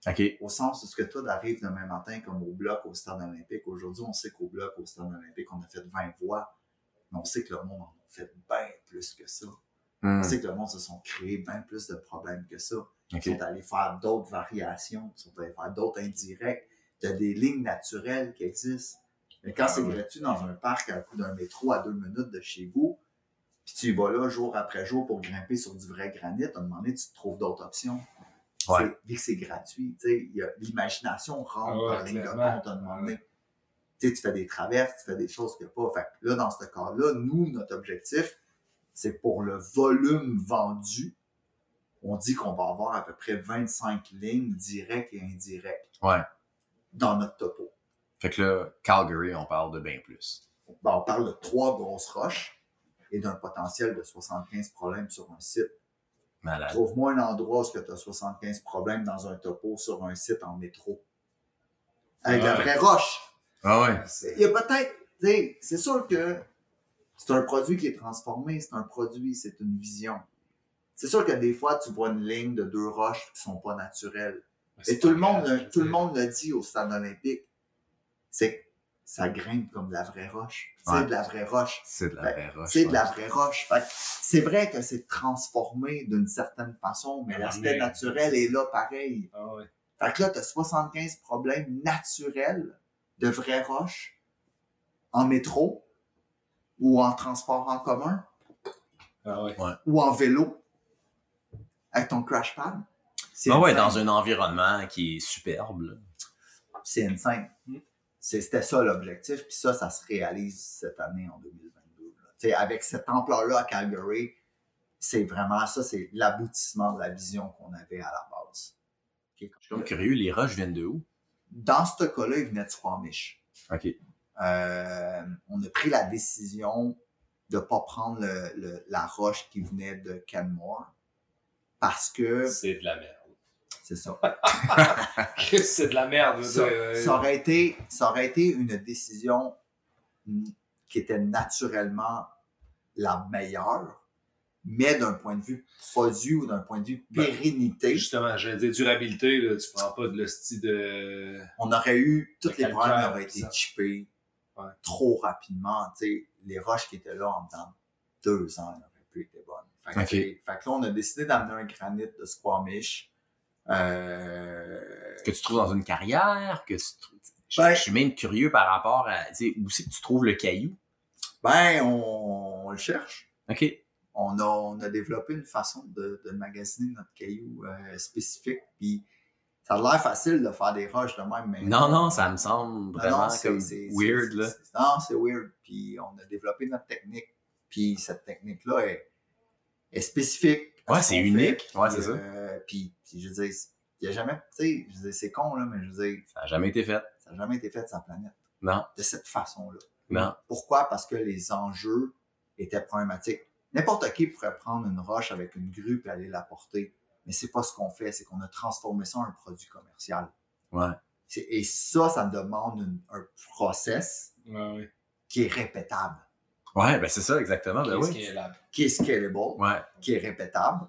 Speaker 3: OK.
Speaker 4: au sens de ce que toi d'arrive demain matin comme au bloc au stade olympique. Aujourd'hui, on sait qu'au bloc au stade olympique, on a fait 20 voix, mais on sait que le monde en a fait bien plus que ça.
Speaker 3: Hmm.
Speaker 4: On sait que le monde se sont créés bien plus de problèmes que ça. Ils
Speaker 3: OK.
Speaker 4: sont allés faire d'autres variations, ils sont allés faire d'autres indirects. Tu des lignes naturelles qui existent. Mais quand
Speaker 5: Ah,
Speaker 4: c'est
Speaker 5: oui.
Speaker 4: gratuit dans un parc à coup d'un métro à deux minutes de chez vous, puis tu y vas là jour après jour pour grimper sur du vrai granit, à un moment donné, tu te trouves d'autres options.
Speaker 3: Ouais.
Speaker 4: C'est- Vu que c'est gratuit, tu sais, il y a- l'imagination rentre
Speaker 5: Ah ouais,
Speaker 4: dans la ligne de compte
Speaker 5: clairement. Ah
Speaker 4: à un moment donné. Tu sais, tu fais des traverses, tu fais des choses qu'il n'y a pas. Fait que là, dans ce cas-là, nous, notre objectif, c'est pour le volume vendu, on dit qu'on va avoir à peu près 25 lignes directes et indirectes
Speaker 3: Ouais.
Speaker 4: dans notre topo.
Speaker 3: Fait que là, Calgary, on parle de bien plus.
Speaker 4: Ben, on parle de trois grosses roches et d'un potentiel de 75 problèmes sur un site.
Speaker 3: Malade.
Speaker 4: Trouve-moi un endroit où tu as 75 problèmes dans un topo sur un site en métro. Avec la
Speaker 5: Ouais.
Speaker 4: vraie roche.
Speaker 3: Ah ouais.
Speaker 4: C'est- Il y a peut-être, tu sais, c'est sûr que c'est un produit qui est transformé, c'est un produit, c'est une vision. C'est sûr que des fois, tu vois une ligne de deux roches qui sont pas naturelles. Et tout le monde, le- tout le monde le dit au stade olympique. C'est que ça grimpe comme de la vraie roche. C'est
Speaker 3: Ouais.
Speaker 4: de la vraie roche.
Speaker 3: C'est de la
Speaker 4: Ben,
Speaker 3: vraie roche.
Speaker 4: C'est de la
Speaker 3: ouais.
Speaker 4: vraie roche. Fait que C'est vrai que c'est transformé d'une certaine façon, mais
Speaker 5: Ah,
Speaker 4: l'aspect
Speaker 5: mais-
Speaker 4: naturel est là pareil.
Speaker 5: Ah ouais.
Speaker 4: Fait que là, tu as 75 problèmes naturels de vraies roches en métro ou en transport en commun
Speaker 5: Ah ouais.
Speaker 4: ou en vélo avec ton crash pad. C'est
Speaker 3: Ah ouais,
Speaker 4: insane.
Speaker 3: dans un environnement qui est superbe. là.
Speaker 4: C'est insane.
Speaker 5: Mm.
Speaker 4: C'est- C'était ça l'objectif. Puis ça, ça se réalise cette année en 2022. là. Tu sais, avec cette ampleur-là à Calgary, c'est vraiment ça, c'est l'aboutissement de la vision qu'on avait à la base.
Speaker 3: Je suis comme curieux, les roches viennent de où?
Speaker 4: Dans ce cas-là, il venait de Squamish.
Speaker 3: OK.
Speaker 4: Euh, on a pris la décision de ne pas prendre le- le- la roche qui venait de Canmore parce que
Speaker 5: C'est de la merde.
Speaker 4: c'est ça.
Speaker 5: Chris, c'est de la merde. je
Speaker 4: Ça,
Speaker 5: veux dire, euh,
Speaker 4: ça aurait été, ça aurait été une décision mm, qui était naturellement la meilleure, mais d'un point de vue produit ou d'un point de vue
Speaker 5: Ben,
Speaker 4: pérennité,
Speaker 5: Justement, j'allais dire durabilité, là, tu prends pas de le style de.
Speaker 4: on aurait eu tous
Speaker 5: Le
Speaker 4: les problèmes
Speaker 5: calcaire,
Speaker 4: auraient été
Speaker 5: ça.
Speaker 4: chippés
Speaker 5: Ouais.
Speaker 4: trop rapidement. Tu sais, les roches qui étaient là en dedans de deux ans elles auraient pu être bonnes. Fait que,
Speaker 3: Ok.
Speaker 4: tu sais, fait que là, on a décidé d'amener un granit de Squamish. Euh,
Speaker 3: Que tu trouves dans une carrière, que tu trou- je,
Speaker 4: Ben-
Speaker 3: je suis même curieux par rapport à, tu sais, où c'est que tu trouves le caillou?
Speaker 4: ben, on, on le cherche.
Speaker 3: OK.
Speaker 4: On a, on a développé une façon de, de magasiner notre caillou euh, spécifique. Puis ça a l'air facile de faire des roches de même, mais Ah
Speaker 3: Non, non, ça me semble
Speaker 4: Non,
Speaker 3: vraiment
Speaker 4: non, c'est-
Speaker 3: comme
Speaker 4: c'est-
Speaker 3: weird,
Speaker 4: c'est-
Speaker 3: là.
Speaker 4: c'est- Non, c'est weird. Puis on a développé notre technique. Puis cette technique-là est, est spécifique. à
Speaker 3: Ouais,
Speaker 4: ce
Speaker 3: c'est
Speaker 4: qu'on
Speaker 3: unique.
Speaker 4: fait.
Speaker 3: Ouais,
Speaker 4: Puis,
Speaker 3: c'est ça.
Speaker 4: euh, Puis, puis je veux dire, il n'y a jamais, tu sais, je veux dire, c'est con, là, mais je veux dire,
Speaker 3: Ça n'a jamais été fait.
Speaker 4: ça n'a jamais été fait sur la planète
Speaker 3: Non,
Speaker 4: de cette façon-là.
Speaker 3: non.
Speaker 4: Pourquoi? Parce que les enjeux étaient problématiques. N'importe qui pourrait prendre une roche avec une grue et aller la porter. Mais c'est pas ce qu'on fait, c'est qu'on a transformé ça en un produit commercial.
Speaker 3: Ouais.
Speaker 4: C'est- Et ça, ça me demande une- un process
Speaker 5: Ouais, ouais.
Speaker 4: qui est répétable,
Speaker 3: Ouais, ben c'est ça, exactement. Ben oui.
Speaker 5: Qu'est-ce qui est là?
Speaker 4: qui est scalable,
Speaker 3: Ouais.
Speaker 4: qui est répétable,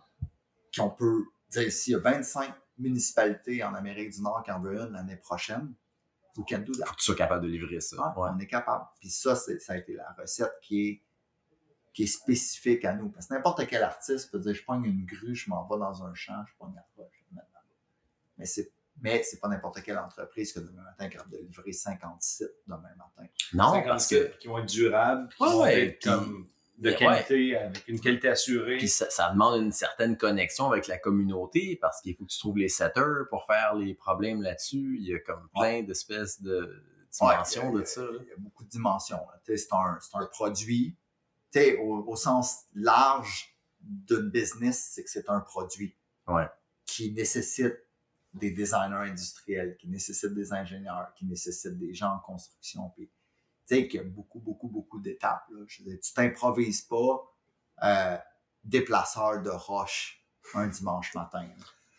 Speaker 4: qu'on peut dire s'il y a 25 municipalités en Amérique du Nord qui en veulent une l'année prochaine, ou can do that.
Speaker 3: Faut que tu sois capable de livrer ça.
Speaker 4: Ouais,
Speaker 3: Ouais.
Speaker 4: On est capable. Puis ça, c'est- ça a été la recette qui est, qui est spécifique à nous. Parce que n'importe quel artiste peut dire je pogne une grue, je m'en vais dans un champ, je pogne la roche, je la mets dans l'eau. Mais c'est mais c'est pas n'importe quelle entreprise que demain matin est capable de livrer 50 sites demain matin.
Speaker 3: Non,
Speaker 5: 50
Speaker 3: Ah, parce que
Speaker 5: sites qui vont être durables, qui
Speaker 3: Ouais,
Speaker 5: vont
Speaker 3: ouais,
Speaker 5: être
Speaker 3: puis-
Speaker 5: comme de
Speaker 3: Ouais.
Speaker 5: qualité, avec une qualité assurée.
Speaker 3: puis ça, ça demande une certaine connexion avec la communauté parce qu'il faut que tu trouves les setters pour faire les problèmes là-dessus. Il y a comme plein d'espèces de dimensions
Speaker 4: Ouais,
Speaker 3: de ça. là.
Speaker 4: Il y a beaucoup de dimensions. là. Tu sais, C'est un, c'est un produit. Tu sais, Au, au sens large d'une business, c'est que c'est un produit
Speaker 3: Ouais.
Speaker 4: qui nécessite des designers industriels, qui nécessite des ingénieurs, qui nécessite des gens en construction. Puis, tu sais qu'il y a beaucoup, beaucoup, beaucoup d'étapes. là. Je veux dire, tu t'improvises pas euh, déplaceur de roche un dimanche matin.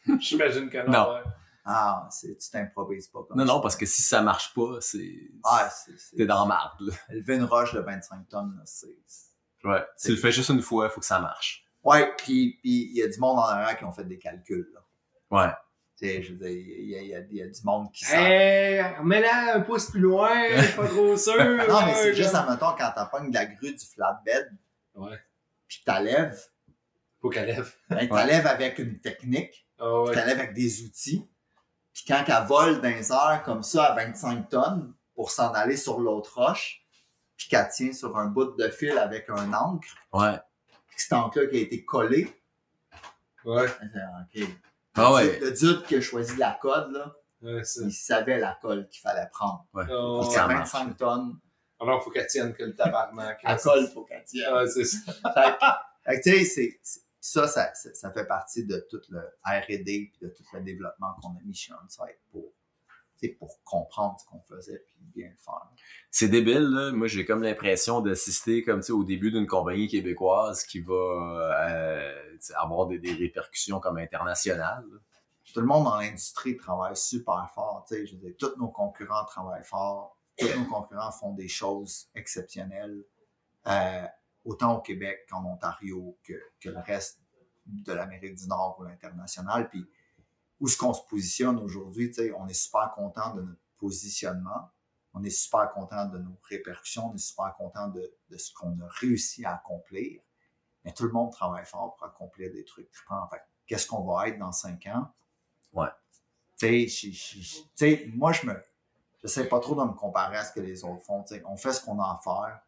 Speaker 4: là.
Speaker 5: J'imagine que non.
Speaker 3: Non.
Speaker 5: ouais.
Speaker 4: Ah, c'est- tu t'improvises pas comme
Speaker 3: Non,
Speaker 4: ça.
Speaker 3: non, parce que si ça marche pas, c'est.
Speaker 4: Ah, c'est- c'est-
Speaker 3: T'es dans la marde, là.
Speaker 4: Lever une roche de 25 tonnes, là, c'est... c'est-
Speaker 3: Ouais. Tu le fais juste une fois, il faut que ça marche.
Speaker 4: Ouais, puis puis il y a du monde en arrière qui ont fait des calculs. Là.
Speaker 3: Ouais.
Speaker 4: Tu sais, je veux dire, il y, a- il y a- il y a du monde qui sait.
Speaker 5: Hey, mets-la un pouce plus loin, je suis pas trop sûr.
Speaker 4: Ah Non, mais c'est juste, admettons, quand t'as de la grue du flatbed,
Speaker 5: Ouais.
Speaker 4: puis t'enlèves,
Speaker 5: Faut qu'elle lève.
Speaker 4: ben, t'enlèves avec une technique,
Speaker 5: Ah
Speaker 4: puis
Speaker 5: ouais.
Speaker 4: t'enlèves avec des outils, puis quand elle vole dans les airs comme ça à 25 tonnes pour s'en aller sur l'autre roche, puis qu'elle tient sur un bout de fil avec un ancre,
Speaker 3: Ouais.
Speaker 4: puis cet ancre-là qui a été collé,
Speaker 5: Ouais,
Speaker 4: elle fait, OK.
Speaker 3: Ah
Speaker 4: Tu sais,
Speaker 3: ouais.
Speaker 4: Le dude qui a choisi la code, là,
Speaker 5: ouais, c'est
Speaker 4: il savait la colle qu'il fallait prendre.
Speaker 3: ouais.
Speaker 5: Oh,
Speaker 4: Parce
Speaker 3: ouais.
Speaker 4: qu'à
Speaker 3: Ça
Speaker 4: 25 tonnes,
Speaker 5: Alors, faut qu'elle tienne que le tabarnak.
Speaker 4: la colle, faut qu'elle tienne.
Speaker 5: Ah, c'est ça.
Speaker 4: Fait que, tu sais, c'est- c'est- ça, ça, ça, ça fait partie de tout le R&D puis de tout le développement qu'on a mis chez OnSite pour, tu sais, pour comprendre ce qu'on faisait puis bien le faire.
Speaker 3: C'est débile, là. Moi, j'ai comme l'impression d'assister comme tu sais, au début d'une compagnie québécoise qui va euh, tu sais, avoir des, des répercussions comme internationales. là.
Speaker 4: Tout le monde dans l'industrie travaille super fort. tu sais, Je veux dire, tous nos concurrents travaillent fort. Tous nos concurrents font des choses exceptionnelles, euh, autant au Québec qu'en Ontario que, que le reste de l'Amérique du Nord ou l'international. Puis où est-ce qu'on se positionne aujourd'hui, tu sais, on est super content de notre positionnement, on est super content de nos répercussions, on est super content de, de ce qu'on a réussi à accomplir. Mais tout le monde travaille fort pour accomplir des trucs trippants. Fait que qu'est-ce qu'on va être dans cinq ans?
Speaker 3: Ouais.
Speaker 4: Tu sais, je- je- je- tu sais, moi, je me, j'essaie pas trop de me comparer à ce que les autres font. tu sais. on fait ce qu'on a à faire,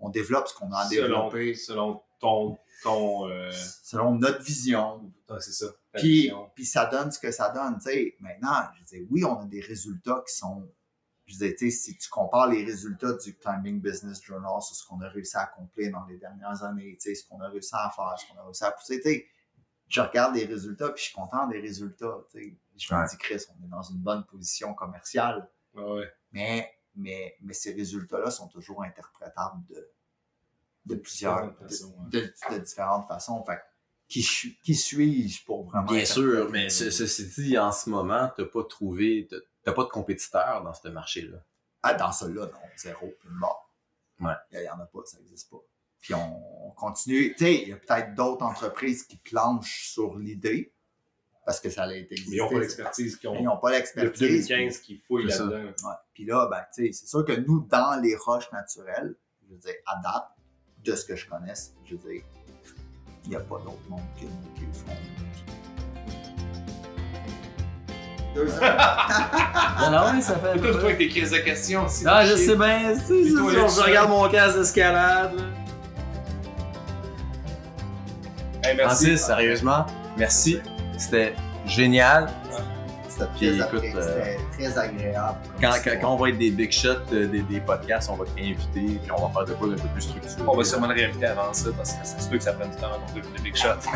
Speaker 4: on développe ce qu'on a à
Speaker 5: Ah, Selon,
Speaker 4: développer
Speaker 5: selon ton. ton euh,
Speaker 4: selon notre vision,
Speaker 5: ah, c'est ça. ta
Speaker 4: puis,
Speaker 5: vision.
Speaker 4: puis ça donne ce que ça donne. Tu sais, maintenant, je dis, oui, on a des résultats qui sont. Je disais, tu sais, si tu compares les résultats du Climbing Business Journal sur ce qu'on a réussi à accomplir dans les dernières années, tu sais, ce qu'on a réussi à faire, ce qu'on a réussi à pousser, tu sais, je regarde les résultats puis je suis content des résultats. Tu sais, je me
Speaker 3: Ouais.
Speaker 4: dis, Chris, on est dans une bonne position commerciale,
Speaker 5: Ah ouais.
Speaker 4: mais, mais, mais ces résultats-là sont toujours interprétables de, de plusieurs,
Speaker 5: De façon, ouais.
Speaker 4: de, de différentes façons. Fait que, qui, je suis- qui suis-je pour vraiment.
Speaker 3: Bien sûr,
Speaker 4: interpréter-
Speaker 3: mais ce- ceci dit, en ce moment, t'as pas trouvé, t'as- t'as pas de compétiteur dans ce marché-là.
Speaker 4: Ah, dans celui-là, non, zéro, puis mort.
Speaker 3: Ouais.
Speaker 4: Il n'y en a pas, ça n'existe pas. Puis on, on continue. Tu sais, il y a peut-être d'autres entreprises qui planchent sur l'idée parce que ça a été
Speaker 5: Mais ils
Speaker 4: existé.
Speaker 5: ont pas l'expertise qu'ils
Speaker 4: Mais ils
Speaker 5: ont
Speaker 4: n'ont pas
Speaker 5: depuis
Speaker 4: l'expertise.
Speaker 5: 2015 qui fouillent
Speaker 3: C'est ça.
Speaker 5: là-dedans.
Speaker 4: Ouais. Puis là, ben, tu sais, c'est sûr que nous, dans les roches naturelles, je veux dire, à date, de ce que je connais, je veux dire, il n'y a pas d'autre monde que nous qui le font. Deux ans.
Speaker 3: Non, non, mais ça fait.
Speaker 5: Peut-être toi avec tes crises de questions aussi.
Speaker 3: Ah, je
Speaker 5: Chier.
Speaker 3: sais bien, tu sais,
Speaker 5: Les
Speaker 3: je-
Speaker 5: toilettes
Speaker 3: je regarde mon casque d'escalade. là.
Speaker 5: Hey, merci.
Speaker 3: Francis, sérieusement, merci. C'était génial.
Speaker 4: Cette
Speaker 3: Puis,
Speaker 4: pièce
Speaker 3: écoute,
Speaker 4: après, c'était très agréable.
Speaker 3: Quand, quand- quand on va être des big shots euh, des, des podcasts, on va t'inviter, puis on va faire de quoi d'un peu plus structuré.
Speaker 5: On va sûrement le réinviter avant ça parce que ça se peut que ça prenne du temps à rencontrer des big shots.